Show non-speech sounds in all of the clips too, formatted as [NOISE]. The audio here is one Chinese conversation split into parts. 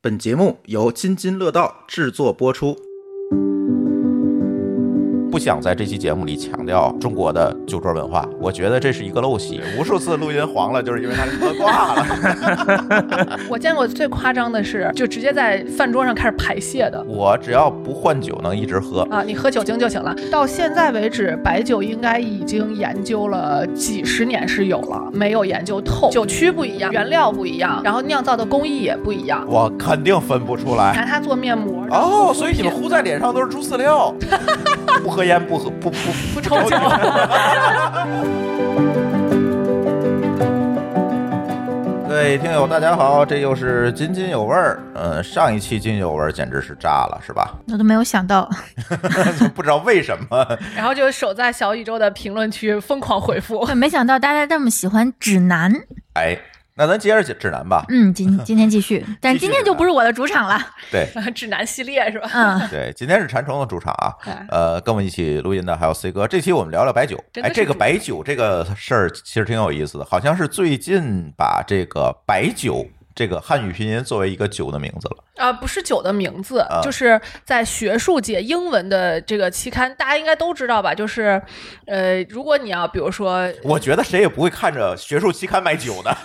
本节目由津津乐道制作播出。不想在这期节目里强调中国的酒桌文化，我觉得这是一个陋习。无数次录音黄了，就是因为他喝挂了。我见过最夸张的是，就直接在饭桌上开始排泄的。 [LAUGHS] 我只要不换酒，能一直喝。啊，你喝酒精就行了。到现在为止，白酒应该已经研究了几十年是有了，没有研究透。酒区不一样，原料不一样，然后酿造的工艺也不一样。我肯定分不出来。拿它做面膜哦，所以你们糊在脸上都是猪饲料。 [LAUGHS] 不喝烟，不喝不不不抽酒。 [LAUGHS] 各位听友，大家好，这又是津津有味儿。嗯，上一期津津有味儿简直是炸了，是吧？ [LAUGHS] 我都没有想 [LAUGHS] 到，不知道为什么，然后就守在小宇宙的评论区疯狂回复。 [LAUGHS] 对，没想到大家这么喜欢指南。哎，那咱接着指指南吧。嗯， [LAUGHS] 今今天继续，但是继续今天就不是我的主场了。对指南系列是吧？嗯，对，今天是馋虫的主场啊对。呃，跟我们一起录音的还有 C 哥，这期我们聊聊白酒。真的哎，是这个主白酒这个事儿其实挺有意思的，好像是最近把这个白酒这个汉语拼音作为一个酒的名字了。啊、不是酒的名字，啊就是在学术界英文的这个期刊，大家应该都知道吧？就是，呃，如果你要比如说我觉得谁也不会看着学术期刊买酒的。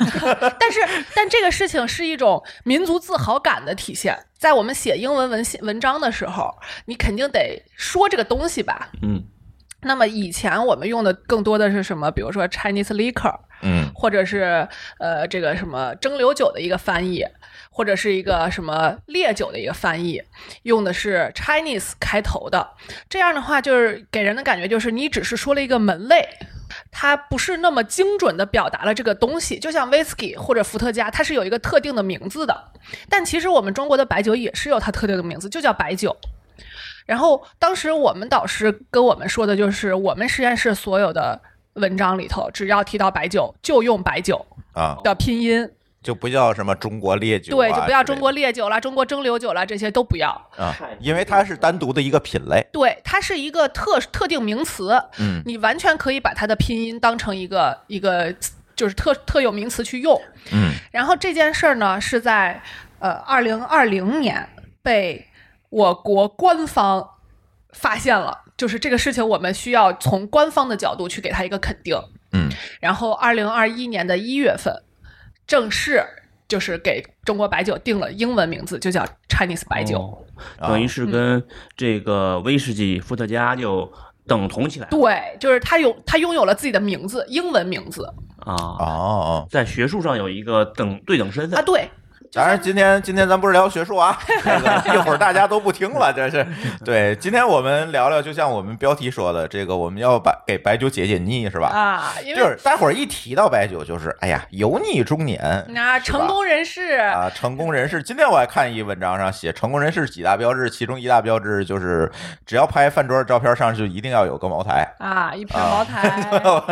但是， [LAUGHS] 但这个事情是一种民族自豪感的体现。在我们写英文文献文章的时候，你肯定得说这个东西吧。嗯，那么以前我们用的更多的是什么？比如说 Chinese liquor，嗯，或者是呃这个什么蒸馏酒的一个翻译，或者是一个什么烈酒的一个翻译，用的是 Chinese 开头的。这样的话，就是给人的感觉就是你只是说了一个门类。它不是那么精准的表达了这个东西，就像 whisky 或者伏特加，它是有一个特定的名字的。但其实我们中国的白酒也是有它特定的名字，就叫白酒。然后当时我们导师跟我们说的就是，我们实验室所有的文章里头，只要提到白酒，就用白酒啊，的拼音，就不叫什么中国烈酒、啊，对，就不要中国烈酒啦、中国蒸馏酒啦，这些都不要。之类的啊，因为它是单独的一个品类。对，它是一个特特定名词，嗯，你完全可以把它的拼音当成一个一个就是特特有名词去用。嗯，然后这件事儿呢，是在呃二零二零年被我国官方发现了，就是这个事情，我们需要从官方的角度去给他一个肯定。嗯，然后二零二一年的一月份，正式就是给中国白酒定了英文名字，就叫 Chinese 白酒。啊哦等于是跟这个威士忌、伏特加就等同起来了对，就是他有他拥有了自己的名字，英文名字啊，哦，在学术上有一个等对等身啊，份。对，当然，今天今天咱不是聊学术啊， [LAUGHS] 这个一会儿大家都不听了， [LAUGHS] 这是对。今天我们聊聊，就像我们标题说的，这个我们要把给白酒解解腻，是吧？啊，因就为是待会儿一提到白酒，就是哎呀，油腻中年那是吧成功人士啊，成功人士。今天我还看一文章上写，成功人士几大标志，其中一大标志就是只要拍饭桌的照片上去，一定要有个茅台。啊，一瓶茅台，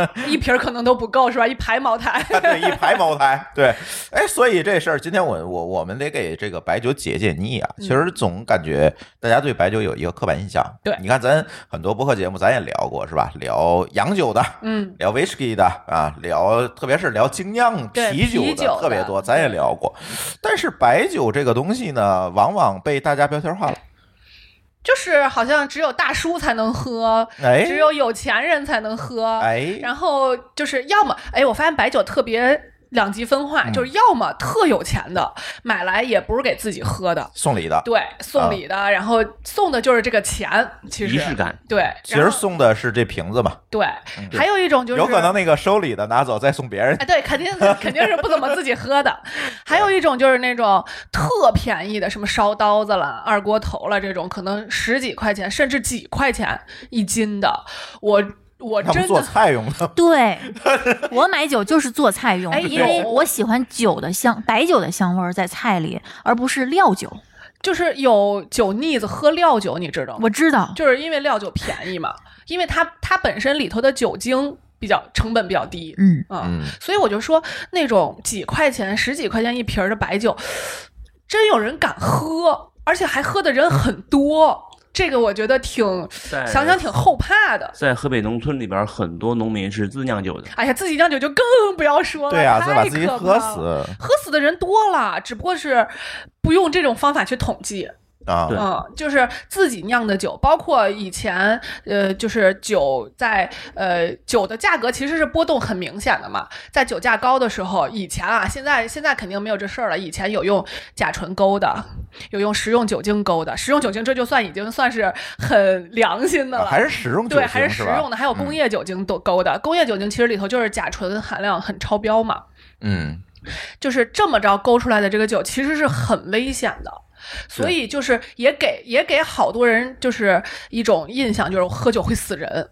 [LAUGHS] 一瓶可能都不够是吧？一排茅台，对，一排茅 [LAUGHS] 台，对，哎，所以这事儿今天我我我们得给这个白酒解解腻啊。嗯其实总感觉大家对白酒有一个刻板印象，对你看咱很多播客节目咱也聊过是吧？聊洋酒的，嗯，聊 whisky 的啊，聊特别是聊精酿对啤酒啤酒特别的多，咱也聊过。但是白酒这个东西呢，往往被大家标签化了，就是好像只有大叔才能喝，哎只有有钱人才能喝，哎，然后就是要么，哎，我发现白酒特别两极分化，嗯就是要么特有钱的买来也不是给自己喝的，送礼的。对，送礼的，然后送的就是这个钱，其实仪式感，对，其然实后送的是这瓶子嘛，对，对还有一种就是有可能那个收礼的拿走再送别人哎，对，肯定肯定是不怎么自己喝的。还有一种就是那种特便宜的，什么烧刀子了、二锅头了这种，可能十几块钱甚至几块钱一斤的。我我他们真做的菜用的。 [LAUGHS] 对，我买酒就是做菜用，哎因为有我喜欢酒的香，白酒的香味儿在菜里，而不是料酒。就是有酒腻子喝料酒，你知道吗？我知道，就是因为料酒便宜嘛，因为它它本身里头的酒精比较成本比较低，嗯，嗯，嗯，所以我就说那种几块钱、十几块钱一瓶儿的白酒，真有人敢喝，而且还喝的人很多。这个我觉得挺在哎想想挺后怕的。在河北农村里边，很多农民是自酿酒的。哎呀，自己酿酒就更不要说了，对呀、再把太自己可喝怕了。死喝死的人多了，只不过是不用这种方法去统计，啊！对嗯，就是自己酿的酒，包括以前，呃，就是酒在呃酒的价格其实是波动很明显的嘛，在酒价高的时候，以前啊，现在现在肯定没有这事儿了，以前有用甲醇勾的，有用食用酒精勾的，食用酒精这就算已经算是很良心的了，啊还是食用酒对，精还是是食吧？嗯用的，还有工业酒精都勾的。工业酒精其实里头就是甲醇含量很超标嘛，嗯，就是这么着勾出来的这个酒其实是很危险的。所以就是也给也给好多人就是一种印象，就是喝酒会死人。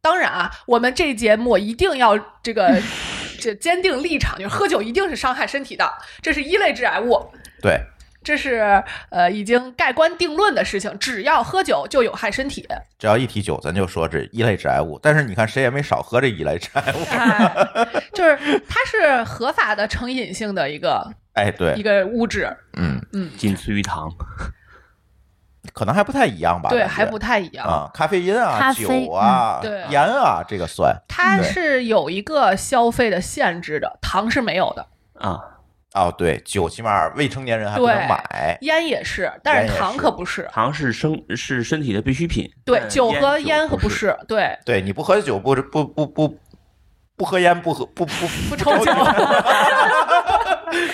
当然啊，我们这节目一定要这个 [LAUGHS] 这坚定立场，就是喝酒一定是伤害身体的，这是一类致癌物，对，这是呃已经盖棺定论的事情。只要喝酒就有害身体， [LAUGHS] 只要一提酒，咱就说这一类致癌物。但是你看，谁也没少喝这一类致癌物。哎，就是它是合法的成瘾性的一个哎，对，一个物质，嗯，仅次于糖，可能还不太一样吧？对，感觉还不太一样。啊，咖啡因啊，咖啡酒啊，嗯对盐啊，这个算它对是有一个消费的限制的，糖是没有的，啊，哦，对，酒起码未成年人还不能对买。烟也是，但烟也是糖是嗯可不是。糖是生是身体的必需品。对，但酒和烟烟酒可不是。是， [LAUGHS] 对，对，你不喝酒，不不不不不喝烟，不喝不不不抽酒。 [LAUGHS]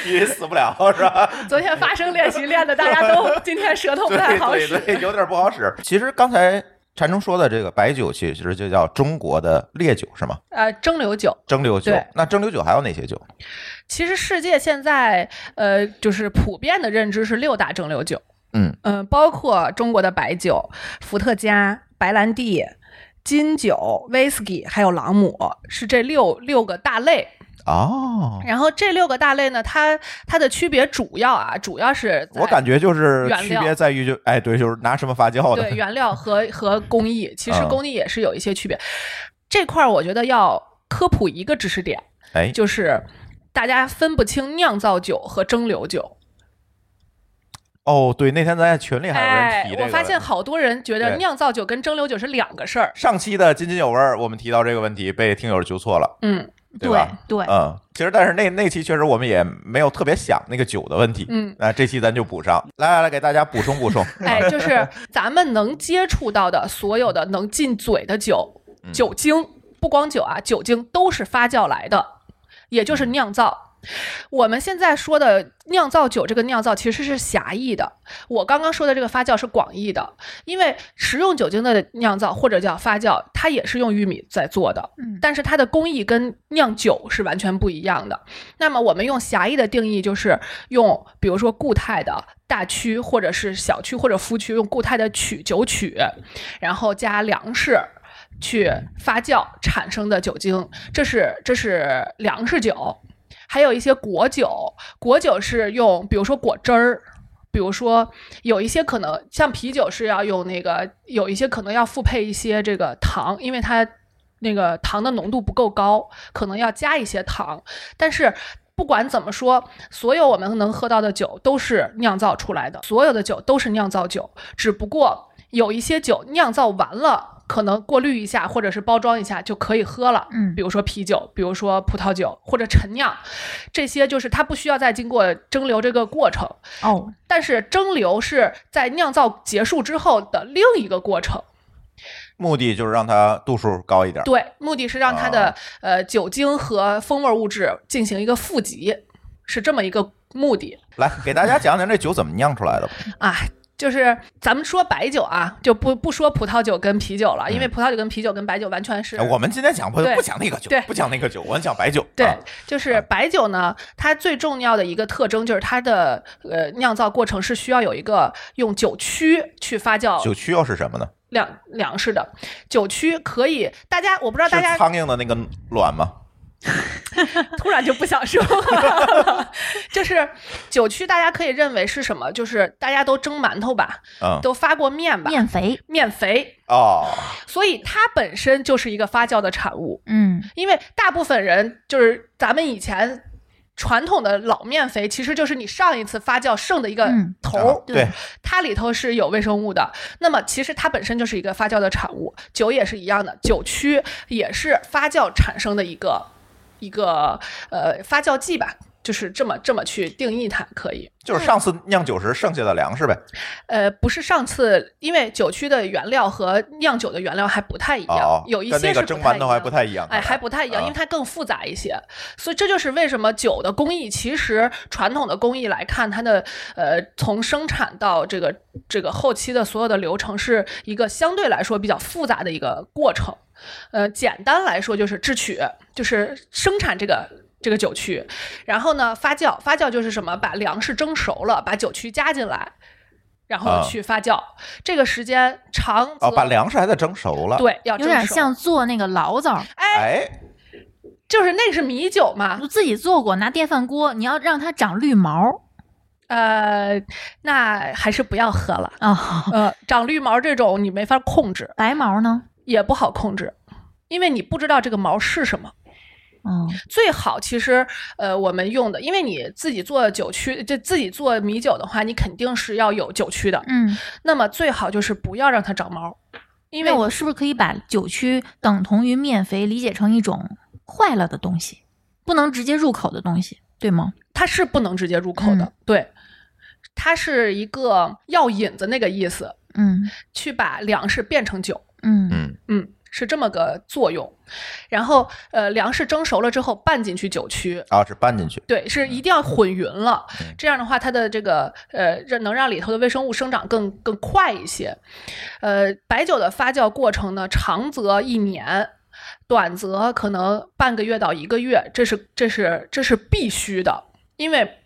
你死不了是吧？昨天发声练习练的，大家 [LAUGHS] 都今天舌 [LAUGHS] 头不对太好使。对对，有点不好使。其实刚才禅中说的这个白酒，其实就叫中国的烈酒是吗？呃，蒸馏酒，蒸馏酒对。那蒸馏酒还有哪些酒？其实世界现在呃，就是普遍的认知是六大蒸馏酒，嗯嗯、包括中国的白酒、伏特加、白兰地、金酒、whisky，还有朗姆，是这六六个大类。哦，然后这六个大类呢，它它的区别主要啊，主要是在我感觉就是原区料别在于就哎对，就是拿什么发酵对 [LAUGHS] 的。原料和和工艺，其实嗯工艺也是有一些区别。这块儿我觉得要科普一个知识点，哎，就是大家分不清酿造酒和蒸馏酒。哦，对，那天咱在群里还有人哎提这，个。我发现好多人觉对得酿造酒跟蒸馏酒是两个事儿。上期的津津有味儿，我们提到这个问题被听友纠错了。嗯对对吧对，嗯，其实但是那那期确实我们也没有特别想那个酒的问题，嗯，那这期咱就补上，来来来，给大家补充补 [LAUGHS] 充，哎，就是咱们能接触到的所有的能进嘴的酒，酒精不光酒啊，酒精都是发酵来的，也就是酿造。我们现在说的酿造酒，这个酿造其实是狭义的。我刚刚说的这个发酵是广义的，因为食用酒精的酿造或者叫发酵，它也是用玉米在做的，嗯但是它的工艺跟酿酒是完全不一样的。那么我们用狭义的定义，就是用比如说固态的大曲或者是小曲或者麸曲，用固态的曲酒曲，然后加粮食去发酵产生的酒精，这是这是粮食酒。还有一些果酒，果酒是用比如说果汁儿。比如说，有一些可能像啤酒是要用那个，有一些可能要复配一些这个糖，因为它那个糖的浓度不够高，可能要加一些糖。但是不管怎么说，所有我们能喝到的酒都是酿造出来的，所有的酒都是酿造酒，只不过有一些酒酿造完了，可能过滤一下或者是包装一下就可以喝了。嗯比如说啤酒，比如说葡萄酒或者陈酿，这些就是它不需要再经过蒸馏这个过程。哦，但是蒸馏是在酿造结束之后的另一个过程，目的就是让它度数高一点，对，目的是让它的、啊呃酒精和风味物质进行一个富集，是这么一个目的。来给大家讲讲这酒怎么酿出来的吧，啊，就是咱们说白酒啊，就不不说葡萄酒跟啤酒了，因为葡萄酒跟啤酒跟白酒完全是。哎嗯我们今天讲不 [LAUGHS] 对不讲那个酒对，不讲那个酒，我们讲白酒，对啊，就是白酒呢，它最重要的一个特征就是它的呃酿造过程是需要有一个用酒曲去发酵酒曲又是什么呢？粮粮食的。酒曲可以，大家我不知道是大家苍蝇的那个卵吗？突然就不想说 [LAUGHS] 了， [LAUGHS] 就是酒曲大家可以认为是什么？就是大家都蒸馒头吧，嗯，都发过面吧，哦面肥，面肥，哦，所以它本身就是一个发酵的产物。嗯因为大部分人就是咱们以前传统的老面肥其实就是你上一次发酵剩的一个嗯头啊儿，对，它里头是有微生物的。那么其实它本身就是一个发酵的产物，酒也是一样的，酒曲也是发酵产生的一个一个呃发酵剂吧，就是这么这么去定义它可以。就是上次酿酒时剩下的粮食呗。呃，不是上次，因为酒曲的原料和酿酒的原料还不太一样，哦，有一跟些那是个不蒸太馒一头还样不。太一样，哎，还不太一样，啊因为它更复杂一些，所以这就是为什么酒的工艺，其实传统的工艺来看，它的呃，从生产到这个这个后期的所有的流程，是一个相对来说比较复杂的一个过程。呃，简单来说就是制曲，就是生产这个这个酒曲，然后呢发酵，发酵就是什么？把粮食蒸熟了，把酒曲加进来，然后啊去发酵。这个时间长则哦，把粮食还在蒸熟了。，对要有蒸点熟像做那个醪糟，哎，哎，就是那是米酒嘛，我自己做过，拿电饭锅，你要让它长绿毛呃，那还是不要喝了。啊、呃，长绿毛这种你没法控制， [LAUGHS] 白毛呢？也不好控制，因为你不知道这个毛是什么。嗯，最好其实，呃，我们用的，因为你自己做酒曲，就自己做米酒的话，你肯定是要有酒曲的。嗯，那么最好就是不要让它长毛，因为那我是不是可以把酒曲等同于面肥理解成一种坏了的东西，不能直接入口的东西，对吗？它是不能直接入口的。嗯对，它是一个药引子那个意思，嗯去把粮食变成酒。嗯嗯，嗯，是这么个作用。然后，呃，粮食蒸熟了之后拌进去酒曲，啊，是拌进去。对，是一定要混匀了嗯，这样的话，它的这个呃，让能让里头的微生物生长更更快一些。呃，白酒的发酵过程呢，长则一年，短则可能半个月到一个月，这是这是这是必须的，因为。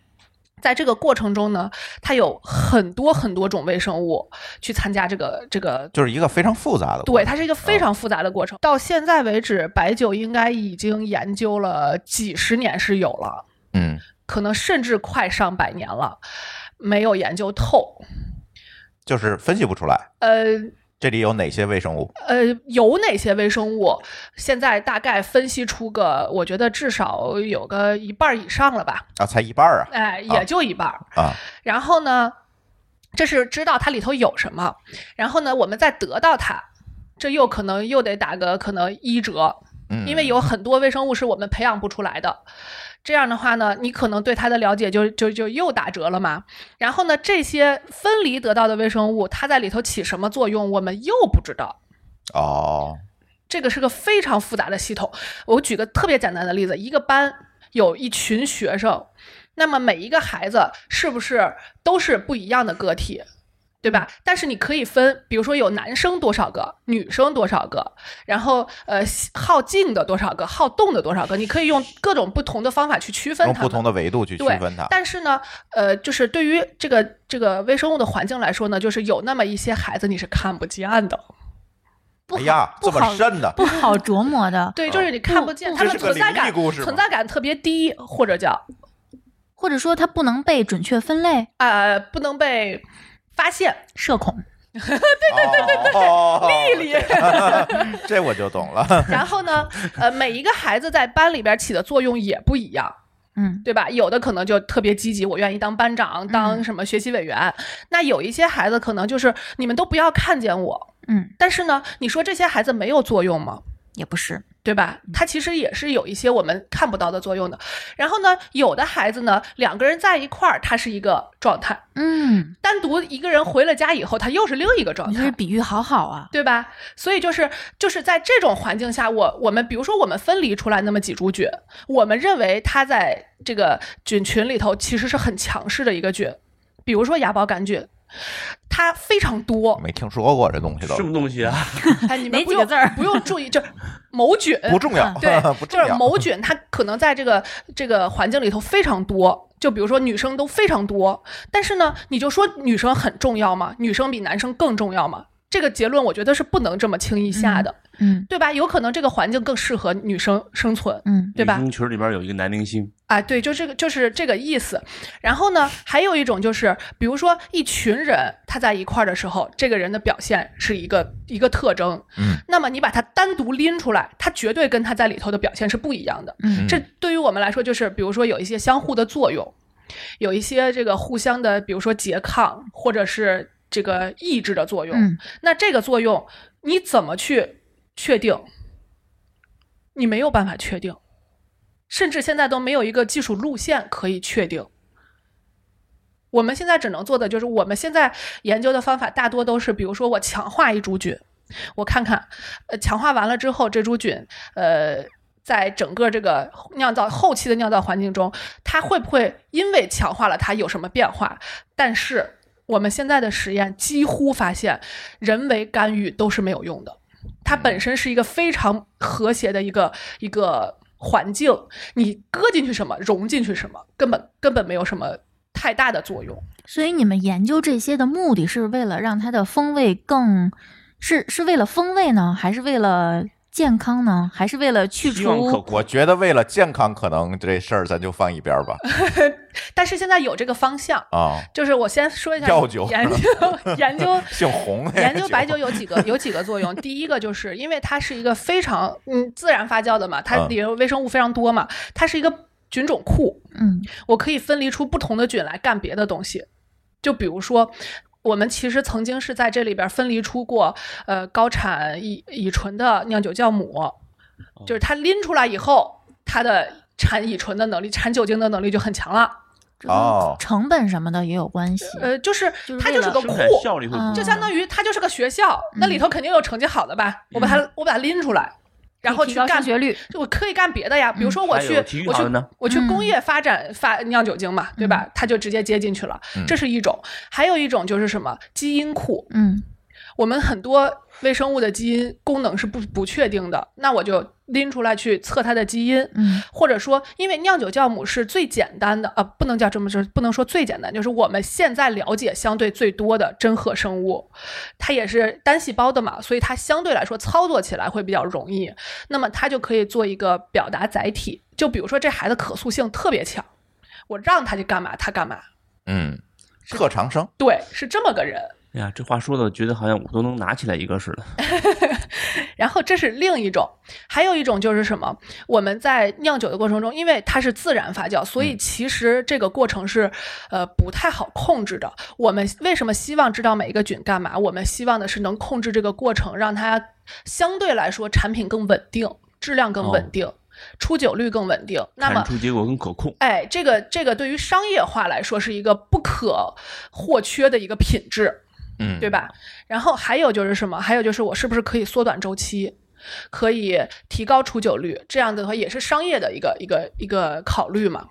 在这个过程中呢，它有很多很多种微生物去参加这个这个就是一个非常复杂的过对，程，它是一个非常复杂的过程。到现在为止，白酒应该已经研究了几十年是有了，嗯，可能甚至快上百年了，没有研究透。就是分析不出来呃这里有哪些微生物。呃，有哪些微生物？现在大概分析出个，我觉得至少有个一半儿以上了吧，啊，才一半儿啊哎，也就一半儿。啊！然后呢，这是知道它里头有什么，然后呢，我们再得到它，这又可能又得打个可能一折，嗯，因为有很多微生物是我们培养不出来的。这样的话呢，你可能对它的了解就就就又打折了嘛。然后呢，这些分离得到的微生物，它在里头起什么作用，我们又不知道。哦，这个是个非常复杂的系统。我举个特别简单的例子，一个班有一群学生，那么每一个孩子是不是都是不一样的个体？对嗯吧？但是你可以分，比如说有男生多少个，女生多少个，然后呃好静的多少个，好动的多少个，你可以用各种不同的方法去区分用它不们。同的维度去区对分它。但是呢，呃，就是对于这个这个微生物的环境来说呢，就是有那么一些孩子你是看不见的，不哎好呀，不这么好深的，不好琢磨的，对，就是你看不见，不他嗯这们是存个在灵异感故事存吗？在感特别低，或者叫或者说它不能被准确分类，呃不能被发现。社恐。对对对对哦对，啊丽丽丽丽，这我就懂了。 [LAUGHS] 然后呢，呃，每一个孩子在班里边起的作用也不一样，嗯对吧？有的可能就特别积极，我愿意当班长，嗯当什么学习委员。那有一些孩子可能就是你们都不要看见我，嗯，但是呢，你说这些孩子没有作用吗？也不是，对吧？嗯它其实也是有一些我们看不到的作用的。然后呢，有的孩子呢，两个人在一块儿，他是一个状态；嗯，单独一个人回了家以后，他又是另一个状你这态，比喻好好啊。对吧？所以就是就是在这种环境下，我我们比如说我们分离出来那么几株菌，我们认为它在这个菌群里头其实是很强势的一个菌，比如说芽孢杆菌。它非常 [LAUGHS] 多，没听说过这东西都什么东西啊？哎，你哪们几不个用字儿不用注意，就是某 [LAUGHS] 菌不重要，对不重就是要。某菌，它可能在这个这个环境里头非常多。就比如说女生都非常多，但是呢，你就说女生很重要吗？女生比男生更重要吗？这个结论我觉得是不能这么轻易下的，嗯对吧？有可能这个环境更适合女生生存，嗯对吧女？生群里边有一个男明星，啊，对，就这个就是这个意思。然后呢，还有一种就是，比如说一群人他在一块儿的时候，这个人的表现是一个一个特征，嗯，那么你把他单独拎出来，他绝对跟他在里头的表现是不一样的。嗯这对于我们来说，就是比如说有一些相互的作用，有一些这个互相的，比如说拮抗或者是这个抑制的作用。嗯那这个作用你怎么去确定？你没有办法确定，甚至现在都没有一个技术路线可以确定。我们现在只能做的就是，我们现在研究的方法大多都是，比如说我强化一株菌，我看看，呃，强化完了之后，这株菌，呃，在整个这个酿造后期的酿造环境中，它会不会因为强化了它有什么变化？但是我们现在的实验几乎发现，人为干预都是没有用的。它本身是一个非常和谐的一个一个环境，你搁进去什么，融进去什么，根本根本没有什么太大的作用。所以你们研究这些的目的是为了让它的风味更，是是为了风味呢，还是为了健康呢，还是为了去希望可除？观我觉得为了健康，可能这事儿咱就放一边儿吧。但是现在有这个方向，啊，就是我先说一下药酒研究 [LAUGHS] 研究姓洪的 [LAUGHS] 研究白酒有几个有几个作用，第一个就是因为它是一个非常嗯自然发酵的嘛，它嗯里头微生物非常多嘛，它是一个菌种库，嗯我可以分离出不同的菌来干别的东西，就比如说。我们其实曾经是在这里边分离出过，呃，高产乙乙醇的酿酒酵母，就是它拎出来以后，它的产乙醇的能力、产酒精的能力就很强了。这跟哦成本什么的也有关系。呃，就是就是它为就是了个生库产，效率会嗯就相当于它就是个学校，那里头肯定有成绩好的吧？我把它我把它拎出来，然后嗯提去高干升学率，就我可以干别的呀，比如说我嗯还去有体育我去行呢我去嗯工业发展发酿酒精嘛，对吧？它就直接接进去了，嗯这是一种。还有一种就是什么基因库，嗯我们很多微生物的基因功能是不不确定的，那我就拎出来去测它的基因，嗯或者说，因为酿酒酵母是最简单的啊、呃不能叫这么说，不能说最简单，就是我们现在了解相对最多的真核生物，它也是单细胞的嘛，所以它相对来说操作起来会比较容易。那么它就可以做一个表达载体，就比如说这孩子可塑性特别强，我让他去干嘛他干嘛，嗯，特长生对，是这么个人。哎呀，这话说的，觉得好像我都能拿起来一个似的。然后这是另一种，还有一种就是什么？我们在酿酒的过程中，因为它是自然发酵，嗯所以其实这个过程是，呃，不太好控制的。我们为什么希望知道每一个菌干嘛？我们希望的是能控制这个过程，让它相对来说产品更稳定，质量更稳定，出酒率更稳定。那么哦产出结果更可控。哎，这个这个对于商业化来说是一个不可或缺的一个品质，嗯对吧？然后还有就是什么？还有就是我是不是可以缩短周期，可以提高出酒率？这样的话也是商业的一个一个一个考虑嘛，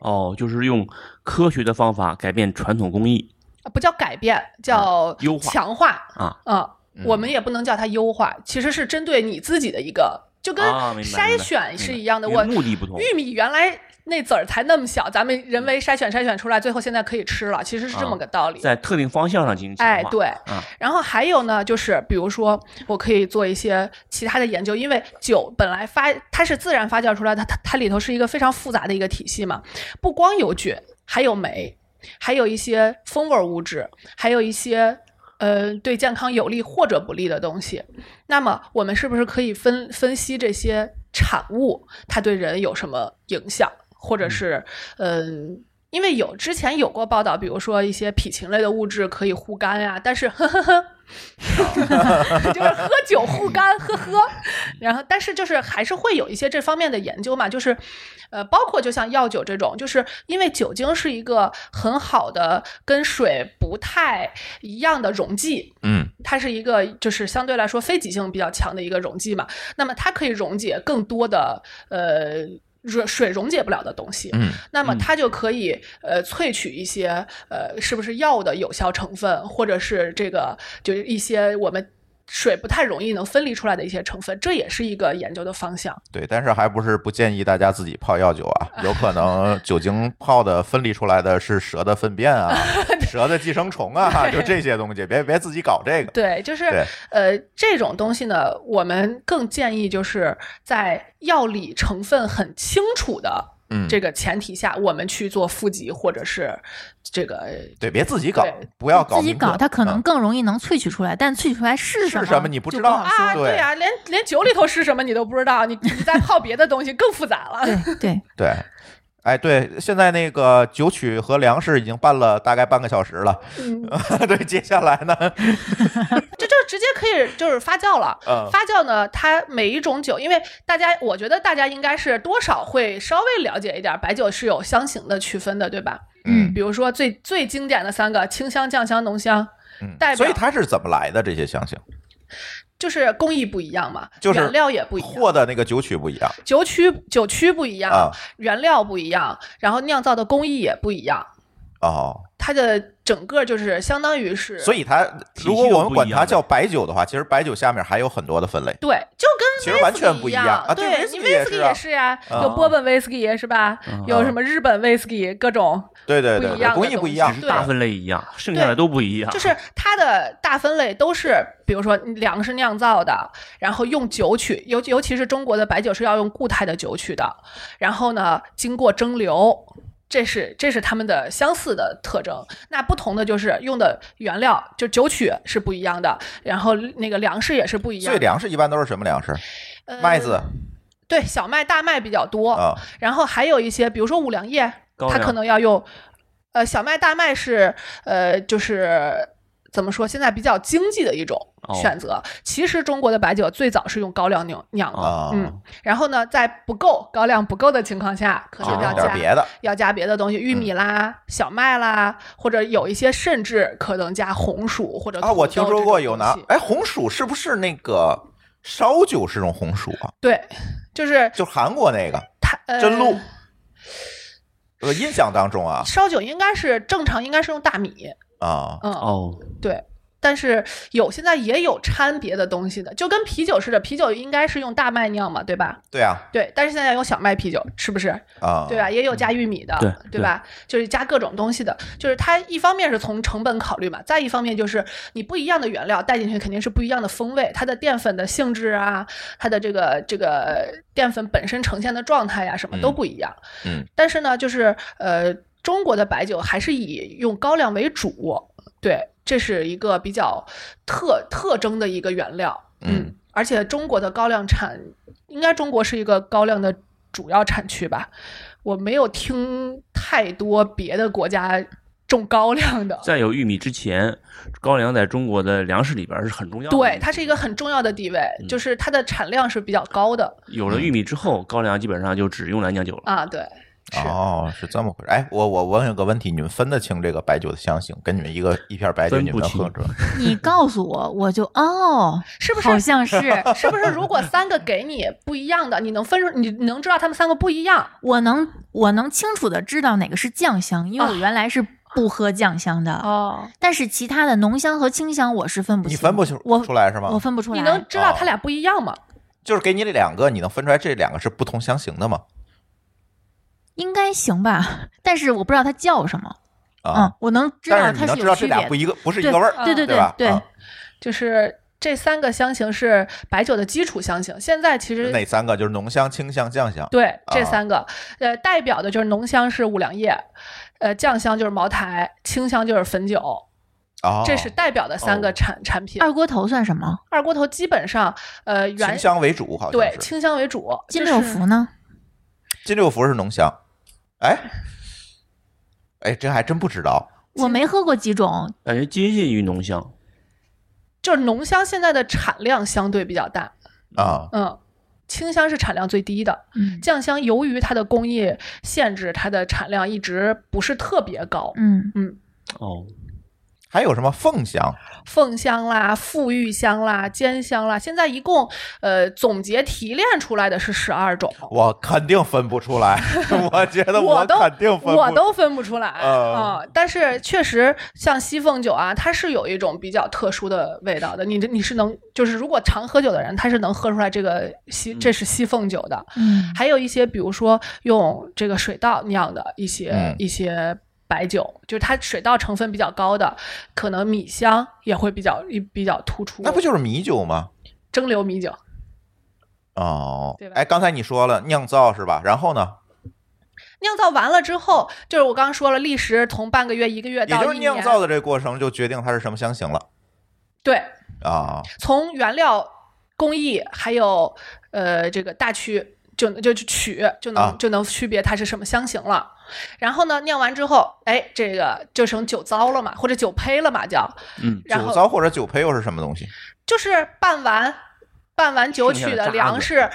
哦，就是用科学的方法改变传统工艺啊不叫改变，叫嗯优化强化啊。啊。我们也不能叫它优化，其实是针对你自己的一个，就跟啊明白筛明白选是一样的。明我白因为目的不同玉米原来那籽儿才那么小，咱们人为筛选筛选出来，最后现在可以吃了，其实是这么啊个道理。在特定方向上进行强化。哎，对，啊然后还有呢，就是比如说，我可以做一些其他的研究，因为酒本来发它是自然发酵出来的，它它里头是一个非常复杂的一个体系嘛，不光有菌，还有酶，还有一些风味物质，还有一些呃对健康有利或者不利的东西。那么我们是不是可以分分析这些产物，它对人有什么影响，或者是嗯？因为有之前有过报道，比如说一些吡嗪类的物质可以护肝呀、但是 [LAUGHS] 呵呵呵，就是喝酒护肝，呵呵。然后，但是就是还是会有一些这方面的研究嘛，就是，呃，包括就像药酒这种，就是因为酒精是一个很好的跟水不太一样的溶剂，嗯它是一个就是相对来说非极性比较强的一个溶剂嘛，那么它可以溶解更多的呃水水溶解不了的东西，嗯那么嗯它就可以呃萃取一些呃是不是药的有效成分，或者是这个就是一些我们水不太容易能分离出来的一些成分，这也是一个研究的方向。对，但是还不是不建议大家自己泡药酒啊，有可能酒精泡的分离出来的是蛇的粪便啊、蛇的寄生虫啊，就这些东西，别别自己搞这个。对，就是对呃，这种东西呢，我们更建议就是在药理成分很清楚的嗯，这个前提下，我们去做复级或者是这个对，别自己搞对，不要搞自己民革搞，它可能嗯更容易能萃取出来，但萃取出来是是什么什么你不就知不道好说啊，对对啊，连连酒里头是什么你都不知道，你你再泡别的东西更复杂了。对 [LAUGHS] 对，对。哎，对，现在那个酒曲和粮食已经办了大概半个小时了。 [LAUGHS] 嗯，对，接下来 [LAUGHS] 呢，这就直接可以就是发酵了。嗯，发酵呢，它每一种酒，因为大家，我觉得大家应该是多少会稍微了解一点，白酒是有香型的区分的，对吧？嗯比如说最最经典的三个清香、酱香、浓香，嗯代表所以它是怎么来的？这些香型就是工艺不一样嘛，就是原料也不一样，和的那个酒曲不一样酒曲酒曲不一样，啊原料不一样，然后酿造的工艺也不一样，哦，它的整个就是相当于是，所以以它体系如果又我们不管一它样叫白酒的话，其实白酒下面还有很多的分类。对，就其跟实完全 whisky 不一一样啊对对 whisky 你也 whisky 是啊也是啊，啊有波本 whisky 是吧？嗯有什么日本 whisky 各种，对对不对一对，样工的艺不东一西样只。是对大分类一样，剩下的都不一啊样。就是它的大分类都是，比如说粮食酿造的，然后用酒曲，尤尤其是中国的白酒是要用固态的酒曲的，然后呢，经过蒸馏，这是这是他们的相似的特征。那不同的就是用的原料，就酒曲是不一样的，然后那个粮食也是不一样所以的。粮食一般都是什么粮食？呃哦麦子对小麦、大麦比较多，啊，然后还有一些，比如说五粮液，高它粱可能要用，呃，小麦、大麦是呃，就是怎么说，现在比较经济的一种哦选择。其实中国的白酒最早是用高粱酿酿的，哦嗯，然后呢，在不够高粱不够的情况下，可就能哦要弄加、啊点别的。嗯要加别的东西，玉米啦、小麦啦，或者有一些甚至可能加红薯或者啊，我土听豆说这过种有东拿西，哎，红薯是不是那个烧酒是用红薯啊？对，就是就韩国那个它呃真露。我印象当中啊烧酒应该是正常，应该是用大米，啊，嗯，哦，对，但是有现在也有掺别的东西的，就跟啤酒似的，啤酒应该是用大麦酿嘛，对吧？对啊对，但是现在有小麦啤酒，是不是？啊，对吧？也有加玉米的，对吧？就是加各种东西的，就是它一方面是从成本考虑嘛，再一方面就是你不一样的原料带进去肯定是不一样的风味，它的淀粉的性质啊，它的这个这个淀粉本身呈现的状态呀、什么嗯都不一样。嗯，但是呢，就是呃，中国的白酒还是以用高粱为主，对，这是一个比较特特征的一个原料。嗯，而且中国的高粱产，应该中国是一个高粱的主要产区吧？我没有听太多别的国家种高粱的。在有玉米之前，高粱在中国的粮食里边是很重要的。对，它是一个很重要的地位，就是它的产量是比较高的有了玉米之后，高粱基本上就只用来酿酒了。啊。对，嗯是、哦，是这么回事。哎，我我问有个问题，你们分得清这个白酒的香型？跟你们一个一瓶白酒，分你们不能清喝 [LAUGHS] 着？你告诉我，我就哦， [LAUGHS] 是不是好像是是不是如果三个给你不一样的，你能分出，你能知道他们三个不一样？我能我能清楚的知道哪个是酱香，因为我啊原来是不喝酱香的，哦，但是其他的浓香和清香我是分不你清，分不清我出来是吗？我分不出来，你能知道它俩不一样吗？就是给你两个，你能分出来这两个是不同香型的吗？应该行吧？但是我不知道它叫什么，啊，嗯，我能知道但是你它能是知道有这区俩别不的，一个，不是一对个味儿，对对对吧？对啊，就是这三个香型是白酒的基础香型。现在其实哪三个？就是浓香、清香、酱香。对啊这三个，呃，代表的就是浓香是五粮液，呃，酱香就是茅台，清香就是汾酒，哦，这是代表的三个哦产产品。二锅头算什么？二锅头基本上，呃，清原香为主，好像对是清香为主，金就是六福呢？金六福是浓香。哎，哎，这还真不知道。我没喝过几种，感觉接近于浓香，就是浓香现在的产量相对比较大，啊，嗯，清香是产量最低的，嗯酱香由于它的工艺限制，它的产量一直不是特别高。嗯，哦，还有什么凤香？凤香啦、馥郁香啦、兼香啦，现在一共呃总结提炼出来的是十二种，我肯定分不出 [LAUGHS] 来，我觉得我都肯定分不我都分不出来啊、呃但是确实像西凤酒啊，它是有一种比较特殊的味道的，你你是能就是如果常喝酒的人，他是能喝出来这个西这是西凤酒的，嗯，还有一些，比如说用这个水稻酿的一些、嗯一些白酒，就是它水稻成分比较高的，可能米香也会比较比较突出。那不就是米酒吗？蒸馏米酒？哦对，吧哎，刚才你说了酿造是吧？然后呢，酿造完了之后，就是我刚刚说了，历时从半个月、一个月也到就是一酿年。造的这个过程就决定它是什么香型了对，啊。从原料、工艺还有呃这个大区。就就去取就能、啊就能区别它是什么香型了，然后呢酿完之后，哎，这个就成酒糟了嘛，或者酒胚了嘛叫，嗯，然酒后糟或者酒胚又是什么东西？就是拌完拌完酒曲的粮剩食，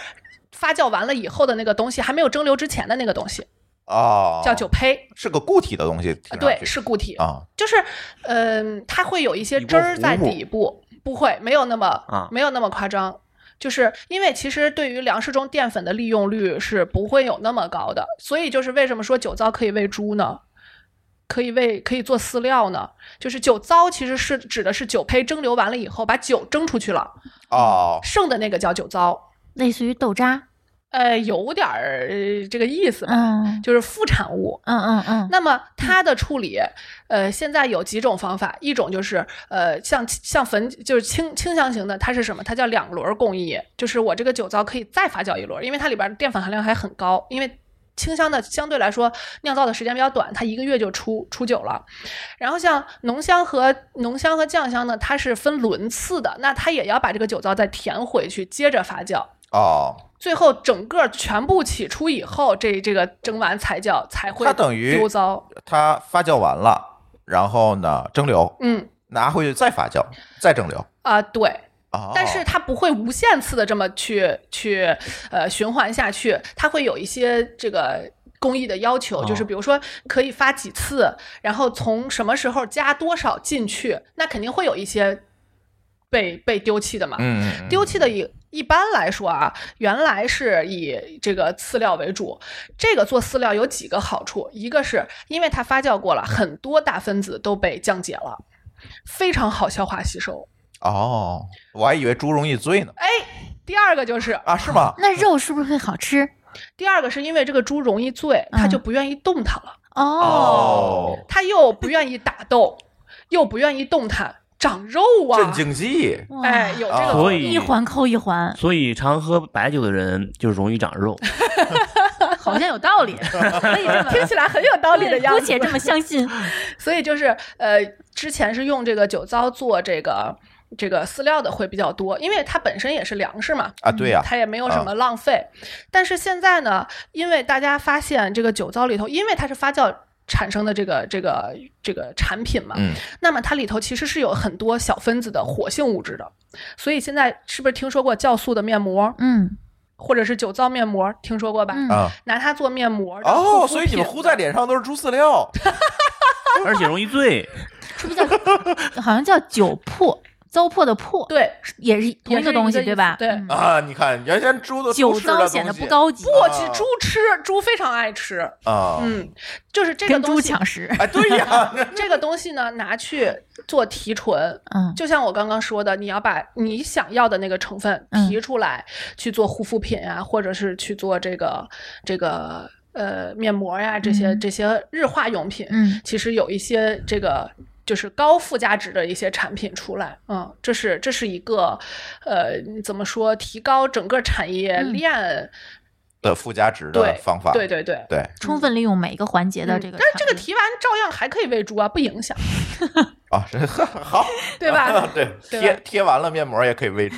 发酵完了以后的那个东西，还没有蒸馏之前的那个东西哦，叫酒胚，呃是个固体的东西，听上对，去是固体，啊，就是嗯，它会有一些底部汁儿在糊糊底部，不会没有那么、啊没有那么夸张。就是因为其实对于粮食中淀粉的利用率是不会有那么高的，所以就是为什么说酒糟可以喂猪呢？可以喂可以做饲料呢？就是酒糟其实是指的是酒胚蒸馏完了以后把酒蒸出去了，哦，剩的那个叫酒糟。类似于豆渣，呃，有点儿呃这个意思吧，嗯就是副产物。嗯嗯嗯，那么它的处理，呃，现在有几种方法，一种就是呃，像像焚就是清清香型的，它是什么？它叫两轮工艺，就是我这个酒糟可以再发酵一轮，因为它里边儿淀粉含量还很高，因为。清香的相对来说酿造的时间比较短，它一个月就出出酒了。然后像浓香和浓香和酱香呢，它是分轮次的，那它也要把这个酒糟再填回去，接着发酵。哦，最后整个全部起出以后，这这个蒸完才叫才会它等于丢糟。它发酵完了，然后呢蒸馏，嗯拿回去再发酵，再蒸馏。啊、对，哦，但是它不会无限次的这么去去呃循环下去，它会有一些这个。工艺的要求就是，哦比如说可以发几次，然后从什么时候加多少进去，那肯定会有一些被被丢弃的嘛。嗯，嗯，丢嗯弃的一一般来说啊，原来是以这个饲料为主。这个做饲料有几个好处，一个是因为它发酵过了，很多大分子都被降解了，非常好消化吸收。哦，我还以为猪容易醉哎呢。第二个就是，啊，是吗？那肉是不是会好吃？第二个是因为这个猪容易醉，它嗯就不愿意动弹了，哦，它又不愿意打斗，又不愿意动弹，长肉啊！镇静剂哇哎，有这个啊所以一环扣一环，所以常喝白酒的人就容易长肉。 [LAUGHS] 好像有 [LAUGHS] 道理，可以这么听起来很有道理的样子，姑且这么相 [LAUGHS] 信。 [LAUGHS] 所以就是呃，之前是用这个酒糟做这个这个饲料的会比较多，因为它本身也是粮食嘛，啊，对呀，它也没有什么浪费。但是现在呢，因为大家发现这个酒糟里头，因为它是发酵。产生的这个这个这个产品嘛，嗯，那么它里头其实是有很多小分子的活性物质的，所以现在是不是听说过酵素的面膜，嗯或者是酒糟面膜？听说过吧？嗯，啊，拿它做面膜当哦，护肤所以你们品糊在脸上都是猪饲 [LAUGHS] 料。而且容易醉，是不是叫好像叫酒粕？糟粕的粕，对，也是同一个东西，也是一个意思对吧？对嗯啊，你看原先猪的酒糟显得不高级，不，其啊实猪吃，猪非常爱吃，啊，嗯，就是这个跟东猪西，抢 [LAUGHS] 食。哎，对 [LAUGHS] 呀，这个东西呢，拿去做提纯，嗯就像我刚刚说的，你要把你想要的那个成分嗯提出来，去做护肤品啊，或者是去做这个这个呃面膜呀、这些嗯这些日化用品，嗯，其实有一些这个。就是高附加值的一些产品出来，嗯，这是这是一个，呃，怎么说，提高整个产业嗯链，的附加值的对方法，对对对，对，充分利用每一个环节的嗯这个但产是物。这个提完照样还可以喂猪啊，不影响，啊，这 [LAUGHS] 好，？对吧对，对贴吧贴完了面膜也可以 [LAUGHS] 喂猪。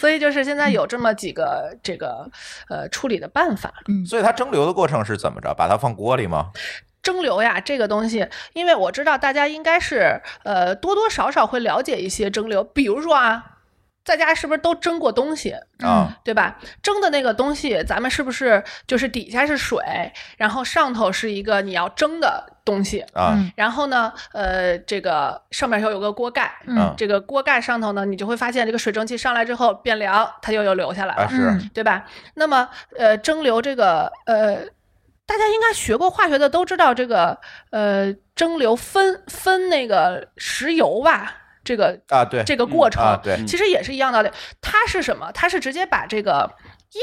所以就是现在有这么几个这个呃处理的办法。所以它蒸馏的过程是怎么着？把它放锅里吗？蒸馏呀，这个东西，因为我知道大家应该是呃多多少少会了解一些蒸馏，比如说啊，在家是不是都蒸过东西，啊，对吧？蒸的那个东西，咱们是不是就是底下是水，然后上头是一个你要蒸的东西，啊嗯然后呢，呃，这个上面是有个锅盖，啊嗯这个锅盖上头呢，你就会发现这个水蒸气上来之后变凉，它就又流下来了，啊是嗯对吧？那么，呃，蒸馏这个，呃，大家应该学过化学的都知道这个，呃，蒸馏分分那个石油吧，这个啊对这个过程、啊对其实也是一样道理。它是什么？它是直接把这个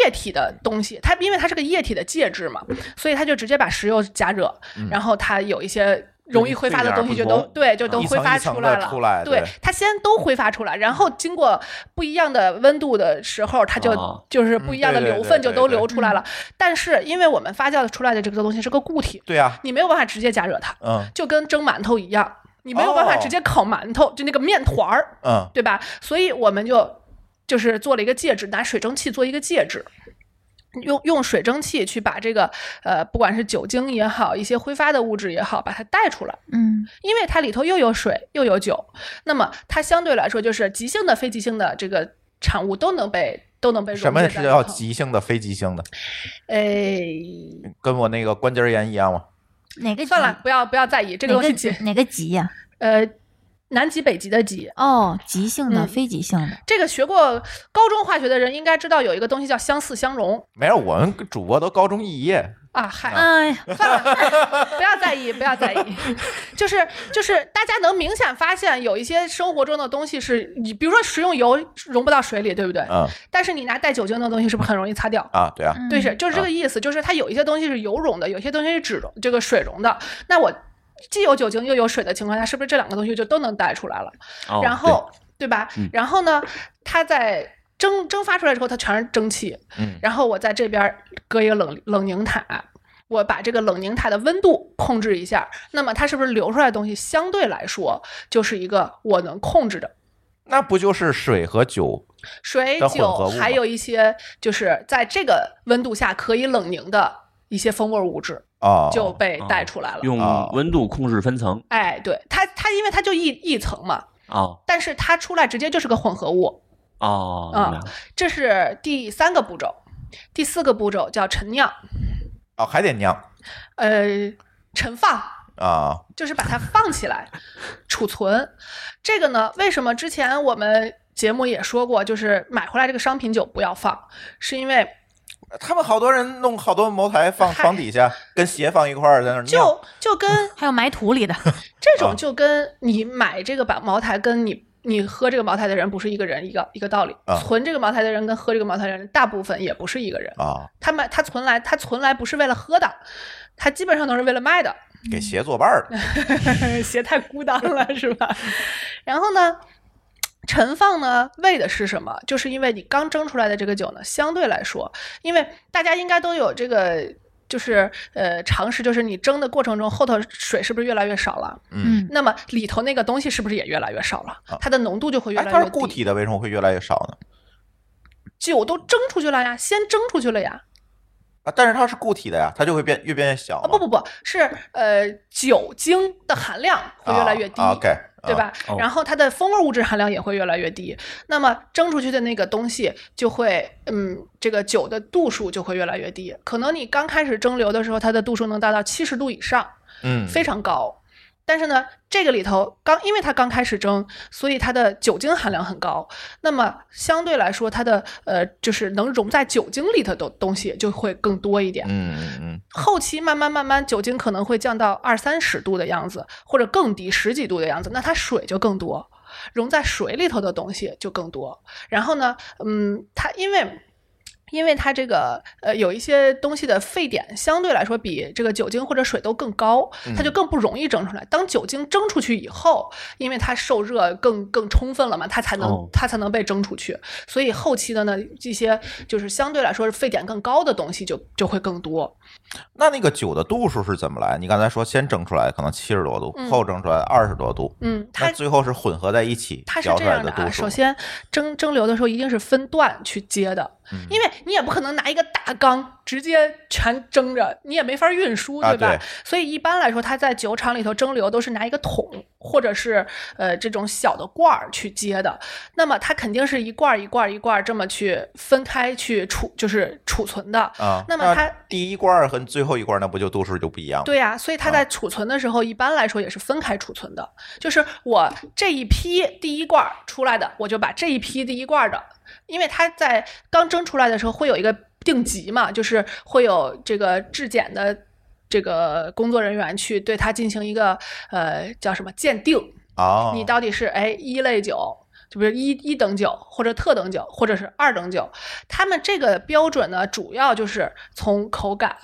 液体的东西，它因为它是个液体的介质嘛，所以它就直接把石油加热，嗯然后它有一些。容易挥发的东西就对都不同对，就都一挥层发一层出的来了。出来对对，它先都挥发出来，然后经过不一样的温度的时候，它就哦就是不一样的嗯对对流分就对对都对流出来了。但是因为我们发酵出来的这个东西是个固体，对啊，你没有办法直接加热它，嗯就跟蒸馒头一样，你没有办法哦直接烤馒头，就那个面团儿，嗯对吧？所以我们就就是做了一个介质，拿水蒸气做一个介质。用用水蒸气去把这个呃，不管是酒精也好，一些挥发的物质也好，把它带出来，嗯因为它里头又有水又有酒，那么它相对来说就是急性的、非急性的这个产物都能被都能被什溶么解是在叫里头急性的非急性的？哎，跟我那个关节炎一样吗？哪个算了，集不要不要在意这个东西急，哪个哪个急呀？呃，南极北极的极，哦，急性的、嗯非急性的，这个学过高中化学的人应该知道有一个东西叫相似相容没有，我们主播都高中肄业啊，嗨，哎呀，算了， [LAUGHS] 不要在意，不要在意。 [LAUGHS] 就是就是，大家能明显发现有一些生活中的东西是你，比如说食用油溶不到水里，对不对？嗯但是你拿带酒精的东西是不是很容易擦掉？啊，对啊，嗯对，是，就是这个意思，就是它有一些东西是油溶的，有些东西是脂溶，这个水溶的。那我既有酒精又有水的情况下，是不是这两个东西就都能带出来了？[LAUGHS] 哦然后对吧嗯？然后呢，它在蒸蒸发出来之后，它全是蒸汽。嗯然后我在这边搁一个冷冷凝塔，我把这个冷凝塔的温度控制一下，那么它是不是流出来的东西相对来说就是一个我能控制的那不就是水和酒水的混合酒，物吗还有一些就是在这个温度下可以冷凝的一些风味物质啊？就被哦带出来了。用哦温度控制分层哎，对它，它因为它就一一层嘛，哦但是它出来直接就是个混合物，哦，啊明白了这是第三个步骤。第四个步骤叫陈酿，哦，还得酿呃，陈放，啊就是把它放起来储存。这个呢，为什么之前我们节目也说过，就是买回来这个商品酒不要放，是因为他们好多人弄好多茅台放嗨床底下，跟鞋放一块儿在那儿酿嗯就就跟还有埋土里的，这啊种就跟你买这个把茅台跟你。你喝这个茅台的人不是一个人，一个一个道理啊。存这个茅台的人跟喝这个茅台的人，大部分也不是一个人。啊，他买他存来，他存来不是为了喝的，他基本上都是为了卖的。给鞋作伴儿的 [LAUGHS] 鞋太孤单了，是吧？然后呢，陈放呢为的是什么？就是因为你刚蒸出来的这个酒呢，相对来说，因为大家应该都有这个。就是呃，常识就是你蒸的过程中，后头水是不是越来越少了？嗯，那么里头那个东西是不是也越来越少了啊？它的浓度就会越哎，来越低。它是固体的，为什么会越来越少呢？酒都蒸出去了呀，先蒸出去了呀。啊，但是它是固体的呀，它就会变越变越小啊，嘛。不不不是，呃，酒精的含量会越来越低。啊 OK，啊对？吧？哦然后它的风味物质含量也会越来越低，那么蒸出去的那个东西就会，嗯，这个酒的度数就会越来越低。可能你刚开始蒸馏的时候，它的度数能达到七十度以上，嗯，非常高。但是呢，这个里头刚因为它刚开始蒸，所以它的酒精含量很高。那么相对来说，它的呃，就是能溶在酒精里头的东西就会更多一点。嗯嗯嗯后期慢慢慢慢，酒精可能会降到二三十度的样子，或者更低十几度的样子，那它水就更多，溶在水里头的东西就更多。然后呢，嗯，它因为。因为它这个呃有一些东西的沸点相对来说比这个酒精或者水都更高，它就更不容易蒸出来。当酒精蒸出去以后，因为它受热更更充分了嘛，它才能、哦它才能被蒸出去。所以后期的呢，这些就是相对来说沸点更高的东西就就会更多。那那个酒的度数是怎么来？你刚才说先蒸出来可能七十多度，嗯后蒸出来二十多度，嗯，它那最后是混合在一起它是调出这来样的的度啊，数。首先蒸蒸馏的时候一定是分段去接的，嗯因为你也不可能拿一个大缸直接全蒸着，你也没法运输，啊吧？对所以一般来说，它在酒厂里头蒸馏都是拿一个桶或者是呃这种小的罐儿去接的。那么它肯定是一罐儿一罐儿一罐儿这么去分开去储，就是储存的。啊，那么它第一罐儿和最后一罐儿，那不就度数就不一样？，对呀、所以它在储存的时候，一般来说也是分开储存的。就是我这一批第一罐儿出来的，我就把这一批第一罐儿的，因为它在刚蒸出来的时候会有一个定级嘛，就是会有这个质检的这个工作人员去对它进行一个呃叫什么鉴定，哦，你到底是哎一类酒，就比如一一等酒或者特等酒或者是二等酒，他们这个标准呢，主要就是从口感、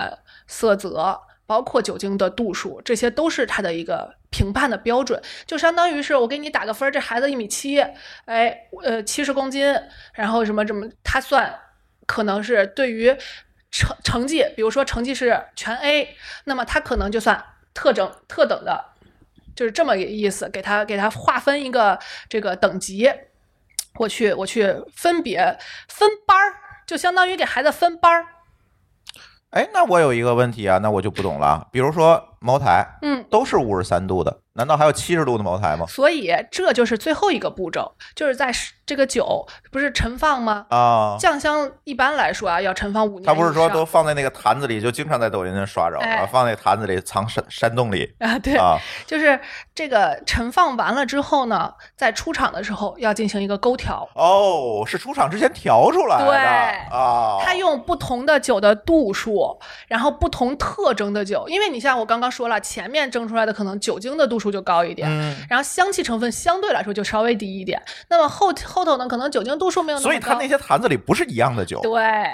色泽，包括酒精的度数，这些都是它的一个。评判的标准就相当于是我给你打个分儿，这孩子一米七，哎，呃，七十公斤，然后什么什么，他算可能是对于成成绩，比如说成绩是全 A，那么他可能就算特整特等的，就是这么一个意思，给他给他划分一个这个等级，我去我去分别分班儿，就相当于给孩子分班儿。哎，那我有一个问题啊，那我就不懂了。比如说茅台嗯，都是五十三度的，难道还有七十度的茅台吗？所以这就是最后一个步骤，就是在是这个酒不是陈放吗？啊，酱香一般来说啊，要陈放五年以他上。不是说都放在那个坛子里，就经常在抖音上刷着，哎然后放在坛子里藏山山洞里啊？对，啊。就是这个陈放完了之后呢，在出厂的时候要进行一个勾调。哦，是出厂之前调出来的对啊。它用不同的酒的度数，然后不同特征的酒，因为你像我刚刚说了，前面蒸出来的可能酒精的度数就高一点。嗯，然后香气成分相对来说就稍微低一点，那么后后头呢，可能酒精度数没有那么高。所以它那些坛子里不是一样的酒对、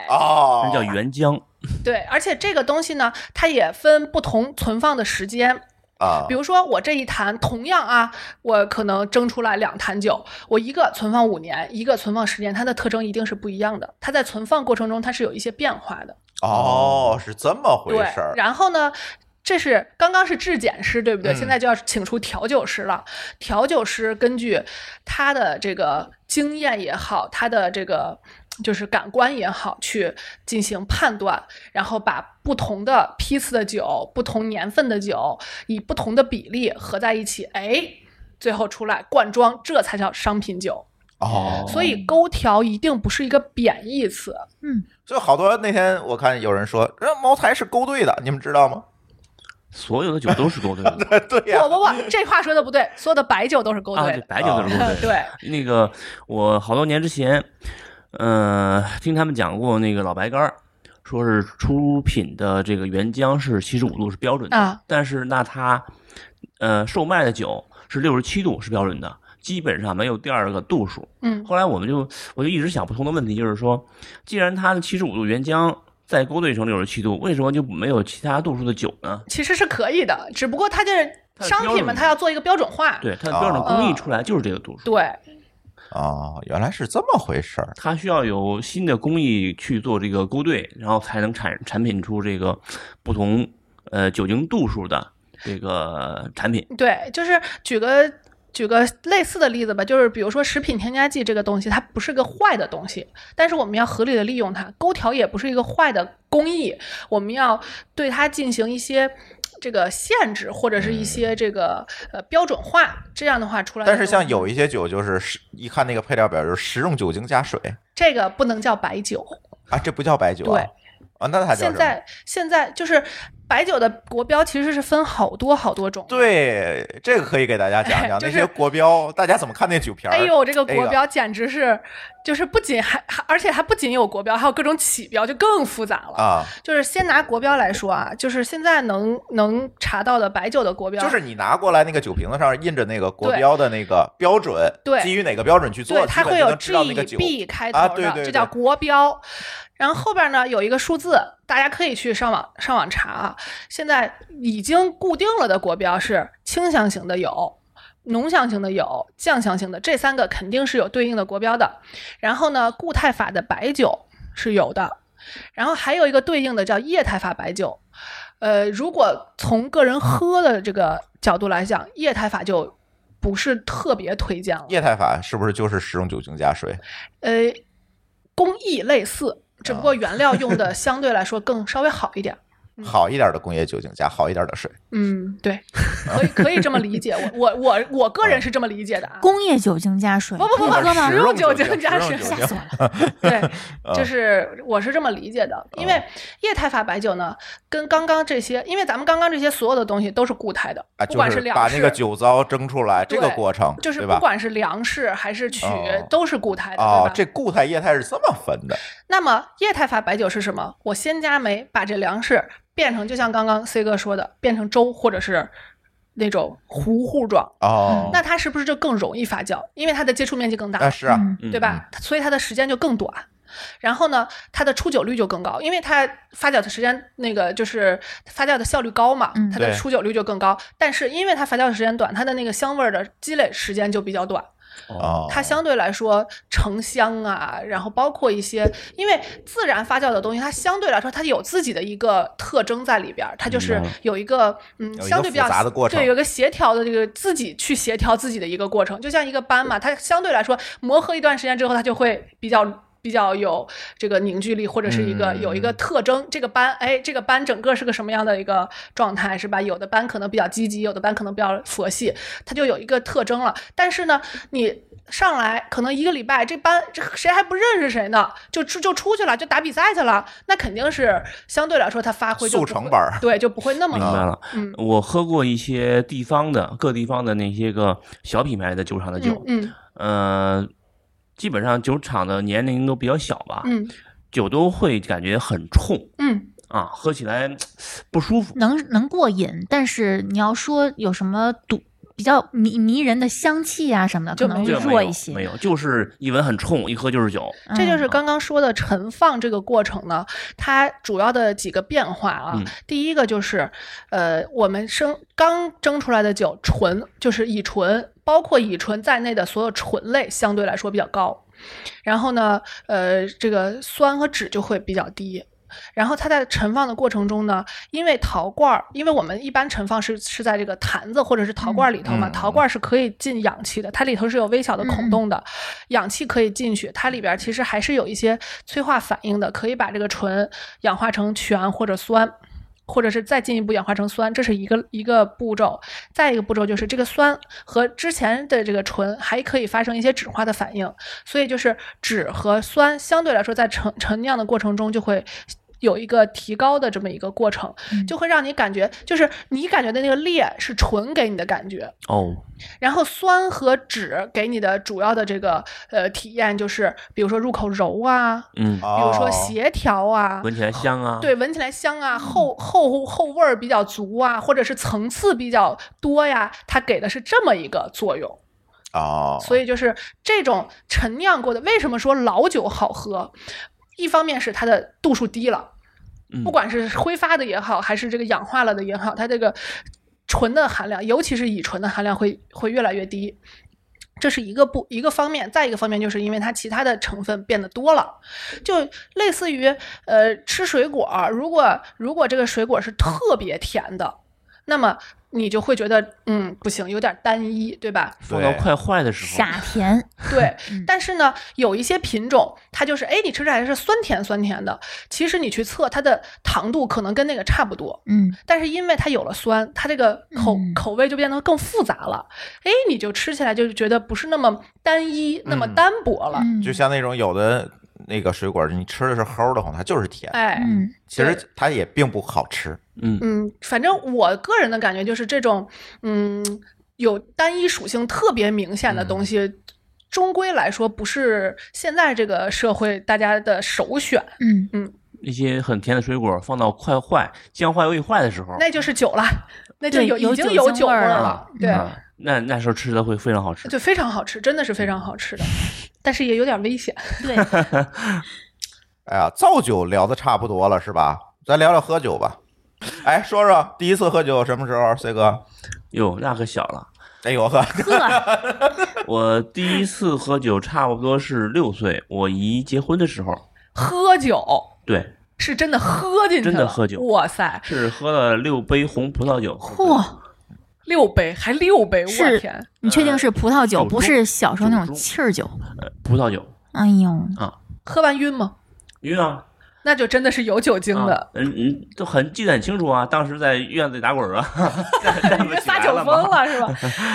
哦，那叫原浆，对，而且这个东西呢，它也分不同存放的时间。啊，比如说我这一坛，同样啊，我可能蒸出来两坛酒，我一个存放五年，一个存放十年，它的特征一定是不一样的。它在存放过程中，它是有一些变化的。哦，是这么回对，事儿。然后呢，这是刚刚是质检师，对不对？嗯现在就要请出调酒师了。调酒师根据他的这个经验也好，他的这个就是感官也好，去进行判断，然后把不同的批次的酒、不同年份的酒，以不同的比例合在一起，哎。最后出来灌装，这才叫商品酒。哦，所以勾调一定不是一个贬义词，就好多那天我看有人说，这茅台是勾兑的，你们知道吗？ [LAUGHS] 所有的酒都 [LAUGHS] 是勾兑的对呀不，不不，这话说的不对，所有的白酒都是勾啊，兑对的，。嗯白酒都是勾兑的。 [LAUGHS] 对，那个我好多年之前，呃，听他们讲过那个老白干儿，说是出品的这个原浆是七十五度是标准的，啊但是那它呃售卖的酒是六十七度是标准的。基本上没有第二个度数。嗯后来我们就，我就一直想不通的问题，就是说，既然它的七十五度原浆再勾兑成六十七度，为什么就没有其他度数的酒呢？其实是可以的，只不过它就是它的商标品准嘛，它要做一个标准化。对，它的标准工哦艺出来就是这个度数。对哦，原来是这么回事儿。它需要有新的工艺去做这个勾兑，然后才能产产品出这个不同呃酒精度数的这个产品。对，就是举个举个类似的例子吧，就是比如说食品添加剂这个东西，它不是个坏的东西，但是我们要合理的利用它。勾调也不是一个坏的工艺，我们要对它进行一些。这个限制或者是一些这个呃标准化，这样的话出来的但东西。是像有一些酒就是食，一看那个配料表就是食用酒精加水这个不能叫白酒，啊，这不叫白酒啊。啊，那它叫什现么？在现在就是白酒的国标其实是分好多好多种的。对，这个可以给大家讲讲、 [LAUGHS] 就是那些国标，大家怎么看那酒瓶儿？哎呦，这个这国个标简直是，就是不仅还还，而且还不仅有国标，还有各种起标，就更复杂了。啊，就是先拿国标来说啊，就是现在能能查到的白酒的国标，就是你拿过来那个酒瓶子上印着那个国对标的那个标准，对基于哪个标准去做，对，它基本会就有能知道那个酒 GB 开头的，啊对对这对叫国标。然后后边呢有一个数字，大家可以去上网上网查啊。现在已经固定了的国标是清香型的有。浓香型的有，酱香型的这三个肯定是有对应的国标的。然后呢，固态法的白酒是有的，然后还有一个对应的叫液态法白酒。呃，如果从个人喝的这个角度来讲，液态法就不是特别推荐了。液态法是不是就是食用酒精加水？呃，哦 [LAUGHS] 工艺类似，只不过原料用的相对来说更稍微好一点。好一点的工业酒精加好一点的水。嗯， [LAUGHS] 对，可以可以这么理解，我我我我个人是这么理解的啊。工业酒精加水，不不不可以喝吗食食用用酒精精加食用水酒吓精死我了！ [LAUGHS] 对，啊就是我是这么理解哦的，因为液态法白酒呢，跟刚刚这些，因为咱们刚刚这些所有的东西都是固态的，啊，不就管是粮把食，那个酒糟蒸出来，这个对过程，就是对不吧？管是粮食还是曲哦，都是固态的，对哦吧，这固态液态是这么分的，那么液态法白酒是什么？我先加酶把这粮食变成，就像刚刚 C 哥说的，变成粥或者是那种糊糊状，哦，那它是不是就更容易发酵？因为它的接触面积更大，啊是啊，嗯对吧？所以它的时间就更短，然后呢，它的出酒率就更高，因为它发酵的时间那个就是发酵的效率高嘛嗯，它的对出酒率就更高。但是因为它发酵的时间短，它的那个香味儿的积累时间就比较短，嗯？哦，哦，它相对来说成香啊，然后包括一些，因为自然发酵的东西，它相对来说它有自己的一个特征在里边儿，它就是明白有一个嗯一个相对比较复杂的过程对，有一个协调的这个自己去协调自己的一个过程，就像一个斑嘛，它相对来说磨合一段时间之后，它就会比较。比较有这个凝聚力，或者是一个嗯有一个特征，这个斑，哎，这个斑整个是个什么样的一个状态，是吧？有的斑可能比较积极，有的斑可能比较佛系，它就有一个特征了。但是呢，你上来可能一个礼拜，这班这谁还不认识谁呢？就出就出去了，就打比赛去了，那肯定是相对来说他发挥就不会速成班儿对，就不会那么明白了。嗯我喝过一些地方的各地方的那些个小品牌的酒厂的酒，嗯呃，基本上酒厂的年龄都比较小吧，嗯酒都会感觉很冲嗯啊，喝起来不舒服。能能过瘾，但是你要说有什么独比较迷迷人的香气啊什么的，就可能没会有这没弱有一没些。有，就是一闻很冲，一喝就是酒。嗯，这就是嗯刚刚说的陈放这个过程呢，它主要的几个变化啊。嗯第一个就是，呃，我们生刚蒸出来的酒醇，就是乙醇，包括乙醇在内的所有醇类相对来说比较高。然后呢，呃，这个酸和酯就会比较低。然后它在盛放的过程中呢，因为陶罐儿，因为我们一般盛放是是在这个坛子或者是陶罐儿里头嘛，嗯嗯嗯陶罐儿是可以进氧气的，它里头是有微小的孔洞的，氧气可以进去，它里边儿其实还是有一些催化反应的，可以把这个醇氧化成醛或者酸。或者是再进一步氧化成酸，这是一个一个步骤。再一个步骤就是这个酸和之前的这个醇还可以发生一些酯化的反应，所以就是酯和酸相对来说在陈陈酿的过程中就会。有一个提高的这么一个过程，嗯就会让你感觉，就是你感觉的那个烈是醇给你的感觉，哦，然后酸和酯给你的主要的这个呃体验就是，比如说入口柔啊，嗯，比如说哦协调啊，闻起来香啊。对，闻起来香啊，后后后味儿比较足啊，或者是层次比较多呀，它给的是这么一个作用。哦，所以就是这种陈酿过的，为什么说老酒好喝？一方面是它的度数低了，嗯，不管是挥发的也好，还是这个氧化了的也好，它这个醇的含量，尤其是乙醇的含量会会越来越低。这是一个不一个方面，再一个方面就是因为它其他的成分变得多了，就类似于呃吃水果儿，如果如果这个水果是特别甜的，那么你就会觉得嗯不行，有点单一，对吧？放到对快坏的时候，傻甜，对 [LAUGHS] 嗯，但是呢，有一些品种，它就是哎，你吃着还是酸甜酸甜的。其实你去测它的糖度，可能跟那个差不多，嗯，但是因为它有了酸，它这个口、嗯口味就变得更复杂了。哎，你就吃起来就觉得不是那么单一，那么单薄了。嗯就像那种有的那个水果，你吃的是齁的慌，它就是甜，哎，嗯其实对它也并不好吃。嗯，嗯，反正我个人的感觉就是这种，嗯，有单一属性特别明显的东西。终归来说，不是现在这个社会大家的首选，嗯，一些很甜的水果放到快坏、将坏未坏的时候，那就是酒了，那就对有有已经酒有精酒味儿儿了了，嗯对，啊，那那时候吃的会非常好吃。就非常好吃，真的是非常好 [LAUGHS] 吃的，但是也有点危险。 [LAUGHS] 对，哎呀，造酒聊的差不多了是吧？咱聊聊喝酒吧。哎，说说第一次喝酒什么时候？C 哥，哟，那可小了。哎呦呵，呵，我第一次喝酒差不多是六岁，我姨结婚的时候，喝酒对，是真的喝进去了，真的喝酒哇塞，是喝了六杯红葡萄酒，嚯，六杯还六杯，我是天，你确定是葡萄酒，酒不是小时候那酒种盅气儿酒？葡萄酒哎呦，喝完晕吗？晕啊，那就真的是有酒精的啊。嗯嗯，都很记得很清楚啊，当时在院子里打滚儿啊， [LAUGHS] 你这撒酒疯了是吧？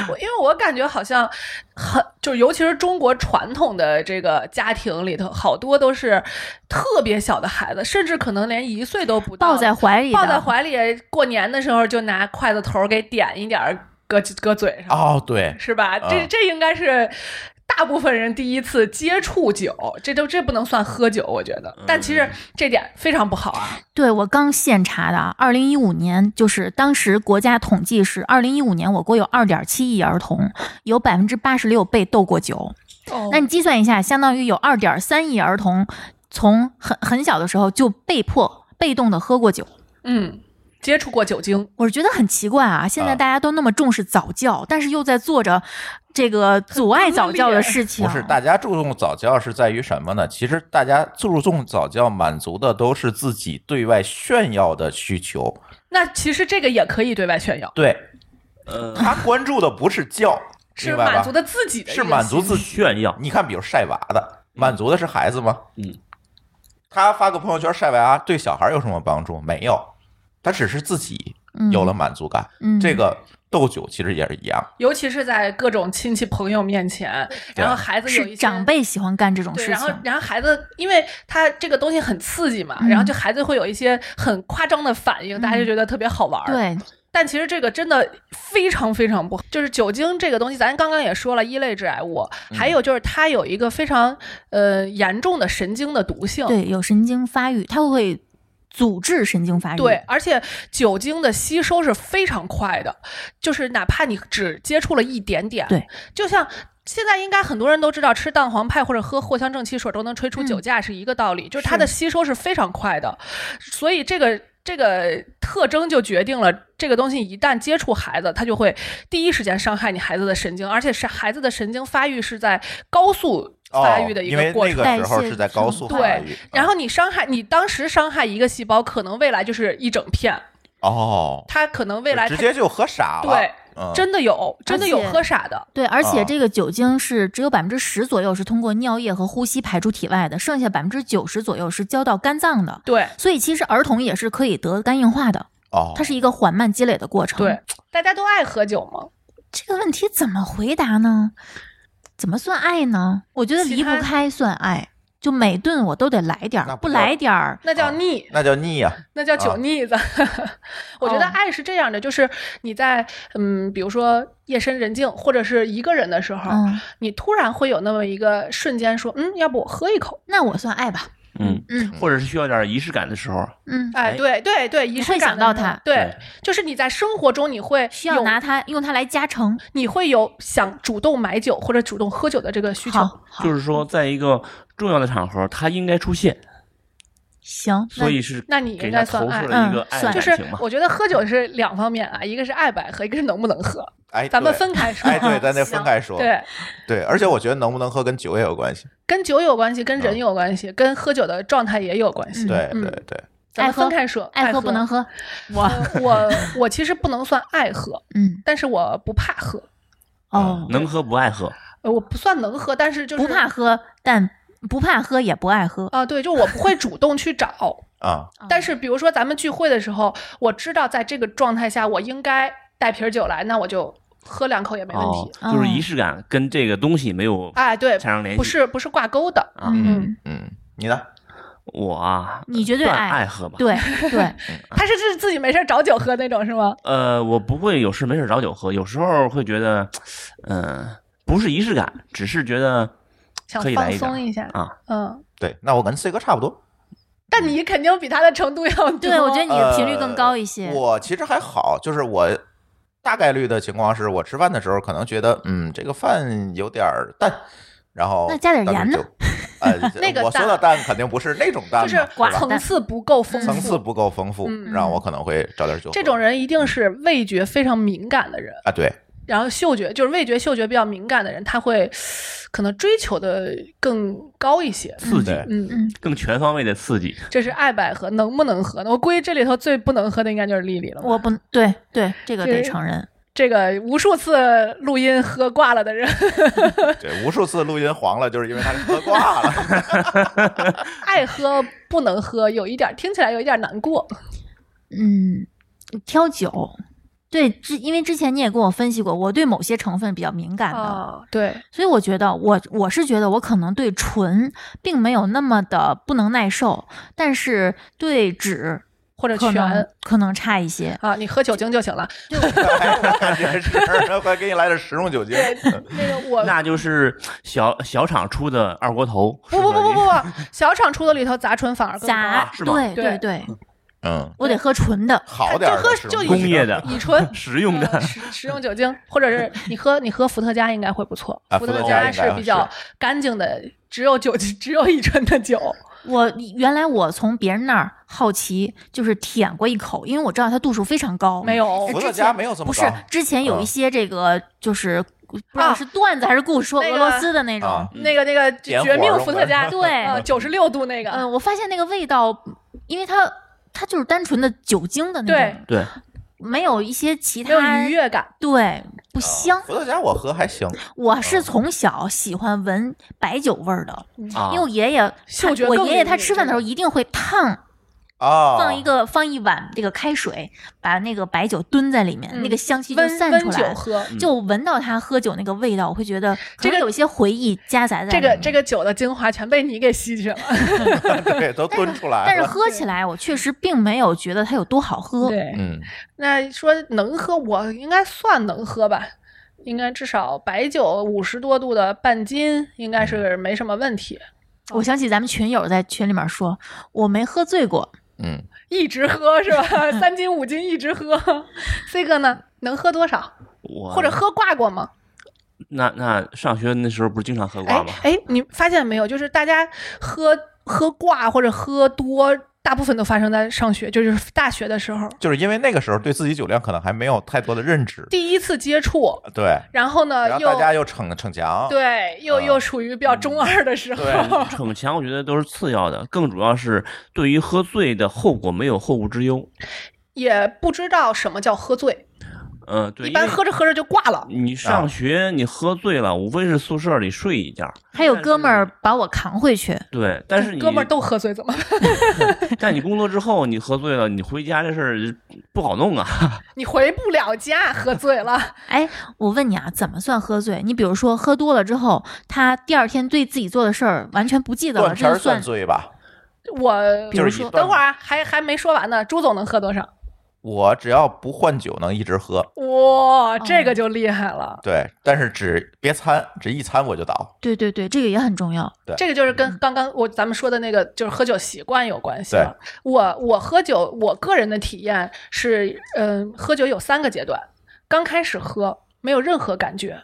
我因为我感觉好像很，就是尤其是中国传统的这个家庭里头，好多都是特别小的孩子，甚至可能连一岁都不到抱在怀里的，抱在怀里，过年的时候就拿筷子头儿给点一点儿搁搁嘴上，哦，对，是吧？这嗯这应该是。大部分人第一次接触酒，这都这不能算喝酒，我觉得。嗯但其实这点非常不好啊。对我刚现查的啊，二零一五年就是当时国家统计是，二零一五年我国有二点七亿儿童，有百分之八十六被斗过酒。哦那你计算一下，相当于有二点三亿儿童从很很小的时候就被迫被动的喝过酒。嗯，接触过酒精，我是觉得很奇怪啊，现在啊大家都那么重视早教，但是又在做着这个阻碍早教的事情。不是大家注重早教是在于什么呢？其实大家注重早教满足的都是自己对外炫耀的需求，那其实这个也可以对外炫耀， [LAUGHS] 对呃，他关注的不是教，是明白满足吧？的自己的一是个嗯满足心自己。炫耀，你看，比如晒娃的，满足的是孩子吗？嗯，他发个朋友圈晒娃，对小孩有什么帮助？没有，他只是自己有了满足感。嗯这个斗酒其实也是一样，尤其是在各种亲戚朋友面前，对然后孩子有一是些长。辈喜欢干这种对，事然后情。然后孩子，因为他这个东西很刺激嘛，嗯然后就孩子会有一些很夸张的反应，嗯大家就觉得特别好玩。，对，但其实这个真的非常非常不好。就是酒精这个东西，咱刚刚也说了，一类致癌物，嗯还有就是它有一个非常呃严重的神经的毒性。对，有神经发育，它会阻滞神经发育。对，而且酒精的吸收是非常快的，就是哪怕你只接触了一点点，对，就像。现在应该很多人都知道，吃蛋黄派或者喝藿香正气水都能吹出酒驾是一个道理，就是它的吸收是非常快的，所以这个这个特征就决定了这个东西一旦接触孩子，它就会第一时间伤害你孩子的神经，而且是孩子的神经发育是在高速发育的一哦、因为个过那程。个时候是在高速发育，哦然后你伤害你当时伤害一个细胞，可能未来就是一整片，哦，他可能未来直他接就喝傻了，对，嗯、真的有，真的有而且喝傻的，对，而且啊这个酒精是只有百分之十左右是通过尿液和呼吸排出体外的，剩下百分之九十左右是交到肝脏的。对所以其实儿童也是可以得肝硬化的，哦，它是一个缓慢积累的过程。对，，大家都爱喝酒嘛，这个问题怎么回答呢？怎么算爱呢？我觉得其离不他开算爱，就每顿我都得来点那儿，不不叫来点儿，那叫啊腻，那叫腻呀、那叫酒啊腻子。 [LAUGHS] 我觉得哦爱是这样的，就是你在嗯，比如说夜深人静或者是一个人的时候，嗯，你突然会有那么一个瞬间说，嗯，要不我喝一口？那我算爱吧。嗯，嗯或者是需要点仪式感的时候，嗯，哎，哎对对对，仪你式会感想的到时候它对，就是你在生活中你会需要有拿它用它来加成。你会有想主动买酒或者主动喝酒的这个需求。好，好就是说在一个重要的场合，它应该出现，行，那所以是那你给应它该算投爱射了一嗯个爱算的就感是情嘛。我觉得喝酒是两方面啊，一个是爱不爱喝，一个是能不能喝。哎，咱们对。分开说。哎， [LAUGHS] 对，咱得分开说。对，对而且我觉得能不能喝跟酒也有关系。跟酒有关系，跟人有关系，跟喝酒的状态也有关系。嗯嗯对嗯对对，咱们爱喝分开说。爱喝不能喝。喝，我我我其实不能算爱喝，嗯，但是我不怕喝，哦，能喝不爱喝，呃我不算能喝，但是就是不怕喝，但不怕喝也不爱喝。啊。对，就我不会主动去 [LAUGHS] 找，啊，嗯但是比如说咱们聚会的时候，我知道在这个状态下我应该带瓶酒来，那我就喝两口也没问哦题。，就是仪哦式感跟这个东西没有哎，对，产生联系。不是不是挂钩的。啊嗯，嗯，你呢？我啊，嗯你绝对算爱爱喝吧？ [LAUGHS] 对对，他是自自己没事儿找酒喝那种是吗？呃，我不会有事没事找酒喝，有时候会觉得，嗯、不是仪式感，只是觉得想可以来放一点松一下啊。嗯，对，那我跟 C 哥差不多。但你肯定比他的程度要多。对我觉得你的频率更高一些呃。我其实还好，就是我大概率的情况是我吃饭的时候可能觉得，嗯，这个饭有点儿淡，然后那加点但盐呢是就？呃， [LAUGHS] 那个我说的淡肯定不是那种淡嘛，就是是吧层次不够丰富。层次不够丰富，嗯让我可能会找点酒喝。这种人一定是味觉非常敏感的人，啊，对，然后嗅觉就是味觉、嗅觉比较敏感的人，他会可能追求的更高一些。刺激，对嗯，更全方位的刺激。这是爱百合能不能喝呢？我估计这里头最不能喝的应该就是丽丽了吧。我不对对，这个得对承认。这个无数次录音喝挂了的人，对，无数次录音黄了，就是因为他喝挂了。爱喝不能喝，有一点听起来有一点难过。嗯，挑酒，对，之因为之前你也跟我分析过，我对某些成分比较敏感的，哦，对，所以我觉得我我是觉得我可能对醇并没有那么的不能耐受，但是对酯或者可能呃全可能差一些。啊，你喝酒精就行了。哎我感觉是，快给你来点食用酒精。那个我那就是小小厂出的二锅头。不不不不不不，小厂出的里头杂醇反而更啊杂是吗对对对对，嗯，我得喝纯的，好点儿的就喝食用就酒精工业的高，[LAUGHS] 乙醇。实用的呃，食食用酒精，或者是你喝你喝伏特加应该会不错啊，伏伏特特加加应是该比较干净的，只有酒 [LAUGHS] 只有乙醇的酒。我原来我从别人那儿好奇，就是舔过一口，因为我知道它度数非常高。没有之嗯伏特前加没有这么不是高之前嗯有一些这个就是不知道是段子还是故事，说啊那俄个罗斯的那种啊。那个那个点火绝命伏特加，呃用的对九十六度那个，嗯，我发现那个味道，因为它它就是单纯的酒精的那对种，对，没有一些其没有啊他愉悦感。对，不香。伏特加我喝还行，啊我是从小喜欢闻白酒味儿的，啊因为我爷爷嗅他觉我更爷爷他敏吃饭的时候锐一定会烫啊，放一个放一碗这个开水，把那个白酒蹲在里面，嗯那个香气就温散温出酒来，喝，嗯就闻到他喝酒那个味道，我会觉得可这能个有一些回忆夹杂在这里嗯个面这个酒的精华全被你给吸去了。啊对，都炖出来但是了。喝起来我确实并没有觉得它有多好喝。对，嗯，那说能喝，我应该算能喝吧，应该至少白酒五十多度的半斤应该嗯是没什么问题。我想起咱们群友在群里面说，我没喝醉过，嗯，一直喝是吧？ [LAUGHS] 三斤五斤一直喝。C [LAUGHS] 哥呢，能喝多少？我或者喝挂过吗？那那上学那时候不是经常喝哎 [LAUGHS] 瓜吗？哎，你发现没有？就是大家喝喝挂或者喝多，大部分都发生在上学，就是大学的时候，就是因为那个时候对自己酒量可能还没有太多的认知，第一次接触，对，然后呃然呃呢后又大家又逞逞强，对又、啊又处于比较中二的时候。 [LAUGHS] 对嗯逞强，我觉得都是次要的，更主要是对于喝醉的后果没有后顾之忧。也不知道什么叫喝醉，嗯、对，一般因为喝着喝着就挂了。你上学你喝醉了，无非是宿舍里睡一觉。还有哥们儿嗯把我扛回去，对，但是你哥们儿都喝醉，怎么办？ [LAUGHS] 但你工作之后你喝醉了，你回家这事儿不好弄啊。你回不了家，喝醉了。哎，我问你啊，怎么算喝醉？你比如说喝多了之后，他第二天对自己做的事儿完全不记得了，断片这儿就算算醉吧。我就是一段等会儿啊，还还没说完呢。朱总能喝多少？我只要不换酒，能一直喝。哇，这个就厉害了。对，但是只别餐，只一餐我就倒。对对对，这个也很重要。这个就是跟刚刚我咱们说的那个就是喝酒习惯有关系了。我我喝酒，我个人的体验是，嗯、喝酒有三个阶段。刚开始喝没有任何感觉，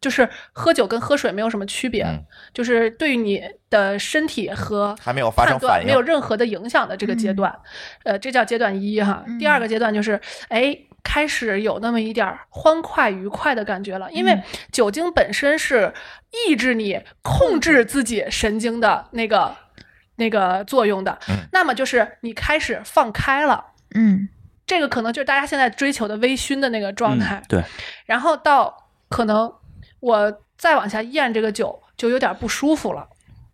就是喝酒跟喝水没有什么区别，嗯就是对于你的身体和还没有发生判断反应没有任何的影响的这个阶段，呃，这叫阶段一哈。嗯第二个阶段就是，哎，开始有那么一点儿欢快愉快的感觉了，因为嗯酒精本身是抑制你控制自己神经的那个那个作用的嗯，那么就是你开始放开了。嗯，这个可能就是大家现在追求的微醺的那个状态，嗯、对，然后到可能我再往下咽这个酒就有点不舒服了，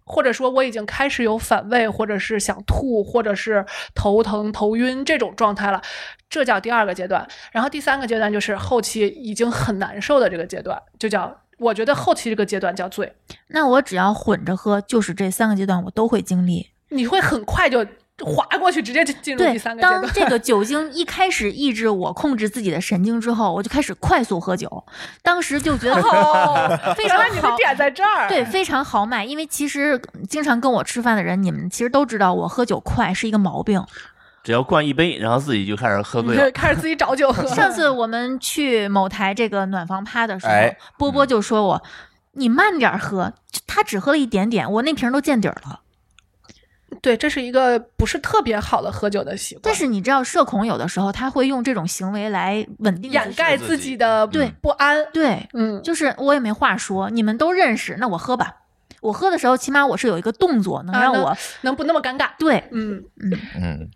或者说我已经开始有反胃，或者是想吐，或者是头疼、头晕这种状态了，这叫第二个阶段。然后第三个阶段就是后期已经很难受的这个阶段，就叫我觉得后期这个阶段叫醉，那我只要混着喝，就是这三个阶段我都会经历。你会很快就划过去，直接就进入对第三，个阶当段。这个酒精一开始抑制我控制自己的神经之后，我就开始快速喝酒，当时就觉得哦，非原常来你的好。点在这儿。对，非常豪迈，因为其实经常跟我吃饭的人，你们其实都知道我喝酒快是一个毛病。只要灌一杯，然后自己就开始喝醉 [LAUGHS] 对，了。开始自己找酒喝。上次我们去某台这个暖房趴的时候，哎波波就说我：“你慢点儿喝。”就他只喝了一点点，我那瓶儿都见底儿了。对，这是一个不是特别好的喝酒的习惯，但是你知道，社恐有的时候他会用这种行为来稳定掩自己盖自自己己的对不安。对，嗯，就是我也没话说，你们都认识，那我喝吧。我喝的时候，起码我是有一个动作能啊让能我、能不那么尴尬？对，嗯，嗯，嗯，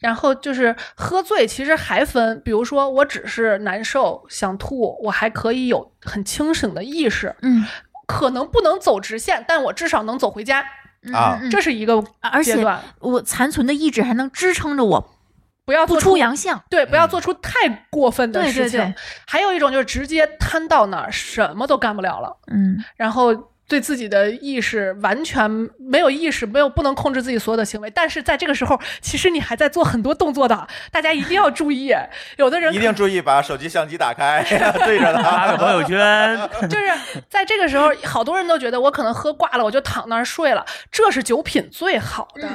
然后就是喝醉，其实还分，比如说我只是难受想吐，我还可以有很清醒的意识，嗯可能不能走直线，但我至少能走回家，嗯啊嗯嗯这是一个而阶且段。我残存的意志还能支撑着我不要不做出洋相。对，不要做出太过分的对事对情。对还有一种就是直接瘫到那儿，什么都干不了了，嗯，然后对自己的意识完全没有意识，没有不能控制自己所有的行为。但是在这个时候，其实你还在做很多动作的，大家一定要注意。有的 [LAUGHS] 人一定注意把手机相机打开， [LAUGHS] 对着发它个。朋友圈， [LAUGHS] 就是在这个时候，好多人都觉得我可能喝挂了，我就躺那儿睡了，这是酒品最好的。嗯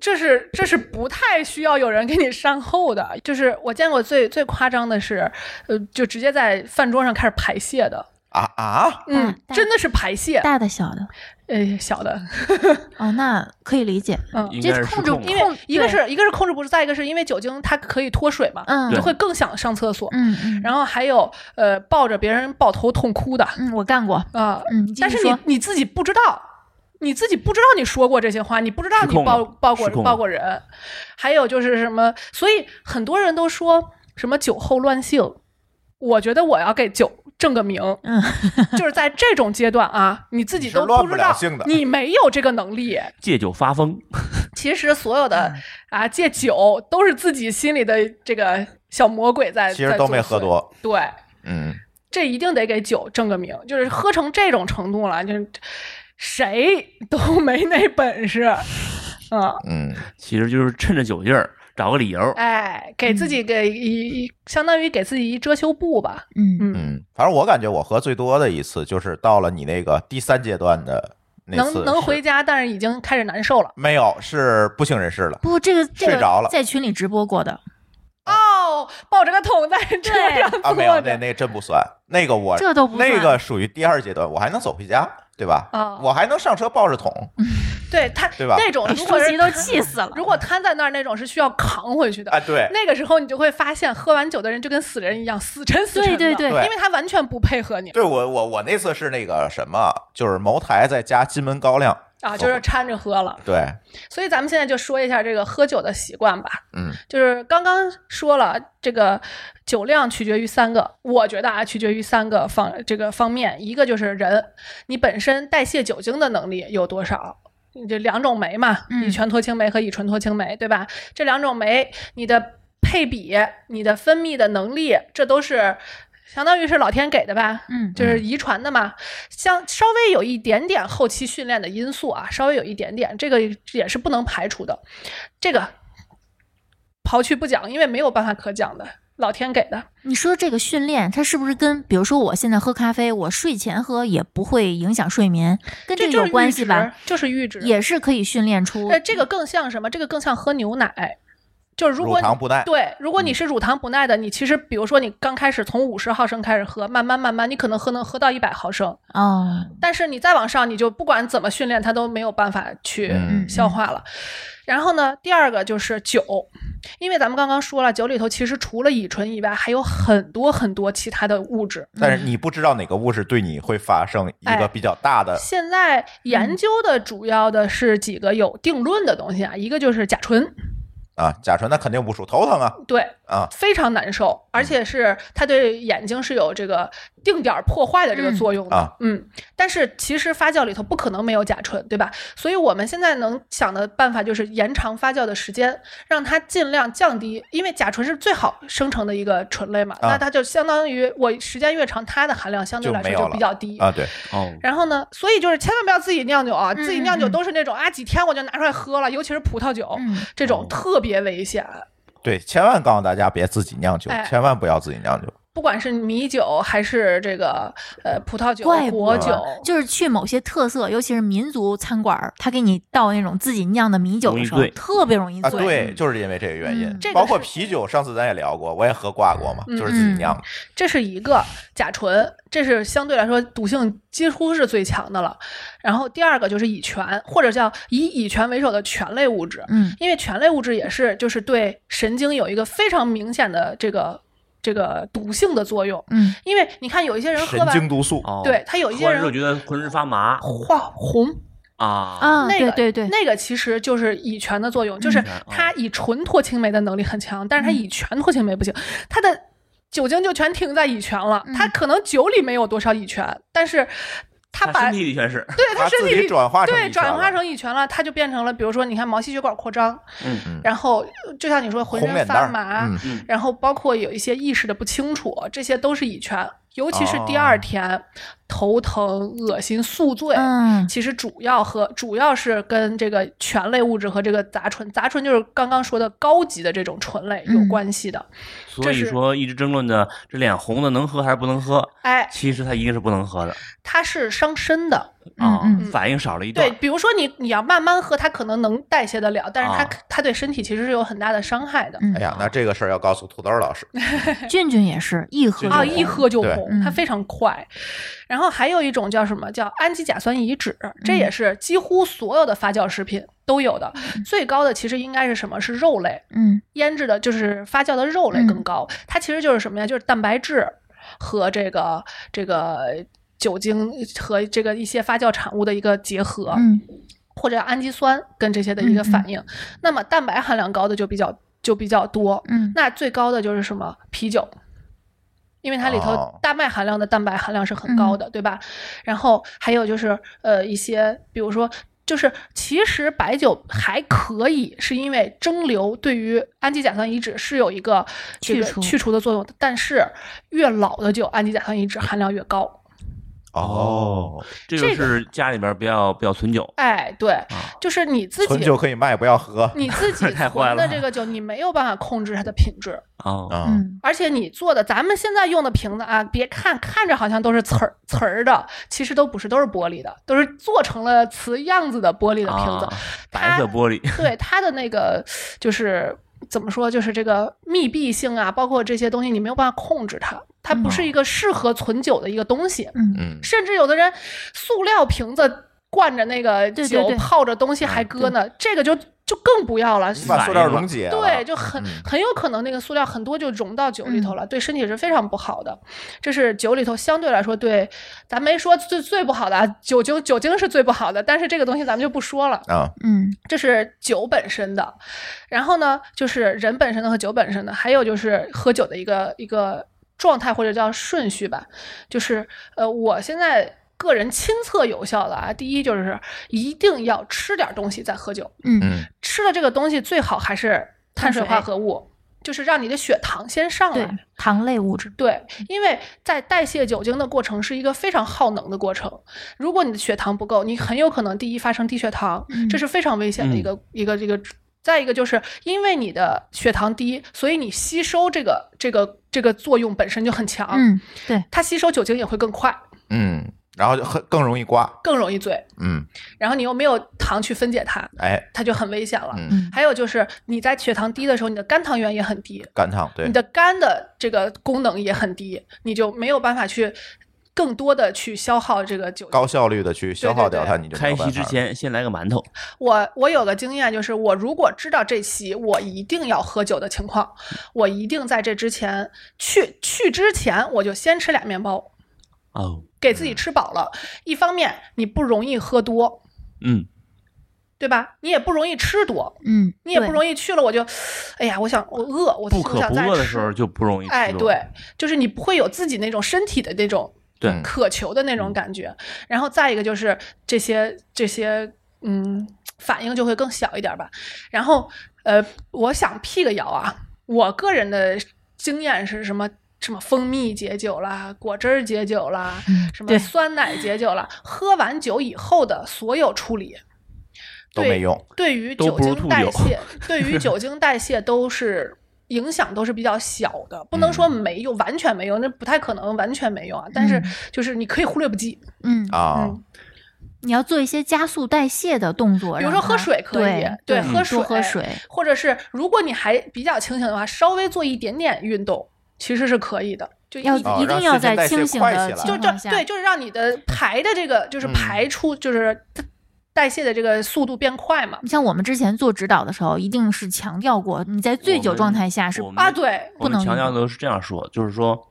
这是这是不太需要有人给你善后的，就是我见过最最夸张的是，呃，就直接在饭桌上开始排泄的，啊啊！嗯，大真的是排泄，大的小的，呃，小的，哦，那可以理解。应这该是控失制控控了因。为一个对是一个是控制不住，再一个是因为酒精它可以脱水嘛，嗯就对会更想上厕所，嗯嗯，然后还有呃抱着别人抱头痛哭的啊、嗯，我干过。嗯，继但续是说你你自己不知道，你自己不知道你说过这些话，你不知道失你控抱了抱过失控抱了过人，还有就是什么，所以很多人都说什么酒后乱性，我觉得我要给酒正个名，嗯，就是在这种阶段啊，你自己你是都乱不不知了道性的，你没有这个能力。借酒发疯，其实所有的啊戒酒都是自己心里的这个小魔鬼在，其实都没喝在作多，祟，对。嗯，这一定得给酒正个名，就是喝成这种程度了，就是谁都没那本事，嗯，嗯，其实就是趁着酒劲儿找个理由，哎，给自己给一、相当于给自己一遮羞布吧，嗯，嗯，嗯，反正我感觉我喝最多的一次就是到了你那个第三阶段的嗯那次能能是回家，但是已经开始难受了。没有？是不省人事 [LAUGHS] 了。不，这个这睡着个了在群里直播过的，哦，抱着个桶在车上啊，坐没有，那着，那真不算，那个我这都不算那个属于第二阶段，我还能走回家，对吧？啊我还能上车抱着桶，嗯对他对吧那种 [LAUGHS] 如果书是籍都气死了。如果瘫在那儿那种是需要扛回去的啊，。对，那个时候你就会发现，喝完酒的人就跟死人一样，死沉死沉的，对对对因为他完全不配合你对我我我那次是那个什么，就是茅台再加金门高粱啊，就是掺着喝了。对，所以咱们现在就说一下这个喝酒的习惯吧。嗯，就是刚刚说了，这个酒量取决于三个，我觉得啊，取决于三个方这个方面，一个就是人，你本身代谢酒精的能力有多少。你这两种酶嘛，嗯乙醛脱氢酶和乙醇脱氢酶，对吧？这两种酶，你的配比、你的分泌的能力，这都是相当于是老天给的吧？嗯就是遗传的嘛，像稍微有一点点后期训练的因素啊，稍微有一点点，这个也是不能排除的。这个刨去不讲，因为没有办法可讲的，老天给的。你说这个训练，它是不是跟比如说我现在喝咖啡，我睡前喝也不会影响睡眠，跟这个就是有关阈系值吧？？就是阈值。也是可以训练出呃，这个更像什么？这个更像喝牛奶，就是如乳果你糖不耐，对，如果嗯你是乳糖不耐的，你其实比如说你刚开始从五十毫升开始喝，慢慢慢慢，你可能喝能喝到一百毫升，哦，但是你再往上，你就不管怎么训练，它都没有办法去嗯消化了。然后呢，第二个就是酒，因为咱们刚刚说了，酒里头其实除了乙醇以外，还有很多很多其他的物质。但是你不知道哪个物质对你会发生一哎个比较大的，现在研究的主要的是几个有定论的东西啊，一个就是甲醇，啊，甲醇那肯定不输，头疼啊对，啊，嗯非常难受，而且是它对眼睛是有这个定点破坏的这个作用嗯啊的。嗯但是其实发酵里头不可能没有甲醇，对吧？所以我们现在能想的办法就是延长发酵的时间，让它尽量降低，因为甲醇是最好生成的一个醇类嘛，啊那它就相当于我时间越长，它的含量相对来说就没有就了比较低。啊，对，哦，然后呢，所以就是千万不要自己酿酒啊，自己酿酒嗯嗯都是那种啊几天我就拿出来喝了，尤其是葡萄酒、嗯，这哦种特别危险。啊对，千万告诉大家别自己酿酒，哎千万不要自己酿酒。不管是米酒还是这个呃葡萄酒、怪不果得酒，就是去某些特色，尤其是民族餐馆儿，他给你倒那种自己酿的米酒的时候容易，醉特别容易啊，醉。对，就是因为这个原因，嗯这个包括是啤酒，上次咱也聊过，我也喝挂过嘛，嗯就是自己酿的。这是一个甲醇，这是相对来说毒性几乎是最强的了。然后第二个就是乙醛，或者叫以乙醛为首的醛类物质，嗯因为醛类物质也是就是对神经有一个非常明显的这个这个毒性的作用。嗯因为你看有一些人喝神完经，毒素，哦对他有一喝些完之后人觉得浑身发麻，化红，啊，啊，哦那个对对对，那个其实就是乙醛的作用，就是嗯哦它乙醇脱氢酶的能力很强，但是它嗯乙醛脱氢酶不行，它的酒精就全停在乙醛了。嗯它可能酒里没有多少乙醛，但是它把身体里全是，对它它身自体己里转化成对乙醛转化了成乙醛了，它就变成了，比如说你看毛细血管扩张，嗯嗯然后就像你说浑红脸身蛋儿发麻，嗯嗯然后包括有一些意识的不清楚，这些都是乙醛，尤其是第哦二天、头疼、恶心、宿醉，嗯其实主要和主要是跟这个醛类物质和这个杂醇，杂醇就是刚刚说的高级的这种醇类有嗯关系的。所以是说一直争论的这脸红的能喝还是不能喝，哎，其实它一定是不能喝的它是伤身的。啊嗯嗯，反应少了一段对，，比如说你你要慢慢喝，它可能能代谢得了，但是它、啊它对身体其实是有很大的伤害的。嗯哎呀，那这个事儿要告诉土豆老师，嗯俊俊也是一喝俊就啊，就一喝就对红，它嗯非常快。然后还有一种叫什么叫氨基甲酸乙酯，这也是几乎所有的发酵食品都有的。最高的其实应该是什么？是肉类，嗯腌制的，就是发酵的肉类更高。它其实就是什么呀？就是蛋白质和这个这个酒精和这个一些发酵产物的一个结合，嗯或者氨基酸跟这些的一个反应。那么蛋白含量高的就比较就比较多。嗯那最高的就是什么啤酒，因为它里头哦大麦含量的蛋白含量是很高嗯的，对吧？然后还有就是呃一些，比如说。就是其实白酒还可以，是因为蒸馏对于氨基甲酸乙酯是有一个这个去除去除的作用的，但是越老的酒氨基甲酸乙酯含量越高。哦，这这个个是家里边不要不要存酒，哎，对，就是你自己存酒可以卖，不要喝你自己啊 [LAUGHS] 太坏存的了这个酒，你没有办法控制它的品质。啊，啊。嗯而且你做的，咱们现在用的瓶子啊，别看看着好像都是瓷儿瓷儿的，其实都不是，都是玻璃的，都是做成了瓷样子的玻璃的瓶子。啊白它色玻璃，对它的那个就是怎么说，就是这个密闭性啊，包括这些东西，你没有办法控制它，它不是一个适合存酒的一个东西。嗯嗯，甚至有的人塑料瓶子灌着那个对对酒对泡着东西还搁呢，这个就就更不要了。你把塑料溶解了，对，就很嗯很有可能那个塑料很多就溶到酒里头了，对身体是非常不好的。这是酒里头相对来说对，咱没说最最不好的啊，酒精酒精是最不好的，但是这个东西咱们就不说了。啊，嗯这是酒本身的，然后呢，就是人本身的和酒本身的，还有就是喝酒的一个一个状态或者叫顺序吧，就是呃，我现在。个人亲测有效的啊，第一就是一定要吃点东西再喝酒，嗯嗯吃的这个东西最好还是碳水碳水化合物，就是让你的血糖先上对来。，糖类物质对，因为在代谢酒精的过程是一个非常耗能的过程。如果你的血糖不够，你很有可能第一发生低血糖，嗯这是非常危险的一个、一个一个。再一个就是因为你的血糖低，所以你吸收这个这个这个作用本身就很强，嗯对它吸收酒精也会更快，嗯，然后就很更容易挂，更容易醉。嗯，然后你又没有糖去分解它，哎，它就很危险了。嗯，嗯还有就是你在血糖低的时候，你的肝糖原也很低，肝糖对你，的肝的这个功能也很低，你就没有办法去更多的去消耗这个酒精。高效率的去消耗掉它，你就没开有办席法之前先来个馒头，我我有个经验，就是我如果知道这期我一定要喝酒的情况，我一定在这之前去去之前，我就先吃俩面包，哦，给自己吃饱了。一方面你不容易喝多，嗯，对吧？你也不容易吃多，嗯，你也不易容易去了我就，哎呀，我想我饿，我不我渴想不再饿的吃时候就不容易吃哎，多对，就是你不会有自己那种身体的那种对嗯渴求的那种感觉。然后再一个就是这些这些嗯反应就会更小一点吧。然后呃，我想辟个谣啊，我个人的经验是什么？什么蜂蜜解酒啦，果汁儿解酒啦，什么嗯对酸奶解酒啦，喝完酒以后的所有处理，都没用，对于都酒不如精吐代酒 [LAUGHS] 谢，对于酒精代谢都是影响都是比较小的，不能说嗯没用，完全没用，那不太可能完全没用啊。但是嗯就是你可以忽略不计，嗯，啊，嗯你要做一些加速代谢的动作，比如说让喝它水可以对对嗯喝多喝水水，或者是如果你还比较清醒的话，稍微做一点点运动，其实是可以的。就要一啊哦一让定要新陈在代谢清醒快起的来就情这况下，对，就是让你的排的这个就是嗯排出就是代谢的这个速度变快嘛。你像我们之前做指导的时候，一定是强调过，你在醉酒状态下是我们啊，对，我不们能强运调动的是这样说，就是说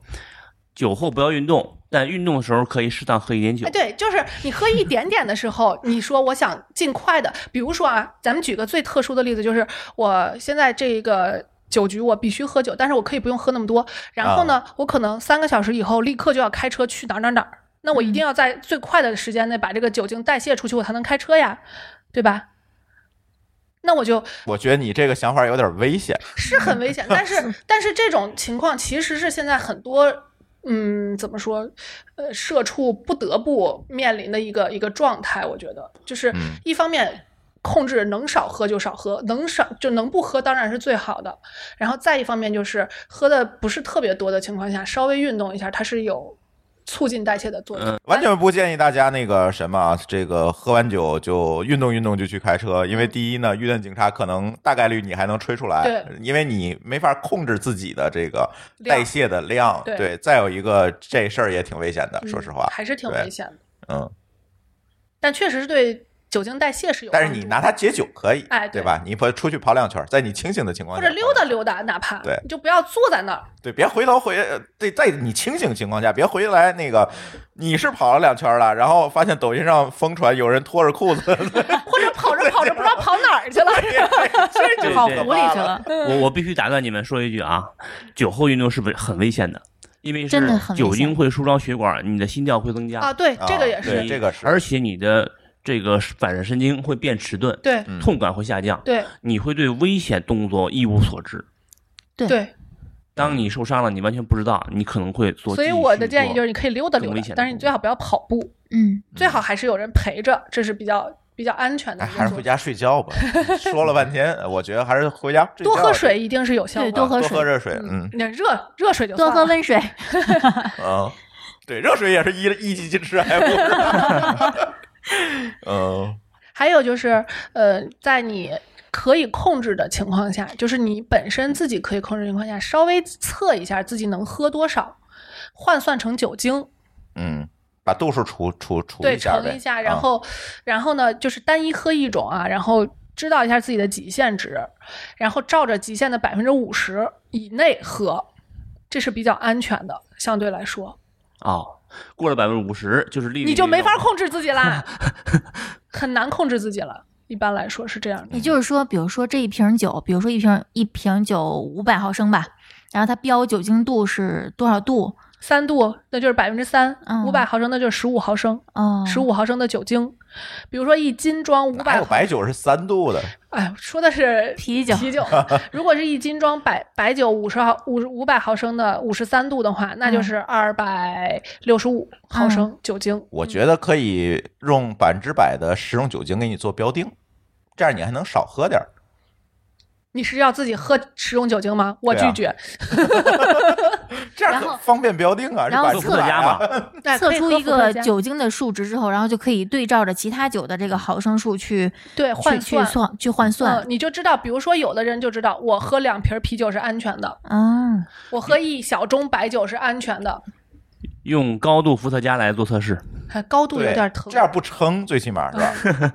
酒后不要运动，但运动的时候可以适当喝一点酒哎，。对，就是你喝一点点的时 [LAUGHS] 候，你说我想尽快的，比如说啊，咱们举个最特殊的例子，就是我现在这个。酒局我必须喝酒，但是我可以不用喝那么多。然后呢，啊我可能三个小时以后立刻就要开车去哪儿哪儿哪儿，那我一嗯定要在最快的时间内把这个酒精代谢出去，我才能开车呀，对吧？那我就我觉得你这个想法有点危险。是很危险， [LAUGHS] 但是但是这种情况其实是现在很多嗯怎么说呃社畜不得不面临的一个一个状态，我觉得就是嗯一方面。控制能少喝就少喝，能少就能不喝当然是最好的。然后再一方面就是喝的不是特别多的情况下，稍微运动一下，它是有促进代谢的作用。嗯完全不建议大家那个什么啊，这个喝完酒就运动运动就去开车，因为第一呢，遇见警察可能大概率你还能吹出来对，因为你没法控制自己的这个量代谢的量。对对，再有一个这事儿也挺危险的，嗯说实话，还是挺对危险的，嗯，但确实是对酒精代谢是有帮但助是的。你拿它解酒可以，哎对对吧？你跑出去跑两圈，在你清醒的情况或下者溜达，溜达，哪怕对你就不要坐在那儿，对，别回头回，呃对，在你清醒情况下，别回来那个你是跑了两圈了，然后发现抖音上疯传有人脱着裤子， [LAUGHS] 或者跑着跑着不知道跑哪儿去 [LAUGHS] 了。这就跑可湖怕里去了。了， [LAUGHS] 我我必须打断你们说一句啊，酒后运动是不是很危险的？因为真是的很危险酒精会舒张血管，你的心跳会增加啊，，对，这个也对是，这个是而且你的这个反射神经会变迟钝，对嗯痛感会下降，对你会对危险动作一无所知。对对，当你受伤了，你完全不知道，你可能会做。所以我的建议就是，是，你可以溜达更溜危达险，的但是你动最好不要跑步，嗯，最好还是有人陪着，这是比较比较安全的哎，一还个是回做法。家睡觉 [LAUGHS] 吧。说了半天，我觉得还是回家睡觉啊多喝水一定是有效对的，多多喝水多喝热水，嗯那热热水就多喝算了。温水，嗯，对，热水也是一一级禁吃爱护 [LAUGHS] 是吧。嗯，还有就是，呃，在你可以控制的情况下，就是你本身自己可以控制的情况下，稍微测一下自己能喝多少，换算成酒精，嗯，把度数除除除对，下乘呗啊一，下，然后、然后呢，就是单一喝一种啊，然后知道一下自己的极限值，然后照着极限的百分之五十以内喝，这是比较安全的，相对来说，哦，过了百分之五十就是利率，你就没法。控制自己 [LAUGHS] 啦，很难控制自己了。一般来说是这样的，也就是说，比如说这一瓶酒，比如说一瓶一瓶酒五百毫升吧，然后它标酒精度是多少度？三度那就是百分之三嗯，五百毫升那就是十五毫升，哦，十五毫升的酒精，比如说一斤装五哪百有，白酒是三度的？哎，说的是啤酒啤酒， [LAUGHS] 如果是一斤装白白酒五十毫五五百毫升的五十三度的话，嗯那就是二百六十五毫升酒精。我觉得可以用百分之百的食用酒精给你做标定，这样你还能少喝点儿。你是要自己喝食用酒精吗？我对啊拒绝。嗯这样然后很方便标定啊，是然后百喝分之伏特百加啊。嘛，哎测可以出喝一伏特个加酒精的数值之后，然后就可以对照着其他酒的这个毫升数去对换去去算。算去换嗯算，。你就知道，比如说，有的人就知道，我喝两瓶啤酒是安全的，嗯，我喝一小盅白酒是安全的。用高度伏特加来做测试，哎，高度有对点疼，这样不撑，最起码是吧？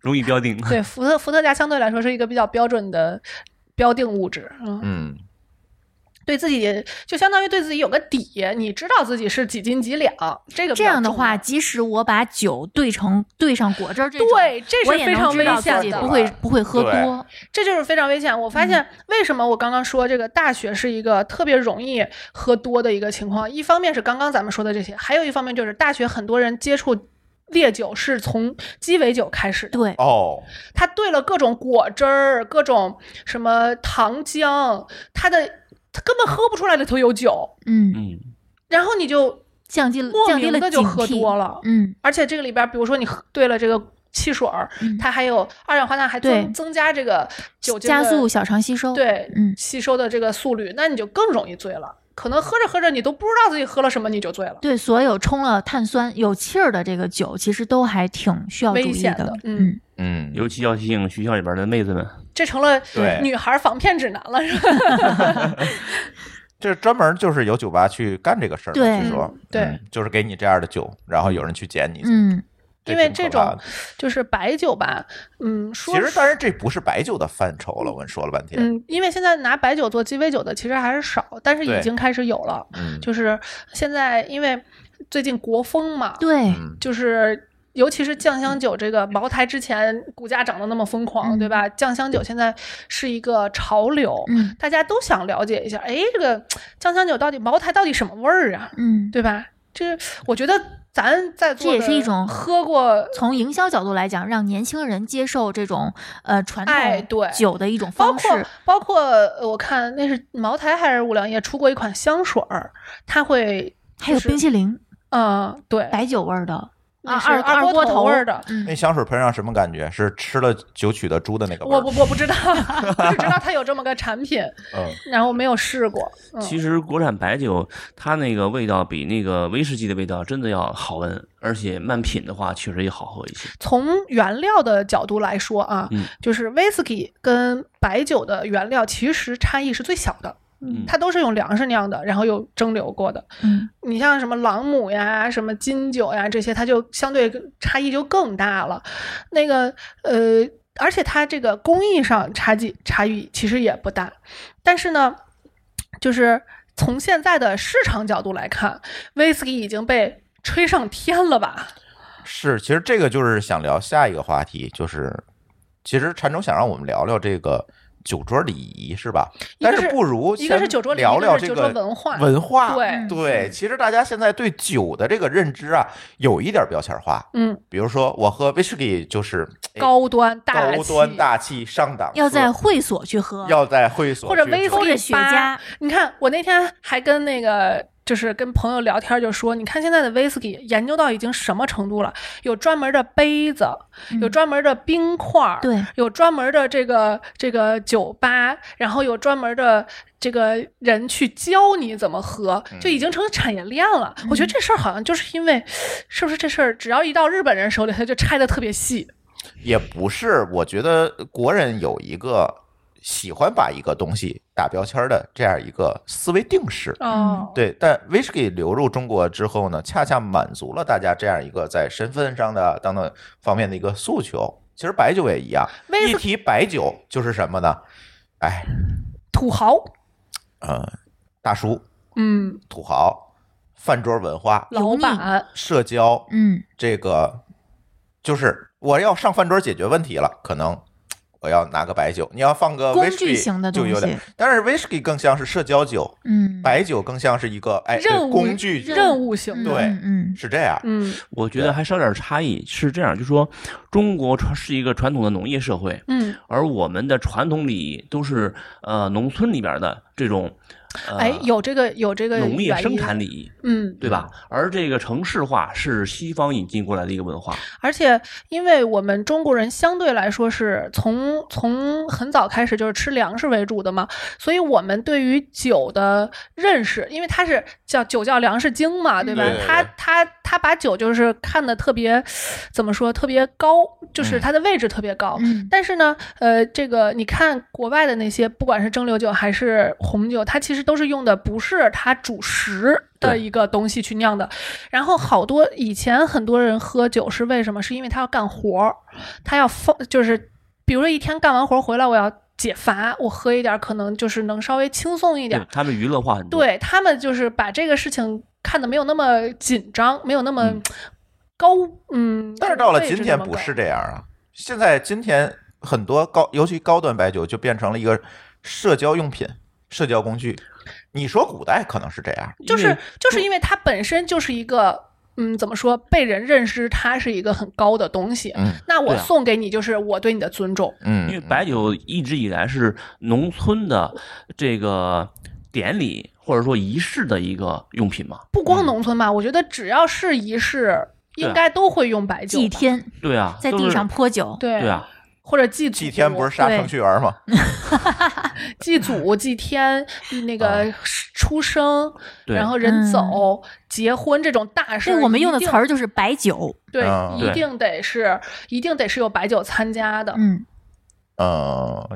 容易标定。对，伏特伏特加相对来说是一个比较标准的标定物质，嗯，嗯，对自己就相当于对自己有个底，你知道自己是几斤几两，这个比这较样的重话，要即使我把酒兑成兑上果汁儿这种，对，这我是也非能常知道危自险己的，不会嗯不会喝对多。这就是非常危险。我发现为什么我刚刚说这个大学是一个特别容易喝多的一个情况，一方面是刚刚咱们说的这些，还有一方面就是大学很多人接触。烈酒是从鸡尾酒开始的，对，哦，他兑了各种果汁儿、各种什么糖浆，他的他根本喝不出来里头有酒，嗯，嗯，然后你就降低了莫降低名了的警就喝多惕。了。嗯，而且这个里边儿，比如说你喝兑了这个汽水儿，嗯它还有二氧化碳，还对增增加这个酒精加的速小肠吸收。，对，嗯吸收的这个速率，那你就更容易醉了。可能喝着喝着，你都不知道自己喝了什么，你就醉了，对，所有冲了碳酸有气儿的这个酒，其实都还挺需要注危意险的。嗯，嗯，嗯，尤其要提醒学校里边的妹子们，这成了对女孩防骗指南了，是吧？这专门就是有酒吧去干这个事儿的，对据说嗯对嗯就是给你这样的酒，然后有人去捡你。嗯，因为挺这可怕种的就是白酒吧，嗯，说其实当然这不是白酒的范畴了，我跟你说了半天，嗯，因为现在拿白酒做鸡尾酒的其实还是少，但是对已经开始有了。嗯，就是现在，因为最近国风嘛，对，嗯就是尤其是酱香酒这个茅台之前股价涨得那么疯狂，嗯对吧？酱香酒现在是一个潮流，嗯大家都想了解一下，哎，这个酱香酒到底茅台到底什么味儿啊？嗯，对吧？这我觉得咱在座这也的是一种喝过从营销角度来讲，让年轻人接受这种呃传哎统对酒的一种包方式括，包括呃我看那是茅台还是五粮液出过一款香水儿，它会还有就是冰淇淋，嗯对，白酒味儿的，那是哎二二二锅锅头味儿的。嗯那香水喷上什么感觉？是吃了酒曲的猪的那个味我儿？不我不知道， [LAUGHS] 我只知道它有这么个产品，嗯，然后没有试过。嗯、其实国产白酒它那个味道比那个威士忌的味道真的要好闻，而且慢品的话确实也好喝一些。从原料的角度来说啊，嗯就是威士忌跟白酒的原料其实差异是最小的，嗯，它都是用粮食酿的，然后又蒸馏过的。嗯你像什么朗姆呀、什么金酒呀这些，它就相对差异就更大了。那个呃，而且它这个工艺上差距差异其实也不大，但是呢，就是从现在的市场角度来看，威士忌已经被吹上天了吧？是，其实这个就是想聊下一个话题，就是其实禅总想让我们聊聊这个酒桌礼仪，是吧？一个但是不如一个是先酒桌礼仪聊一个聊是这酒桌个文化文化对嗯对，其实大家现在对酒的这个认知啊，有一点标签化。嗯，比如说，我喝威士忌就是哎高端大高气端大气上档次，要在会所去喝，要在会所或者去微喝勾风着雪茄，你看，我那天还跟那个就是跟朋友聊天，就说，你看现在的威士忌研究到已经什么程度了？有专门的杯子，有嗯专门的冰块儿，对，有专门的这个这个酒吧，然后有专门的这个人去教你怎么喝，嗯就已经成产业链了。嗯我觉得这事儿好像就是因为，是不是这事儿只要一到日本人手里，他就拆的特别细。也不是，我觉得国人有一个喜欢把一个东西打标签儿的这样一个思维定式。哦，嗯对，但威士忌流入中国之后呢，恰恰满足了大家这样一个在身份上的等等方面的一个诉求。其实白酒也一样，威一士提白酒就是什么呢？哎，土豪，呃，大叔、嗯，土豪、饭桌文化、老板，社交，嗯这个就是我要上饭桌解决问题了，可能我要拿个白酒，你要放个工威士具忌型的呃就东有点西，但是威士忌更像是社交酒，嗯，白酒更像是一个哎对任务工具酒，任务型嗯的，对嗯嗯是这样，嗯我觉得还稍有点差异，是这样，就说中国传是一个传统的农业社会，嗯，而我们的传统礼仪都是呃农村里边的这种，呃、哎，有这个有这个农业原生因产礼仪，嗯，对吧？而这个城市化是西方引进过来的一个文化，而且因为我们中国人相对来说是从从很早开始就是吃粮食为主的嘛，所以我们对于酒的认识，因为它是叫酒叫粮食精嘛，对吧？对对对他他他把酒就是看的特别怎么说特别高，就是它的位置特别高。嗯但是呢，呃，这个你看国外的那些，不管是蒸馏酒还是红酒，它其实都是用的不是它主食的对一个东西去酿的。然后好多以前很多人喝酒是为什么？是因为他要干活儿，他要放，就是比如说一天干完活儿回来，我要解乏，我喝一点儿可能就是能稍微轻松一点对儿。，他们娱乐化很多。对他们就是把这个事情看得没有那么紧张，没有那么嗯高，嗯。但是到了位置今天那么不高是这样啊，现在今天很多高，尤其高端白酒就变成了一个社交用品、社交工具。你说古代可能是这样，因为，就是就是因为它本身就是一个。嗯，怎么说？被人认知它是一个很高的东西，嗯那我对啊送给你就是我对你的尊重。嗯，因为白酒一直以来是农村的这个典礼或者说仪式的一个用品嘛。不光农村吧，我觉得只要是仪式，对啊应该都会用白酒吧。祭天对啊，在都地是上泼酒，对对，啊，或者祭祖祭天不是杀对程序员吗？祭祖、祭天，那个出生，对然后人嗯走、结婚这种大事对儿，我们用的一定词儿就是白酒，对嗯，一对定得是一定得是有白酒参加的。嗯呃，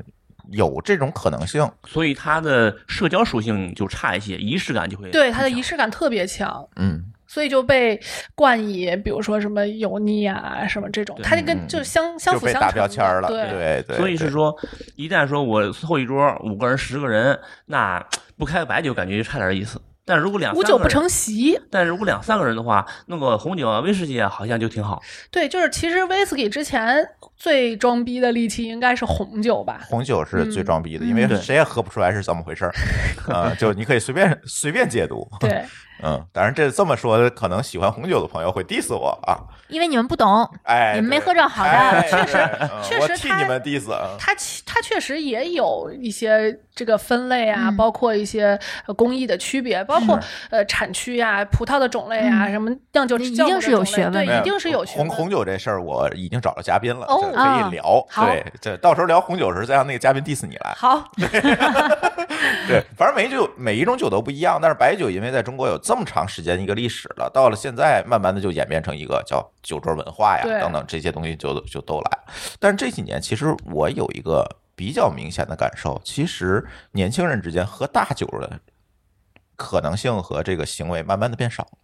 有这种可能性。所以它的社交属性就差一些，仪式感就会对，它的更仪强式感特别强。嗯，所以就被冠以比如说什么油腻啊什么这种，对它就嗯跟就是相相就辅被相打成标签儿了，的对。对对，所以是对说，一旦说我后一桌五个人、十个人，那不开个白酒感觉差点意思。但如果两无三酒个不人，成席，但如果两三个人的话，弄个红酒啊、威士忌啊，好像就挺好。对，就是其实威士忌之前最装逼的利器应该是红酒吧，红酒是最嗯装逼的，因嗯为对谁也喝不出来是怎么回事儿，啊，就你可以随便随便解读，对， [LAUGHS] 嗯，当然这这么说，可能喜欢红酒的朋友会 diss 我啊，因为你们不懂，哎，你们没对喝着好的哎确对实嗯确我实替它你们 diss 啊。它其它确实也有一些这个分类啊，嗯包括一些呃工艺的区别，包括呃产区呀、葡萄的种类啊，嗯什么酿酒那一酵母定的是有种类学问对，的一定是有学红问。红酒这事儿，我已经找了嘉宾了，哦就可以聊。好对，这到时候聊红酒的时候再让那个嘉宾 diss 你来。好，对，反正每一酒每一种酒都不一样，但是白酒因为在中国有这么长时间的一个历史了，到了现在慢慢的就演变成一个叫酒桌文化呀对等等这些东西就就都来了。但是这几年其实我有一个比较明显的感受，其实年轻人之间喝大酒的可能性和这个行为慢慢的变少了。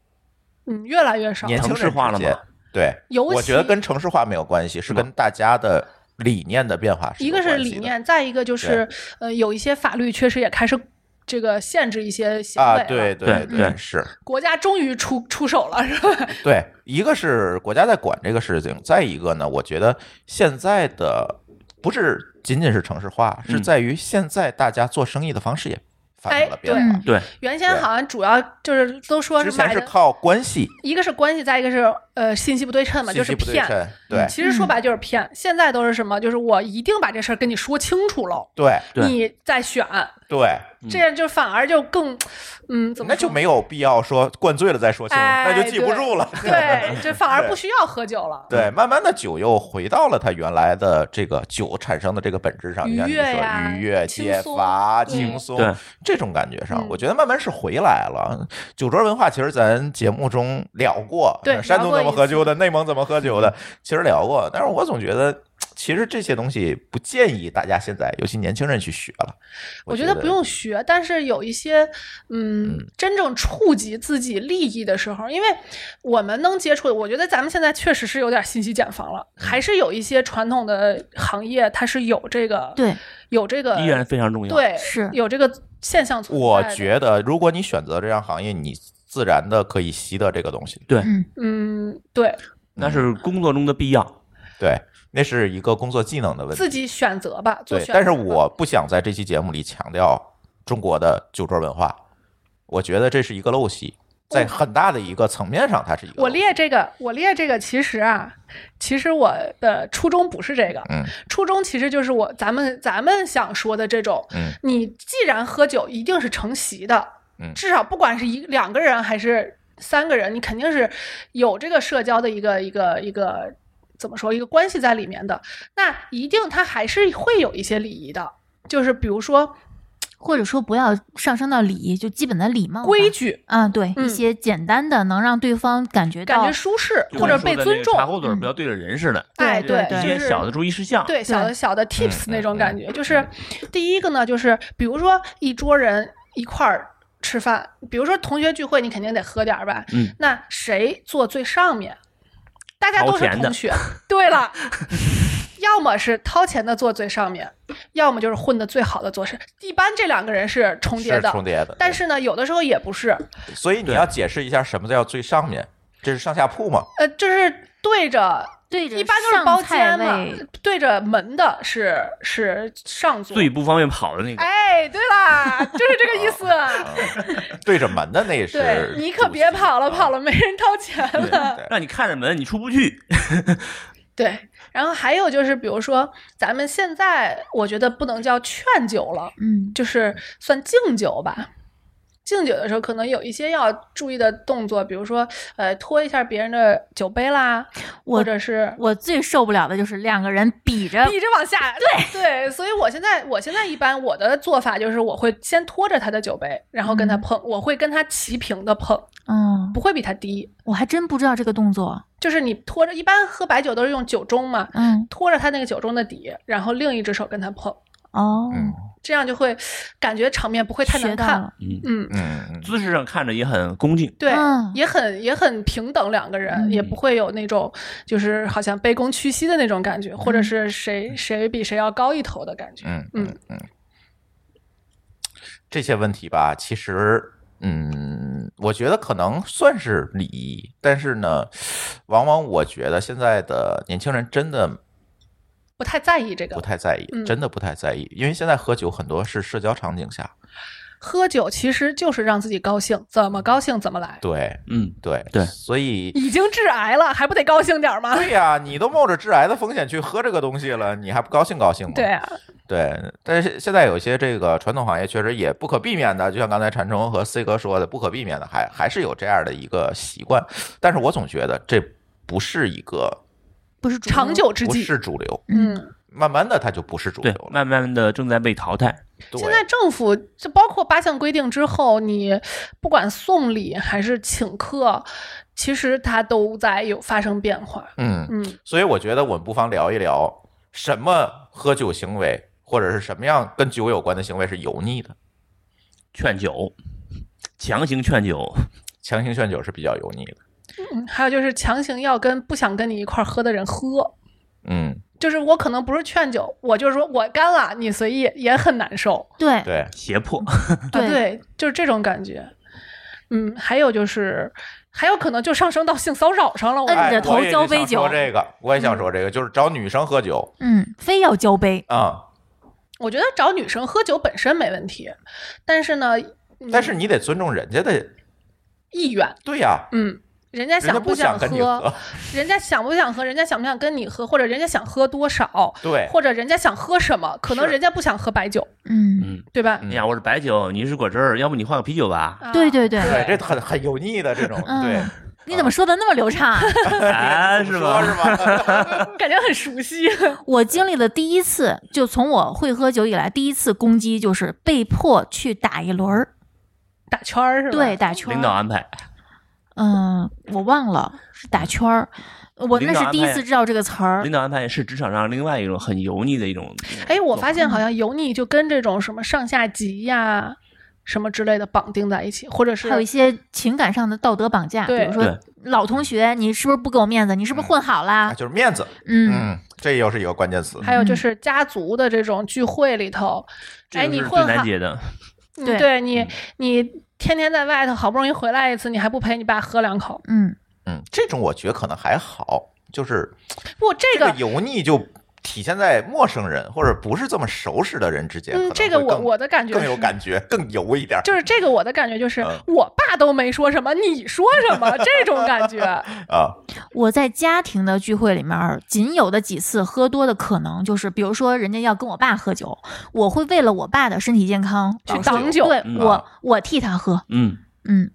嗯，越来越少。年轻城市人化之了间吗？对，尤我觉得其嗯跟城市化没有关系，是吗跟大家的理念的变化一有个是关系理的念，再一个就是呃，有一些法律确实也开始这个限制一些行为啊，了对对对对是，国家终于出出手了，是吧？ [LAUGHS] 对，一个是国家在管这个事情，再一个呢，我觉得现在的不是仅仅是城市化，是嗯在于现在大家做生意的方式也发哎生了变对化。嗯，对，原先好像主要就是都说是之前买是的，靠关系，一个是关系，再一个是呃信息不对称嘛，就信是息不对骗。嗯称，对其实说白就是骗。现在都是什么？就是我一定把这事儿跟你说清楚喽，对对你再选，对，这样就反而就更，嗯，怎么那就说没有必要说灌醉了再说清楚，哎那就记不住了。对，就反而对不需要喝酒了。对，慢慢的酒又回到了它原来的这个酒产生的这个本质上，愉你像你悦呀说愉悦、轻解松乏、对轻松对这种感觉上嗯，我觉得慢慢是回来了。酒桌文化其实咱节目中聊过，对山聊东过怎么一喝次酒的，内蒙怎么喝酒的，其实聊过。但是我总觉得，其实这些东西不建议大家现在，尤其年轻人去学了。我觉觉得不用学，但是有一些，嗯，真正触及自己利益的时候，因为我们能接触的，我觉得咱们现在确实是有点信息茧房了，还是有一些传统的行业它是有这个，对，有这个依然非常重要。，呃对是有这个现象存在的。我觉得，如果你选择这样行业，你自然的可以习得这个东西。嗯，嗯，对那是工作中的必要。对，那是一个工作技能的问题。自己选择吧，做对选，择。但是我不想在这期节目里强调中国的酒桌文化，我觉得这是一个陋习，在很大的一个层面上，它是一个嗯我陋习。列这个，我列这个，其实啊，其实我的初衷不是这个，嗯初衷其实就是我咱们咱们想说的这种，嗯你既然喝酒，一定是成席的，嗯至少不管是一两个人还是三个人，你肯定是有这个社交的一个一个一个怎么说一个关系在里面的，那一定他还是会有一些礼仪的，就是比如说或者说不要上升到礼仪，就基本的礼貌吧规矩，啊，对，嗯一些简单的能让对方感觉感到觉舒适哦就或者跟你被说的那尊个重茶。壶嘴不要对着人似的，哎，对，对对一就些是小的注意事项。对，小对的小的 tips 嗯那种嗯感觉，就是第一个呢，就是比如说一桌人一块儿吃饭，比如说同学聚会，你肯定得喝点儿吧。嗯，那谁坐最上面？大家都掏是钱的同学。对了，要么是掏钱的坐最上面，要么就是混的最好的坐是。一般这两个人是重叠是的，重叠的，但是呢，有的时候也不是，对所以你要解释一下什么叫最上面，这是上下铺嘛？呃，就是对着。对着一般都是上包菜间嘛位，对着门的是是上座，最不方便跑的那个，哎，对啦，就是这个意思。对着门的那对是，你可别跑了，跑了。了没人掏钱了。对嗯让你看着门，你出不去。嗯 [LAUGHS] 对，然后还有就是，比如说咱们现在，我觉得不能叫劝酒了，嗯，就是算敬酒吧。敬酒的时候，可能有一些要注意的动作，比如说，呃，拖一下别人的酒杯啦，我或者是我最受不了的就是两个人比着，一直往下。对对，所以我现在，我现在一般我的做法就是，我会先拖着他的酒杯，然后跟他嗯碰，我会跟他齐平的碰，嗯，不会比他低。我还真不知道这个动作，就是你拖着，一般喝白酒都是用酒盅嘛，嗯，拖着他那个酒盅的底，然后另一只手跟他碰，哦，嗯这样就会感觉场面不会太学难到看。了，嗯，嗯，嗯嗯，姿势上看着也很恭敬，对，嗯也很也很平等，两个人、嗯也不会有那种就是好像卑躬屈膝的那种感觉，或者是谁谁比谁要高一头的感觉。嗯嗯嗯嗯，这些问题吧，其实，嗯，我觉得可能算是礼仪，但是呢，往往我觉得现在的年轻人真的不太在意这个不。太在意，嗯真的不太在意，因为现在喝酒很多是社交场景下，喝酒其实就是让自己高兴，怎么高兴怎么来。对嗯，对对所以。已经致癌了，还不得高兴点儿吗？对呀、你都冒着致癌的风险去喝这个东西了，你还不高兴高兴吗？对啊，对，但是现在有些这个传统行业确实也不可避免的，就像刚才禅冲和 C 哥说的，不可避免的还还是有这样的一个习惯。但是我总觉得这不是一个不是主流长久之不计。是主流，嗯嗯，慢慢的它就不是主流对，了。慢慢的正在被淘汰，对，现在政府就包括八项规定之后，你不管送礼还是请客，其实它都在有发生变化。嗯，嗯，所以我觉得我们不妨聊一聊什么喝酒行为，或者是什么样跟酒有关的行为是油腻的。劝酒，强行劝酒，强行劝酒是比较油腻的。嗯还有就是强行要跟不想跟你一块儿喝的人喝，嗯，就是我可能不是劝酒，我就是说我干了，你随意也很 [LAUGHS] 难受。对对，胁迫，啊，对，就是这种感觉。嗯，还有就是，还有可能就上升到性骚扰上了。我摁哎着头我也交想杯酒说这个我也想说这个，就是找女生喝酒嗯，非要交杯，啊、我觉得找女生喝酒本身没问题，但是呢，嗯但是你得尊重人家的。意愿，对呀、嗯，人家人家想不想跟你喝，人家想不想喝，人家想不想跟你喝，或者人家想喝多少，对，或者人家想喝什么，可能是人家不想喝白酒，嗯，嗯，对吧？嗯哎呀，我是白酒，你是果汁儿，要不你换个啤酒吧？ [LAUGHS] 啊对对对对，这很很油腻的这种，嗯对，你怎么说的那么流畅啊？ [LAUGHS] 哎啊，是是吧？是 [LAUGHS] 吧？感觉很熟悉。我经历了第一次，就从我会喝酒以来，第一次攻击就是被迫去打一轮儿，打圈儿是吧？啊对，，打圈领导儿。安排，嗯，我忘了是打圈儿，我领那导是第一安排次知道这个词儿领。导安排是职场上另外一种很油腻的一种。哎，我发现好嗯像油腻就跟这种什么上下级呀、什么之类的绑定在一起，或者是还有一些情感上的道德绑架，比对如说对老同学，你是不是不给我面子？你是不嗯是混好啊啦？就是面子，嗯，嗯，这又是一个关键词。啊还有就是家族的这种聚会里头，这哎，个你是混最难好，解的，嗯对对你你天天在外头，好不容易回来一次，你还不陪你爸喝两口？嗯，嗯，这种我觉得可能还好，就是不，这这个嗯个油腻就体现在陌生人或者不是这么熟识的人之间，可嗯，能这个会我更我的感觉更有是感觉，更油一点。就是这个我的感觉就是嗯，我爸都没说什么，你说什么这种感 [LAUGHS] 觉。啊，我在家庭的聚会里面儿，仅有的几次喝多的可能就是，比如说人家要跟我爸喝酒，我会为了我爸的身体健康去挡挡酒酒，对嗯我我替他喝，嗯，嗯，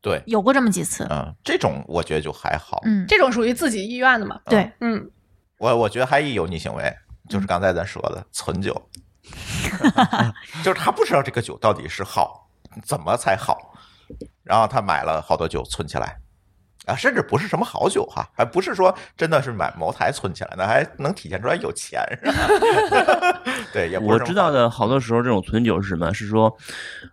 对，有过这么几次，啊嗯，这种我觉得就还好。嗯，这种属于自己意愿的嘛。啊对，嗯，我我觉得还一油腻行为，就是刚才咱说的存酒， [LAUGHS] 就是他不知道这个酒到底是好，怎么才好，然后他买了好多酒存起来。啊，甚至不是什么好酒哈，还不是说真的是买茅台存起来的，还能体现出来有钱是吧？ [LAUGHS] 对，也不我是什知么好道的好多时候这种存酒是什么？是说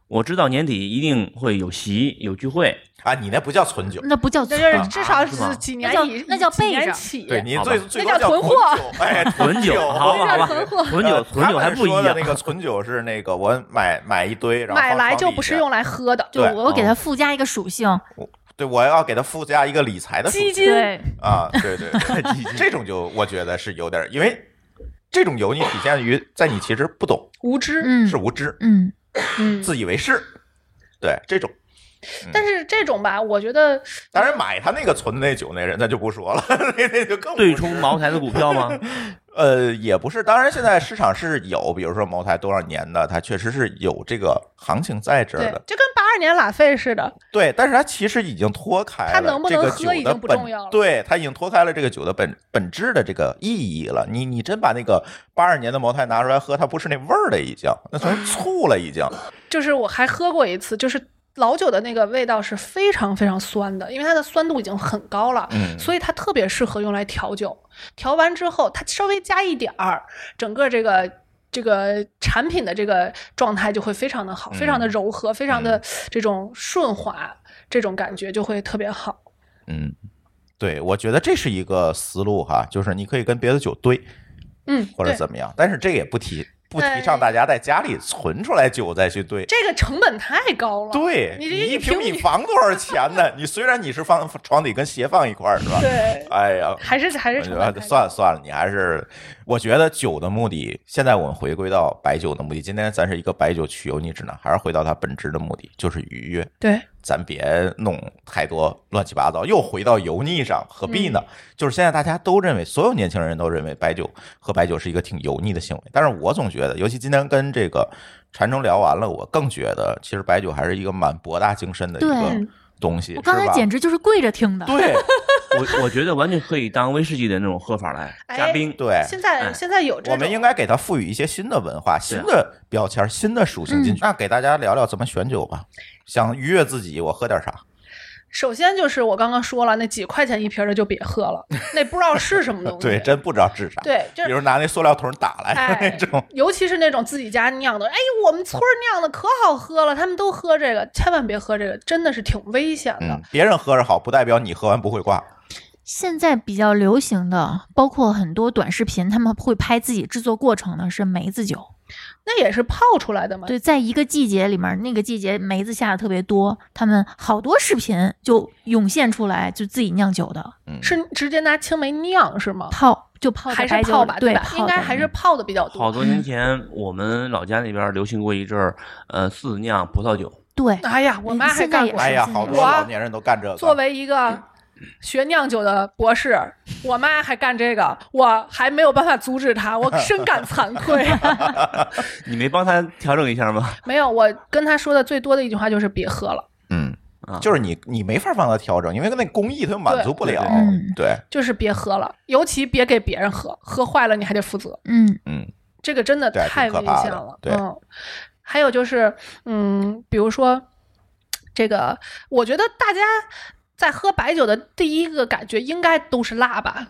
我知道年底一定会有席有 [LAUGHS] 聚会，啊，你那不叫存嗯酒，那不叫啊那啊就是存至少是吗是几那年叫以那叫几备年着起。对你好吧最最多那叫叫囤货酒，哎， [LAUGHS] 存酒，好吧，好吧，存酒，呃存酒他还们不一说的样那。个存酒是那个我买买一堆，然后买放来床就底不是下用来喝的，就啊对我给他附加一个属性，对，我要给它附加一个理财的属基性金对，啊，对对 [LAUGHS] 对，这种就我觉得是有点儿，因为这种油腻体现于在你其实不懂，无知。嗯是无知，嗯，嗯，自以为是，对这种。但是这种吧，我觉得当然，买他那个存的那酒那人，咱就不说了， [LAUGHS] 那那就更无对知冲茅台的股票吗？呃，也不是，当然现在市场是有，比如说茅台多少年的，它确实是有这个行情在这对儿的，，就跟八二年拉菲似的，对，但是它其实已经脱开了它能不能这个喝酒已的经不本重要了对，它已经脱开了这个酒的本本质的这个意义了。你你真把那个八二年的茅台拿出来喝，它不是那味儿了，已经，那成醋了，已 [CLEARS THROAT] 经。就是我还喝过一次，就是老酒的那个味道是非常非常酸的，因为它的酸度已经很高了，嗯所以它特别适合用来调酒。调完之后，它稍微加一点儿，整个这个这个产品的这个状态就会非常的好，嗯非常的柔和，非常的这种顺滑，这种感觉就会特别好。嗯，对，我觉得这是一个思路哈，就是你可以跟别的酒兑嗯，或者对怎么样，但是这个也不提不提哎倡大家在家里存出来酒再去兑。这个成本太高了。对你你这一平平米房多少钱呢？你虽然你是放床底跟鞋放一块儿是吧？对，哎呀，还是还是成本太高呃算了算了，你还是，我觉得酒的目的，现在我们回归到白酒的目的。今天咱是一个白酒去油腻指南，还是回到它本质的目的，就是愉悦。对，咱别弄太多乱七八糟，又回到油腻上，何必嗯呢？就是现在大家都认为，所有年轻人都认为白酒喝白酒是一个挺油腻的行为，但是我总觉得，尤其今天跟这个禅城聊完了，我更觉得其实白酒还是一个蛮博大精深的一对个东西，我刚才是吧简直就是跪着听的。对我我觉得完全可以当威士忌的那种喝法来哎加冰。 [LAUGHS] 对，现在哎现在有这种，啊我们应该给它赋予一些新的文化、新的标签、新的属性进嗯去。那给大家聊聊怎么选酒吧。想愉悦自己，我喝点啥？首先就是我刚刚说了，那几块钱一瓶的就别喝了，那不知道是什么东西。 [LAUGHS] 对，真不知道治啥。，对，就比是如拿那塑料桶打来哎的 [LAUGHS] 那种。尤其是那种自己家酿的，哎，我们村儿酿的可好喝了，他们都喝这个，千万别喝这个，真的是挺危险的。嗯，别人喝着好，不代表你喝完不会挂。现在比较流行的，包括很多短视频，他们会拍自己制作过程的是梅子酒。那也是泡出来的嘛。对，在一个季节里面，那个季节梅子下的特别多，他们好多视频就涌现出来，就自己酿酒的嗯，是直接拿青梅酿是吗？泡，就泡在还白是酒泡里吧，对，吧？泡应该的嗯还是泡的比较好多。多年前，我们老家那边流行过一阵儿，呃，自酿葡萄酒。对。哎呀，我妈还嗯现在干也过。哎呀，哎嗯是好多我老年人都干这个。作为一个学酿酒的博士，我妈还干这个，我还没有办法阻止她，我深感惭愧。 [LAUGHS] 你没帮他调整一下吗？没有，我跟她说的最多的一句话就是别喝了，嗯啊，就是你你没法帮他调整，因为那工艺他满足不了对对对。对，就是别喝了，尤其别给别人喝，喝坏了你还得负责，嗯，嗯，这个真的对太挺可危怕险的了。对嗯，还有就是，嗯，比如说这个，我觉得大家。在喝白酒的第一个感觉应该都是辣吧，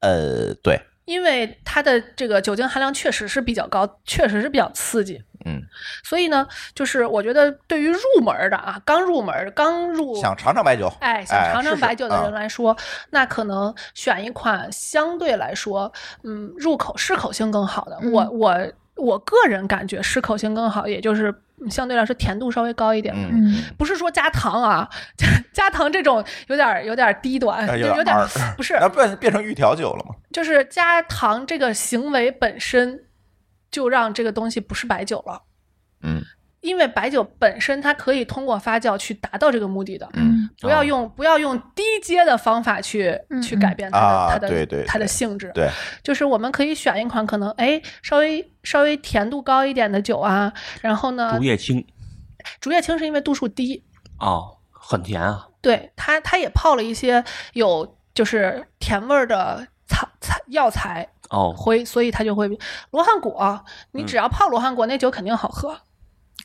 呃，对，因为它的这个酒精含量确实是比较高，确实是比较刺激。嗯，所以呢，就是我觉得对于入门的啊，刚入门、刚入想尝尝白酒，哎想尝试尝试白酒的人啊来说，那可能选一款相对来说，嗯，入口适口性更好的。嗯我我我个人感觉适口性更好，也就是嗯相对来说甜度稍微高一点。嗯嗯，不是说加糖啊，加加糖这种有点儿有点儿低端，哎就有点有点儿呃儿二不是那变变成预调酒了嘛？就是加糖这个行为本身，就让这个东西不是白酒了，嗯因为白酒本身它可以通过发酵去达到这个目的的。嗯，不哦要用、不要用低阶的方法去、嗯去嗯改变它的、啊它的对对它的对性质。对，就是我们可以选一款可能哎稍微稍微甜度高一点的酒啊，然后呢竹，叶青竹叶青是因为度数低，哦，很甜啊。对它它也泡了一些有就是甜味儿的草草药材，哦，会，所以它就会罗汉果，你嗯只要泡罗汉果，那酒肯定好喝，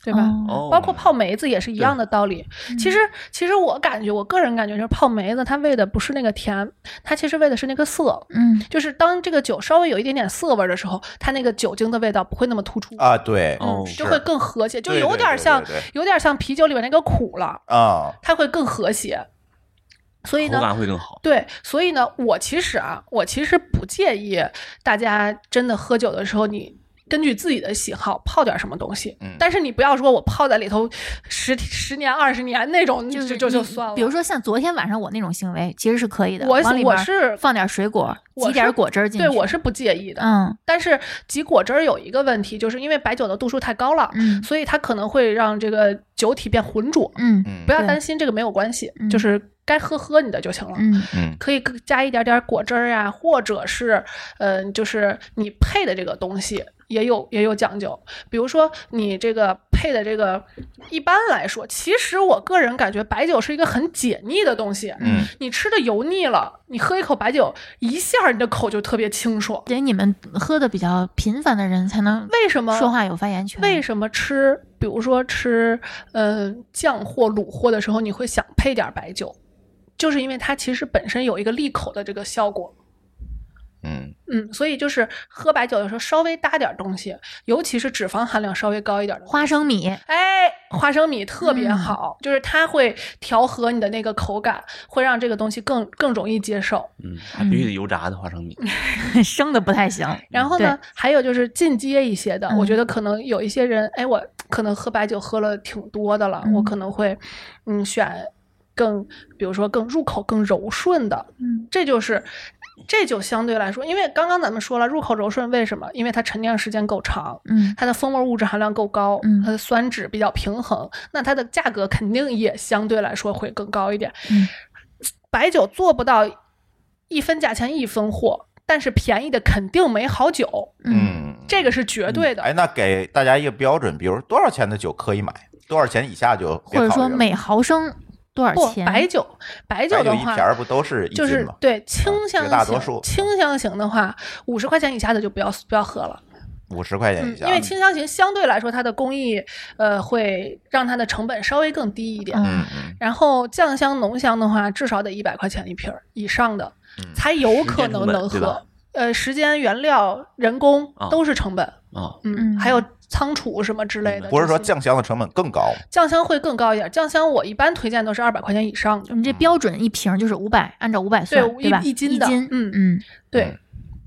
对吧？哦哦包括泡梅子也是一样的道理。嗯其实，其实我感觉，我个人感觉就是泡梅子，它为的不是那个甜，它其实为的是那个涩。嗯，就是当这个酒稍微有一点点涩味儿的时候，它那个酒精的味道不会那么突出，啊，对，哦就是会更和谐，嗯就对有对点对像对对有点像啤酒里面那个苦了，啊，它会更和谐。所以口呢，感会更好。对，所以呢，我其实啊，我其实不介意大家真的喝酒的时候，你根据自己的喜好泡点什么东西。嗯但是你不要说我泡在里头十十年二十年那种，就是就就你算了。比如，说像昨天晚上我那种行为，其实是可以的。我往里我面是放点水果，我挤是点果汁儿进去。对我是不介意的。嗯但是挤果汁儿有一个问题，就是因为白酒的度数太高了，嗯所以它可能会让这个酒体变浑浊。嗯嗯，不要对担心，这个没有关系，嗯就是该喝喝你的就行了。嗯嗯可以更加一点点果汁儿啊，或者是嗯、就是你配的这个东西也有也有讲究。比如说你这个配的这个，一般来说，其实我个人感觉白酒是一个很解腻的东西。嗯，你吃的油腻了，你喝一口白酒，一下儿你的口就特别清爽。得你们喝的比较频繁的人才能为什么？说话有发言权。为什么吃，比如说吃，嗯、酱或卤货的时候，你会想配点儿白酒，就是因为它其实本身有一个利口的这个效果。嗯嗯，所以就是喝白酒的时候稍微搭点儿东西，尤其是脂肪含量稍微高一点的东西花生米，哎，花生米特别嗯好，就是它会调和你的那个口感，会让这个东西更更容易接受。嗯，还必须得油炸的花生米，生的不太行。然后呢，还有就是进阶一些的，嗯我觉得可能有一些人，哎，我可能喝白酒喝了挺多的了，嗯我可能会，嗯，选更，比如说更入口更柔顺的，嗯这就是。这就相对来说，因为刚刚咱们说了，入口柔顺，为什么？因为它沉淀时间够长，嗯它的风味物质含量够高，嗯它的酸质比较平衡，那它的价格肯定也相对来说会更高一点。嗯白酒做不到一分价钱一分货，但是便宜的肯定没好酒，嗯，这个是绝对的。哎，那给大家一个标准，比如多少钱的酒可以买，多少钱以下就别或者考说虑了每毫升多少不，钱？白酒，白酒白的酒一话瓶儿不都是一就是斤吗？对清绝香大型多数，清香型的话，五十块钱以下的就不要不要喝了。五十块钱哎嗯以，下，因为清香型相对来说它的工艺，呃，会让它的成本稍微更低一点。嗯嗯嗯，然后酱香、浓香的话，至少得一百块钱一瓶儿以上的，嗯才有可能能时间成本对吧喝。呃，时间、原料、人工啊都是成本，啊，嗯，嗯还有仓储什么之类的。不是说这些酱香的成本更高，酱香会更高一点，酱香我一般推荐都是二百块钱以上我的，们这标准一瓶就是五百，按照五百算，对对吧？一一一斤的嗯嗯嗯对。嗯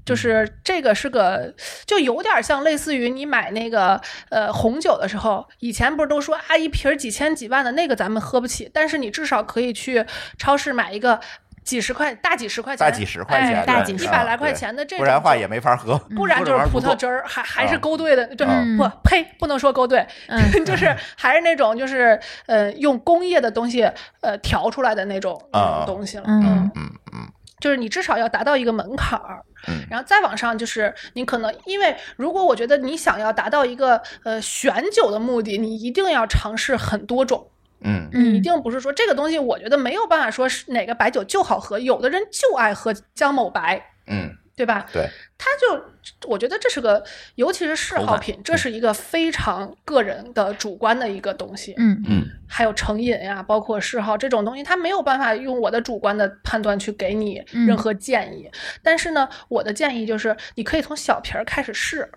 就是这个是个，就有点像类似于你买那个呃红酒的时候，以前不是都说啊一瓶儿几千几万的那个咱们喝不起，但是你至少可以去超市买一个几十块大几十块钱大几十块钱哎的，大几十一百来啊块对钱的这种不然话酒也没法喝。不然就是葡萄汁儿，嗯还还是勾兑的，对，嗯不呸，不能说勾兑，嗯 [LAUGHS] 就是还是那种就是呃用工业的东西呃调出来的那种那啊种东西了，嗯嗯嗯就是你至少要达到一个门槛儿，嗯然后再往上就是你可能因为如果我觉得你想要达到一个呃选酒的目的，你一定要尝试很多种，嗯嗯你一嗯定不是说这个东西我觉得没有办法说是哪个白酒就好喝，有的人就爱喝江某白，嗯，对吧？对，他就我觉得这是个，尤其是嗜好品，这是一个非常个人的主观的一个东西，嗯嗯，还有成瘾呀、包括嗜好这种东西，他没有办法用我的主观的判断去给你任何建议。但是呢，我的建议就是，你可以从小瓶儿开始试，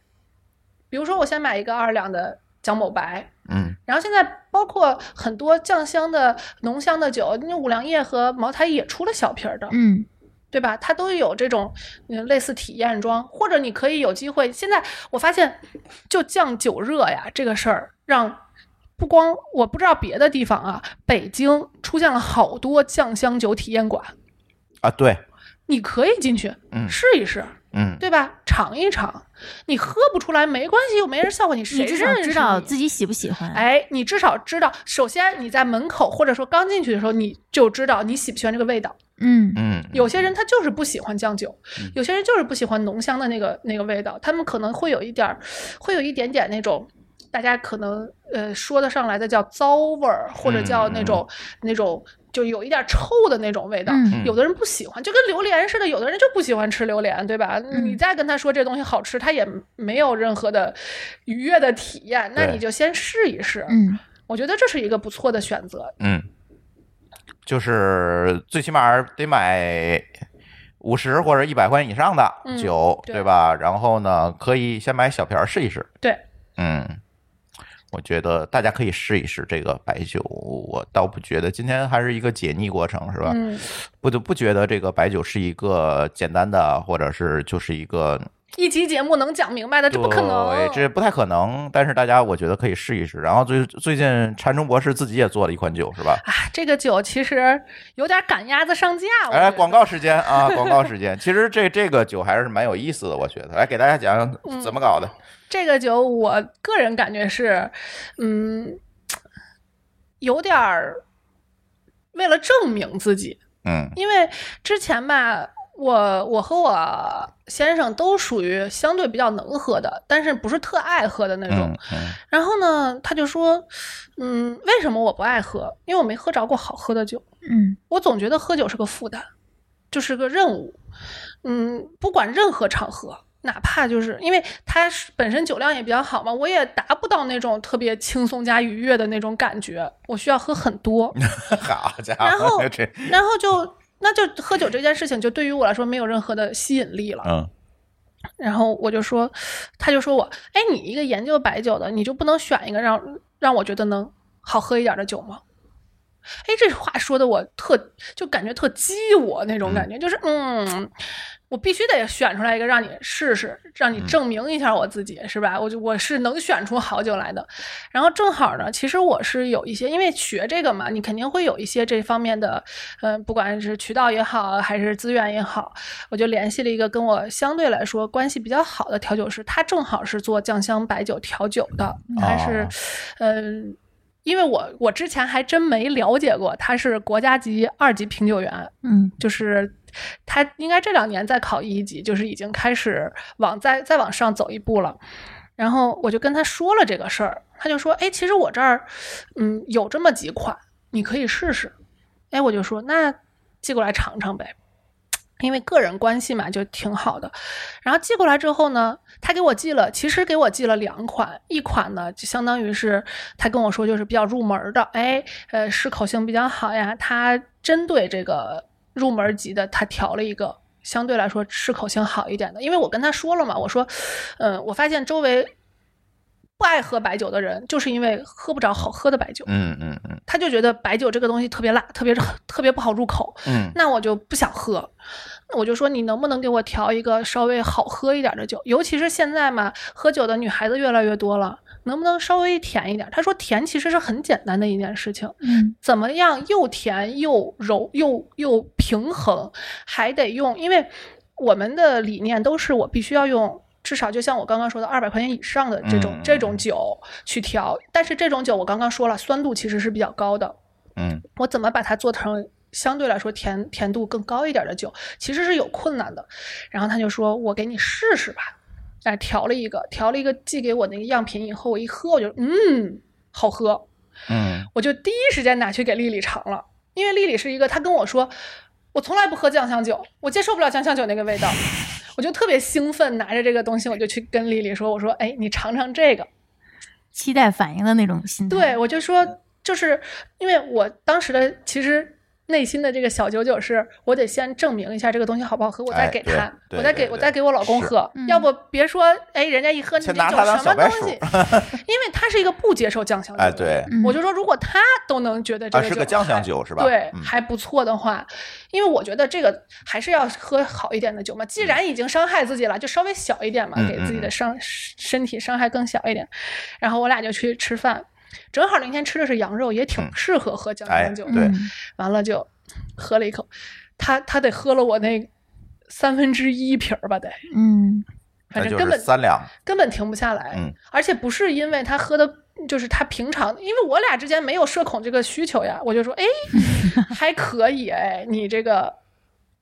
比如说我先买一个二两的蒋某白。嗯然后现在包括很多酱香的、浓香的酒，那五粮液和茅台也出了小瓶儿的，嗯对吧？它都有这种嗯类似体验装，或者你可以有机会。现在我发现，就降酒热呀这个事儿，让不光我不知道别的地方啊，北京出现了好多酱香酒体验馆，啊，对，你可以进去嗯试一试，嗯对吧？尝一尝，你喝不出来没关系，又没人笑话你，谁你至少认识知道你自己喜不喜欢。哎，你至少知道，首先你在门口或者说刚进去的时候，你就知道你喜不喜欢这个味道。嗯嗯，有些人他就是不喜欢酱酒嗯，有些人就是不喜欢浓香的那个那个味道，他们可能会有一点儿，会有一点点那种，大家可能呃说得上来的叫糟味儿，或者叫那嗯种、那种就有一点臭的那种味道。嗯有的人不喜欢，就跟榴莲似的，有的人就不喜欢吃榴莲，对吧？嗯你再跟他说这东西好吃，他也没有任何的愉悦的体验，那对你就先试一试。嗯我觉得这是一个不错的选择。嗯，就是最起码得买五十或者一百块钱以上的嗯酒，对对吧？然后呢，可以先买小瓶儿试一试。对，嗯，我觉得大家可以试一试这个白酒，我倒不觉得今天还是一个解腻过程，是吧？嗯，不就不觉得这个白酒是一个简单的，或者是就是一个一期节目能讲明白的，这不可能对，。这不太可能。但是大家我觉得可以试一试。然后最最近禅中博士自己也做了一款酒，是吧？啊，这个酒其实有点赶鸭子上架。我 [LAUGHS] 觉哎，得广告时间 [LAUGHS] 啊，广告时间。其实这这个酒还是蛮有意思的，我觉得。来给大家讲嗯讲怎么搞的。这个酒，我个人感觉是，嗯，有点儿为了证明自己，嗯因为之前吧，我我和我先生都属于相对比较能喝的，但是不是特爱喝的那种。嗯嗯 [LAUGHS] 然后呢，他就说，嗯，为什么我不爱喝？因为我没喝着过好喝的酒。嗯我总觉得喝酒是个负担，就是个任务。嗯，不管任何场合，哪怕就是因为他是本身酒量也比较好嘛，我也达不到那种特别轻松加愉悦的那种感觉，我需要喝很多，好家然后伙，这啊然后就那就喝酒这件事情就对于我来说没有任何的吸引力了。嗯然后我就说，他就说我，哎，你一个研究白酒的，你就不能选一个让让我觉得能好喝一点的酒吗？哎，这话说的我特就感觉特激我那种感觉，就是嗯，我必须得选出来一个让你试试，让你证明一下我自己，是吧？我就我是能选出好酒来的。然后正好呢，其实我是有一些，因为学这个嘛，你肯定会有一些这方面的，嗯、不管是渠道也好，还是资源也好，我就联系了一个跟我相对来说关系比较好的调酒师，他正好是做酱香白酒调酒的，他是哦，嗯、因为我我之前还真没了解过，他是国家级二级评酒员，嗯就是他应该这两年在考一级，就是已经开始往再再往上走一步了。然后我就跟他说了这个事儿，他就说：“哎，其实我这儿，嗯，有这么几款，你可以试试。”哎，我就说：“那寄过来尝尝呗。”因为个人关系嘛，就挺好的。然后寄过来之后呢，他给我寄了，其实给我寄了两款，一款呢就相当于是他跟我说就是比较入门儿的，哎，呃，适口性比较好呀。他针对这个入门级的，他调了一个相对来说适口性好一点的，因为我跟他说了嘛，我说，嗯，我发现周围不爱喝白酒的人，就是因为喝不着好喝的白酒，嗯嗯嗯他就觉得白酒这个东西特别辣，特别特别不好入口，嗯那我就不想喝。我就说你能不能给我调一个稍微好喝一点的酒，尤其是现在嘛，喝酒的女孩子越来越多了，能不能稍微甜一点？他说甜其实是很简单的一件事情，嗯怎么样又甜又柔又又平衡，还得用，因为我们的理念都是我必须要用。至少就像我刚刚说的，二百块钱以上的这种、嗯这种酒去调，但是这种酒我刚刚说了，酸度其实是比较高的，嗯我怎么把它做成相对来说甜甜度更高一点的酒，其实是有困难的。然后他就说：“我给你试试吧。”哎，调了一个，调了一个，寄给我那个样品以后，我一喝，我就嗯，好喝，嗯我就第一时间拿去给丽丽尝了，因为丽丽是一个，她跟我说，我从来不喝酱香酒，我接受不了酱香酒那个味道，我就特别兴奋，拿着这个东西，我就去跟丽丽说：“我说，哎，你尝尝这个。”期待反应的那种心态。对，，我就说，就是因为我当时的其实内心的这个小九九是，我得先证明一下这个东西好不好喝，我再哎给对他，对我再对给我对再给我老公是喝，嗯要不别说，哎，人家一喝你这先酒拿他当什小么白东鼠西， [LAUGHS] 因为他是一个不接受酱香酒的哎人，对嗯我就说，如果他都能觉得这啊个是酒个酱香还酒是吧？对，嗯还不错的话，因为我觉得这个还是要喝好一点的酒嘛。既然已经伤害自己了，就稍微小一点嘛，嗯给自己嗯的嗯伤身体伤害更小一点。然后我俩就去吃饭，正好那天吃的是羊肉，也挺嗯适合喝酱哎香酒的。对嗯完了就喝了一口，他他得喝了我那三分之一瓶儿吧，得，嗯反那就正根是本三两，根本停不下来。嗯而且不是因为他喝的，就是他平常，因为我俩之间没有社恐这个需求呀，我就说，哎，还可以，哎，你这个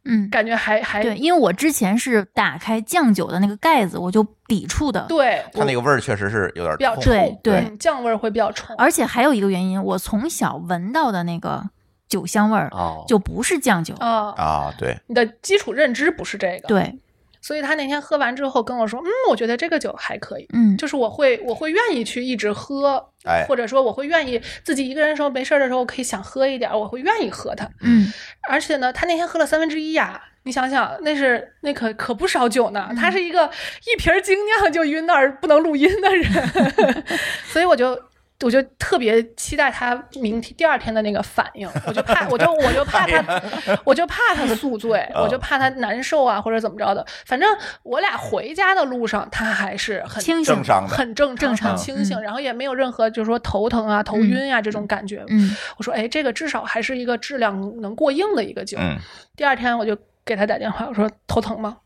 嗯，感觉还还对，因为我之前是打开酱酒的那个盖子，我就抵触的。对它那个味儿确实是有点比较冲冲，对对嗯酱味儿会比较冲。而且还有一个原因，我从小闻到的那个酒香味儿哦，就不是酱酒。啊、啊，对，你的基础认知不是这个，，对，所以他那天喝完之后跟我说，嗯，我觉得这个酒还可以，嗯，就是我会我会愿意去一直喝，哎或者说我会愿意自己一个人的时候没事儿的时候，我可以想喝一点儿，我会愿意喝它。嗯而且呢，他那天喝了三分之一呀，你想想，那是那可可不少酒呢。嗯他是一个一瓶儿精酿就晕那儿不能录音的人， [LAUGHS] 所以我就。我就特别期待他明天第二天的那个反应，我就怕，我就我就怕他， [LAUGHS] 我就怕他宿醉，嗯我就怕他难受啊，或者怎么着的。反正我俩回家的路上，他还是很清醒正。常的，很正常、正常很清醒，嗯然后也没有任何就是说头疼啊、头晕啊这种感觉。嗯我说，哎，这个至少还是一个质量能过硬的一个酒。嗯，第二天我就给他打电话，我说头疼吗？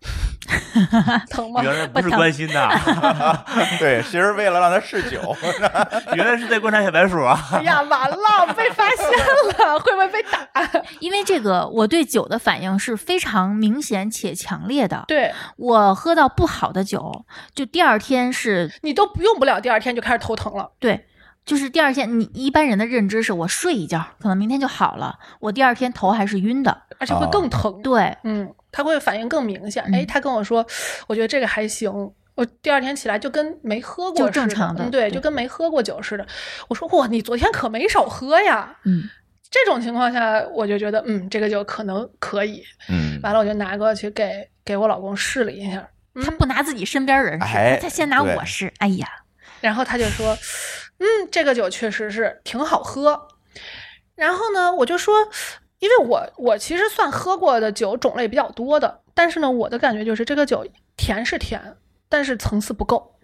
[LAUGHS] 疼吗？ [LAUGHS] 原来不是关心的，啊对，其实为了让它试 [LAUGHS] 酒， [LAUGHS] 原来是在观察小白鼠啊。哎呀，完了，被发现了，会不会被打？因为这个，我对酒的反应是非常明显且强烈的。对我喝到不好的酒，就第二天是你都不用不了，第二天就开始头疼了。对，就是第二天，你一般人的认知是我睡一觉，可能明天就好了。我第二天头还是晕的。而且会更疼。对，嗯，他会反应更明显。哦嗯哎，他跟我说，我觉得这个还行。我第二天起来就跟没喝过似就的，正常的嗯，对，对就跟没喝过酒似的。我说哇，你昨天可没少喝呀！嗯这种情况下，我就觉得，嗯，这个酒可能可以。嗯，完了，我就拿过去给给我老公试了一下，嗯他不拿自己身边人试，哎他先拿对我试。哎呀，然后他就说，嗯，这个酒确实是挺好喝。然后呢，我就说，因为我我其实算喝过的酒种类比较多的，但是呢，我的感觉就是这个酒甜是甜，但是层次不够。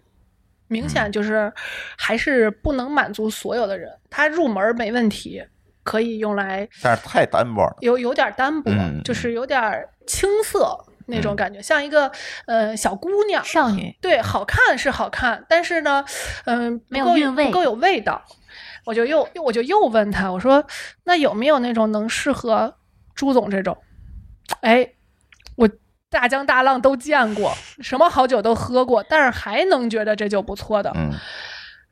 明嗯显就是还是不能满足所有的人，它入门没问题，可以用来但是太单薄了。有有点单薄，嗯就是有点青涩那种感觉，像一个呃小姑娘。少女，对，好看是好看，但是呢，嗯、不没有够韵味不够有味道。我就又我就又问他，我说那有没有那种能适合朱总这种？哎，我大江大浪都见过，什么好酒都喝过，但是还能觉得这酒不错的。嗯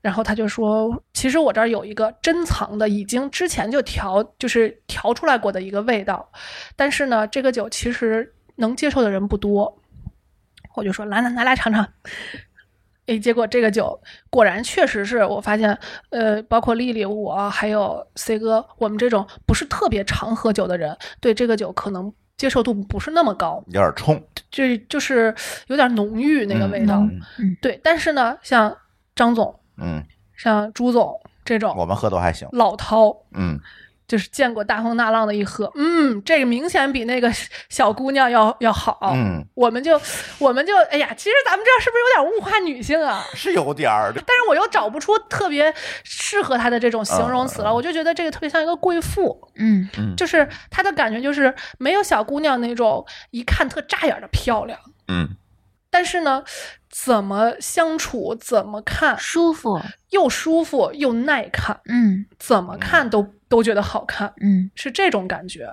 然后他就说，其实我这儿有一个珍藏的，已经之前就调，就是调出来过的一个味道，但是呢，这个酒其实能接受的人不多。我就说来来拿来尝尝。哎，结果这个酒果然确实是我发现，呃，包括丽丽我还有 C 哥，我们这种不是特别常喝酒的人，对这个酒可能接受度不是那么高，有点冲，就就是有点浓郁那个味道。嗯对，但是呢，像张总嗯，像朱总这我种们喝都还行，老饕，嗯，就是见过大风大浪的一喝，嗯，这个明显比那个小姑娘要要好。嗯，我们就我们就哎呀，其实咱们这是不是有点物化女性啊？是有点儿的，但是我又找不出特别适合她的这种形容嗯词了，我就觉得这个特别像一个贵妇，嗯，就是她的感觉就是没有小姑娘那种一看特扎眼的漂亮，嗯但是呢，怎么相处怎么看舒服，又舒服又耐看，嗯怎么看都都觉得好看。嗯，是这种感觉。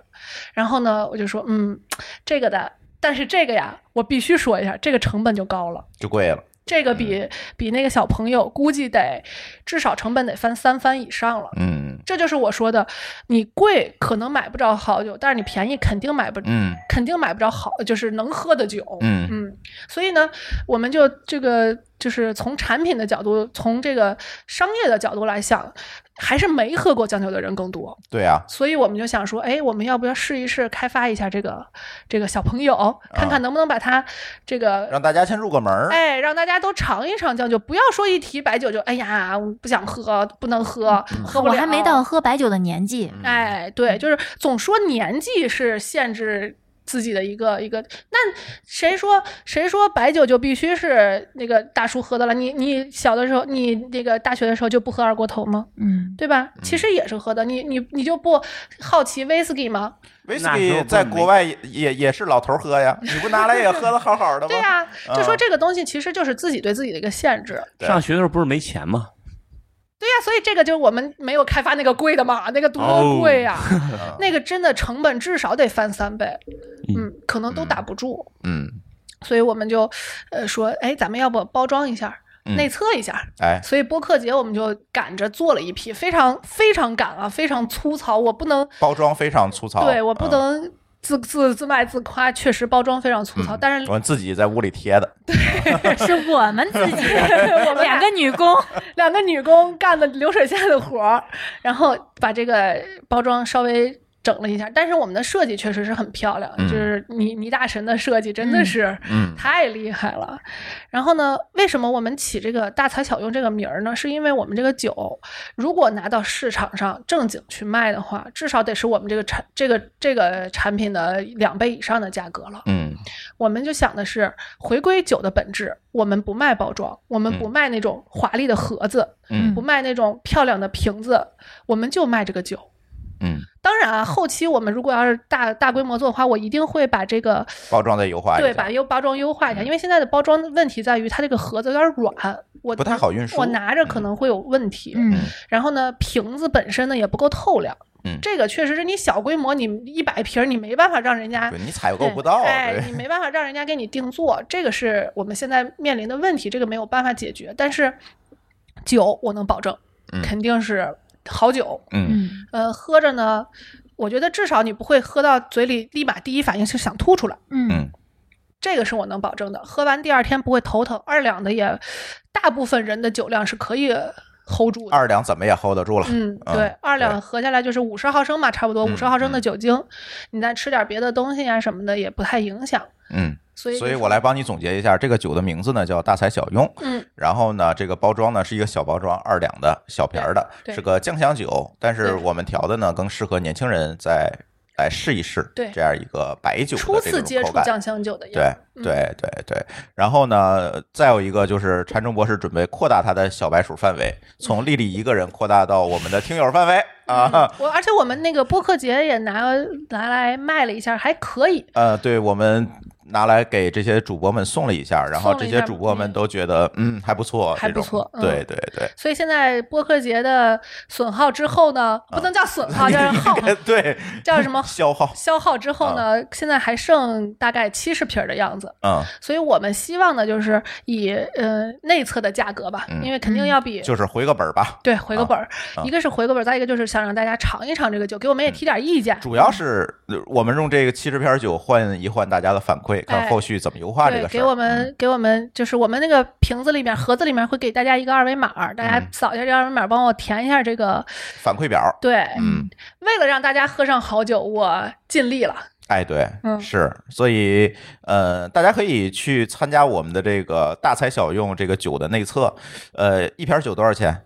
然后呢，我就说，嗯，这个的，但是这个呀，我必须说一下，这个成本就高了。就贵了，这个比、嗯比那个小朋友估计得至少成本得翻三番以上了。嗯这就是我说的，你贵可能买不着好酒，但是你便宜肯定买不，嗯肯定买不着好，就是能喝的酒。嗯嗯，所以呢，我们就这个就是从产品的角度，从这个商业的角度来想，还是没喝过酱酒的人更多。对啊，所以我们就想说，哎，我们要不要试一试开发一下这个这个小朋友，看看能不能把它这个，啊让大家先入个门儿，哎，让大家都尝一尝酱酒，不要说一提白酒就哎呀我不想喝，不能喝，喝不我了。还没到，喝白酒的年纪，嗯哎，对，就是总说年纪是限制。自己的一个一个，那谁说谁说白酒就必须是那个大叔喝的了？你你小的时候，你那个大学的时候就不喝二锅头吗？嗯，对吧？其实也是喝的，你你你就不好奇威士忌吗？威士那时候忌不在没国外也也也是老头儿喝 [LAUGHS] 呀，你不拿来也喝的好好的吗？对呀、嗯就说这个东西其实就是自己对自己的一个限制。对上学的时候不是没钱吗？对呀、所以这个就是我们没有开发那个贵的嘛，那个多哦贵 [LAUGHS] 呀、 [LAUGHS] 那个真的成本至少得翻三倍，嗯，可能都打不住。嗯，所以我们就，呃，说，哎，咱们要不包装一下，嗯内测一下。哎，所以播客节我们就赶着做了一批，非常非常赶啊，非常粗糙，我不能包装非常粗糙，对我不嗯能自自自卖自夸，确实包装非常嗯粗糙，但是我自己在屋里贴的， [LAUGHS] 是我们自己我们俩两个女工，两个女工干的流水线的活儿，然后把这个包装稍微整了一下。但是我们的设计确实是很漂亮，嗯就是倪倪大神的设计真的是嗯太厉害了。然后呢，为什么我们起这个“大材小用”这个名儿呢？是因为我们这个酒如果拿到市场上正经去卖的话，至少得是我们这个产这个这个产品的两倍以上的价格了。嗯我们就想的是回归酒的本质，我们不卖包装，我们不嗯卖那种华丽的盒子。嗯不卖那种漂亮的瓶子，我们就卖这个酒。嗯，当然啊，后期我们如果要是大大规模做的话，我一定会把这个包装再优化一下，嗯对把优包装优化一下，因为现在的包装问题在于它这个盒子有点软，我不太好运输我拿着可能会有问题。嗯然后呢，瓶子本身呢也不够透亮。嗯这个确实是你小规模，你一百瓶儿你没办法让人家对你 [LAUGHS] 采购不到，哎，你对，没办法让人家给你定做，这个是我们现在面临的问题，这个没有办法解决。但是酒我能保证，嗯肯定是好酒。嗯嗯呃，喝着呢，我觉得至少你不会喝到嘴里立马第一反应是想吐出来，嗯嗯这个是我能保证的。喝完第二天不会头疼，二两的也，大部分人的酒量是可以 hold 住的。二两怎么也 hold 得住了。嗯，对，二两合下来就是五十毫升吧，差不多嗯五十毫升的酒精，你再吃点别的东西啊什么的也不太影响。嗯，所以就所以是我来帮你总结一下，这个酒的名字呢叫大材小用，嗯，然后呢，这个包装呢是一个小包装，二两的小瓶儿的，对对是个酱香酒，但是对我们调的呢更适合年轻人再来试一试，对这样一个白酒的初这次种接口触感。酱香酒的样对子，嗯对对对，然后呢，再有一个就是禅中博士准备扩大他的小白鼠范围，从丽丽一个人扩大到我们的听友范 [LAUGHS] 围嗯啊，我而且我们那个播客节也拿拿来卖了一下，还可以。呃，对我们。拿来给这些主播们送了一下，然后送了这一些下主播们嗯都觉得嗯还不错，还这不种错嗯对对对，所以现在播客节的损耗之后呢，啊不能叫损 [LAUGHS] 耗，叫啊耗，对，叫什么消耗？消耗之后啊呢，现在还剩大概七十瓶儿的样子。嗯，所以我们希望呢，就是以呃内测的价格吧，嗯因为肯定要比就是回个本儿吧。对，回个本儿，啊嗯一个是回个本儿，再一个就是想让大家尝一尝这个酒，给我们也提点意见。主要是呃我们用这个七十瓶酒换一换大家的反馈，看后续怎么优化这对，个事儿。给我们、嗯给我们就是我们那个瓶子里面盒子里面会给大家一个二维码儿，大家嗯扫一下这二维码儿，帮我填一下这个。反馈表。对，嗯，为了让大家喝上好酒，我尽力了。哎，对，嗯是，所以呃，大家可以去参加我们的这个大材小用这个酒的内测。呃，一瓶酒多少钱？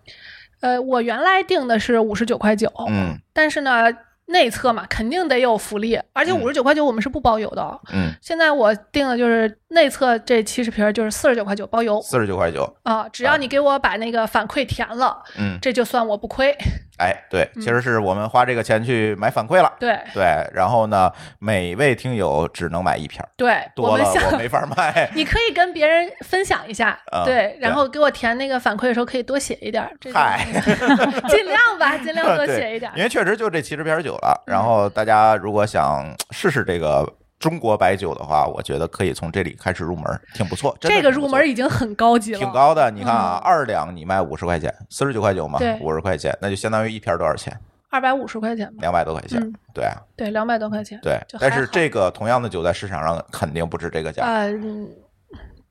呃，我原来定的是五十九块九，嗯但是呢，内测嘛，肯定得有福利，而且嗯五十九块九我们是不包邮的哦。嗯，现在我定的就是内测这七十瓶儿就是四十九块九包邮四十九块九。啊，只要你给我把那个反馈填了，嗯，这就算我不亏。哎，对，嗯其实是我们花这个钱去买反馈了。对对，然后呢，每位听友只能买一瓶儿，对，多们了我想没法 [LAUGHS] 卖。你可以跟别人分享一下，啊对对，然后给我填那个反馈的时候可以多写一点儿，这种嗨 [LAUGHS] 尽量 [LAUGHS] 吧，尽量多对写一点儿 [LAUGHS] 因。为确实就这七十瓶酒了。嗯然后大家如果想试试这个中国白酒的话，我觉得可以从这里开始入门，挺不错。真的这个挺不入错门已经很高级了，挺。高的，你看啊嗯，二两你卖五十块钱，四十九块九嘛对，五十块钱，那就相当于一瓶多少钱？二百五十块钱吧，两百多块钱嗯。对啊对，两百多块钱。对就，还但是好这个同样的酒在市场上肯定不止这个价。呃，嗯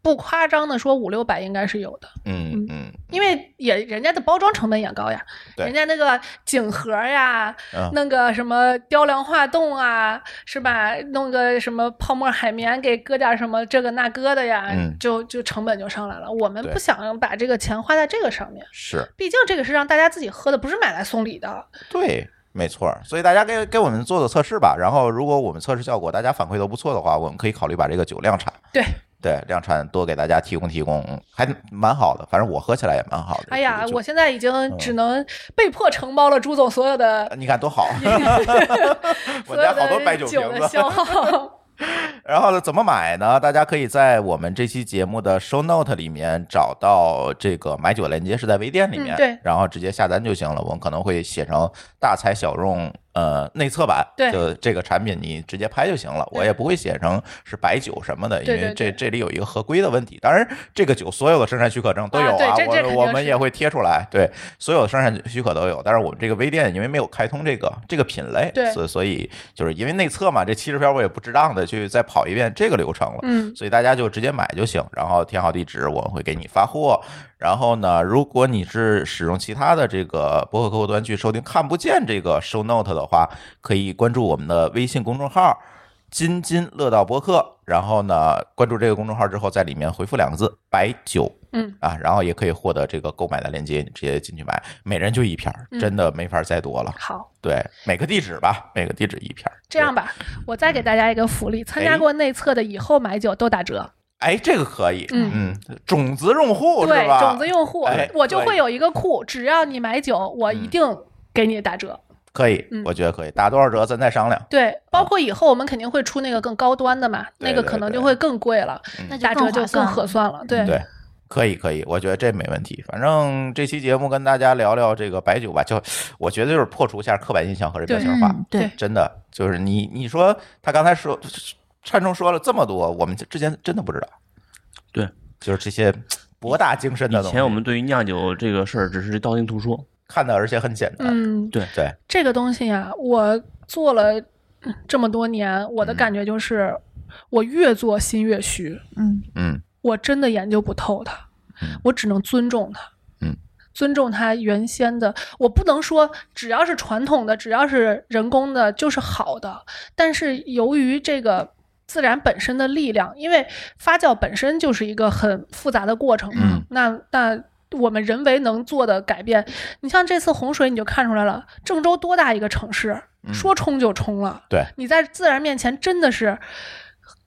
不夸张的说，五六百应该是有的，嗯嗯因为也人家的包装成本也高呀，对人家那个锦盒呀，嗯，弄个什么雕梁画栋啊，是吧？嗯弄个什么泡沫海绵，给搁点什么这个那个的呀，嗯就就成本就上来了。我们对不想把这个钱花在这个上面，是毕竟这个是让大家自己喝的，不是买来送礼的。对。没错儿，所以大家给给我们做做测试吧。然后，如果我们测试效果大家反馈都不错的话，我们可以考虑把这个酒量产。对，对，量产多给大家提供提供，嗯还蛮好的。反正我喝起来也蛮好的。哎呀这，个我酒现在已嗯经只能被迫承包了朱总所有的、你看多 [LAUGHS] 好，呃 [LAUGHS] 我所家有好多白的酒酒瓶子。的消 [LAUGHS] 耗。然后呢，怎么买呢？大家可以在我们这期节目的 show note 里面找到这个买酒链接，是在微店里面，嗯对然后直接下单就行了。我们可能会写成大材小用。呃，内测版对就这个产品，你直接拍就行了。对我也不会写成是白酒什么的，因对为对这对这里有一个合规的问题。当然，这个酒所有的生产许可证都有啊对这这肯定是我我们也会贴出来，对，所有的生产许可都有。但是我们这个微店因为没有开通这个这个品类，对所以所以就是因为内测嘛，这七十票我也不值当的去再跑一遍这个流程了。嗯，所以大家就直接买就行，然后填好地址，我们会给你发货。然后呢，如果你是使用其他的这个博客客户端去收听看不见这个 show note 的话，可以关注我们的微信公众号“津津乐道播客”，然后呢，关注这个公众号之后，在里面回复两个字“白酒”。嗯啊，然后也可以获得这个购买的链接，你直接进去买，每人就一瓶儿，嗯真的没法再多了。好。对，每个地址吧，每个地址一瓶儿。这样对，吧，我再给大家一个福利：参哎加过内测的，以后买酒都打折。哎，这个可以，嗯嗯，种子用户对是吧？种子用户哎，我就对会有一个库，只要你买酒，我一嗯定给你打折。可以，嗯我觉得可以，打多少折咱再商量。对，包括以后我们肯定会出那个更高端的嘛，对那个对可能对就会更贵了，那就打折更就划更算合了。算了。对，对，可以可以，我觉得这没问题。反正这期节目跟大家聊聊这个白酒吧，就我觉得就是破除一下刻板印象和这标签化。嗯，对，真的就是你你说他刚才说，禅中说了这么多，我们之前真的不知道。对，就是这些博大精深的以东西，前我们对于酿酒这个事儿只是道听途说，看的而且很简单。嗯，对，这个东西呀，我做了嗯这么多年，我的嗯感觉就是，我越做心越虚，嗯嗯我真的研究不透它嗯，我只能尊重它。嗯，尊重它原先的。我不能说只要是传统的，只要是人工的，就是好的。但是由于这个自然本身的力量，因为发酵本身就是一个很复杂的过程嘛，嗯那那。我们人为能做的改变，你像这次洪水，你就看出来了，郑州多大一个城市，说冲就冲了。对，你在自然面前真的是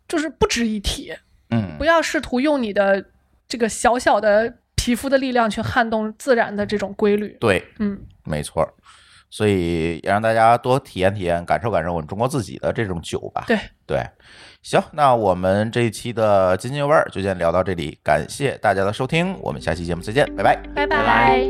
就是不值一提，嗯不，要试图用你的这个小小的皮肤的力量去撼动自然的这种规律。对，嗯，没错儿。所以也让大家多体验体验，感受感受我们中国自己的这种酒吧。对对，行，那我们这一期的津津有味儿就先聊到这里，感谢大家的收听，我们下期节目再见，拜拜。拜拜拜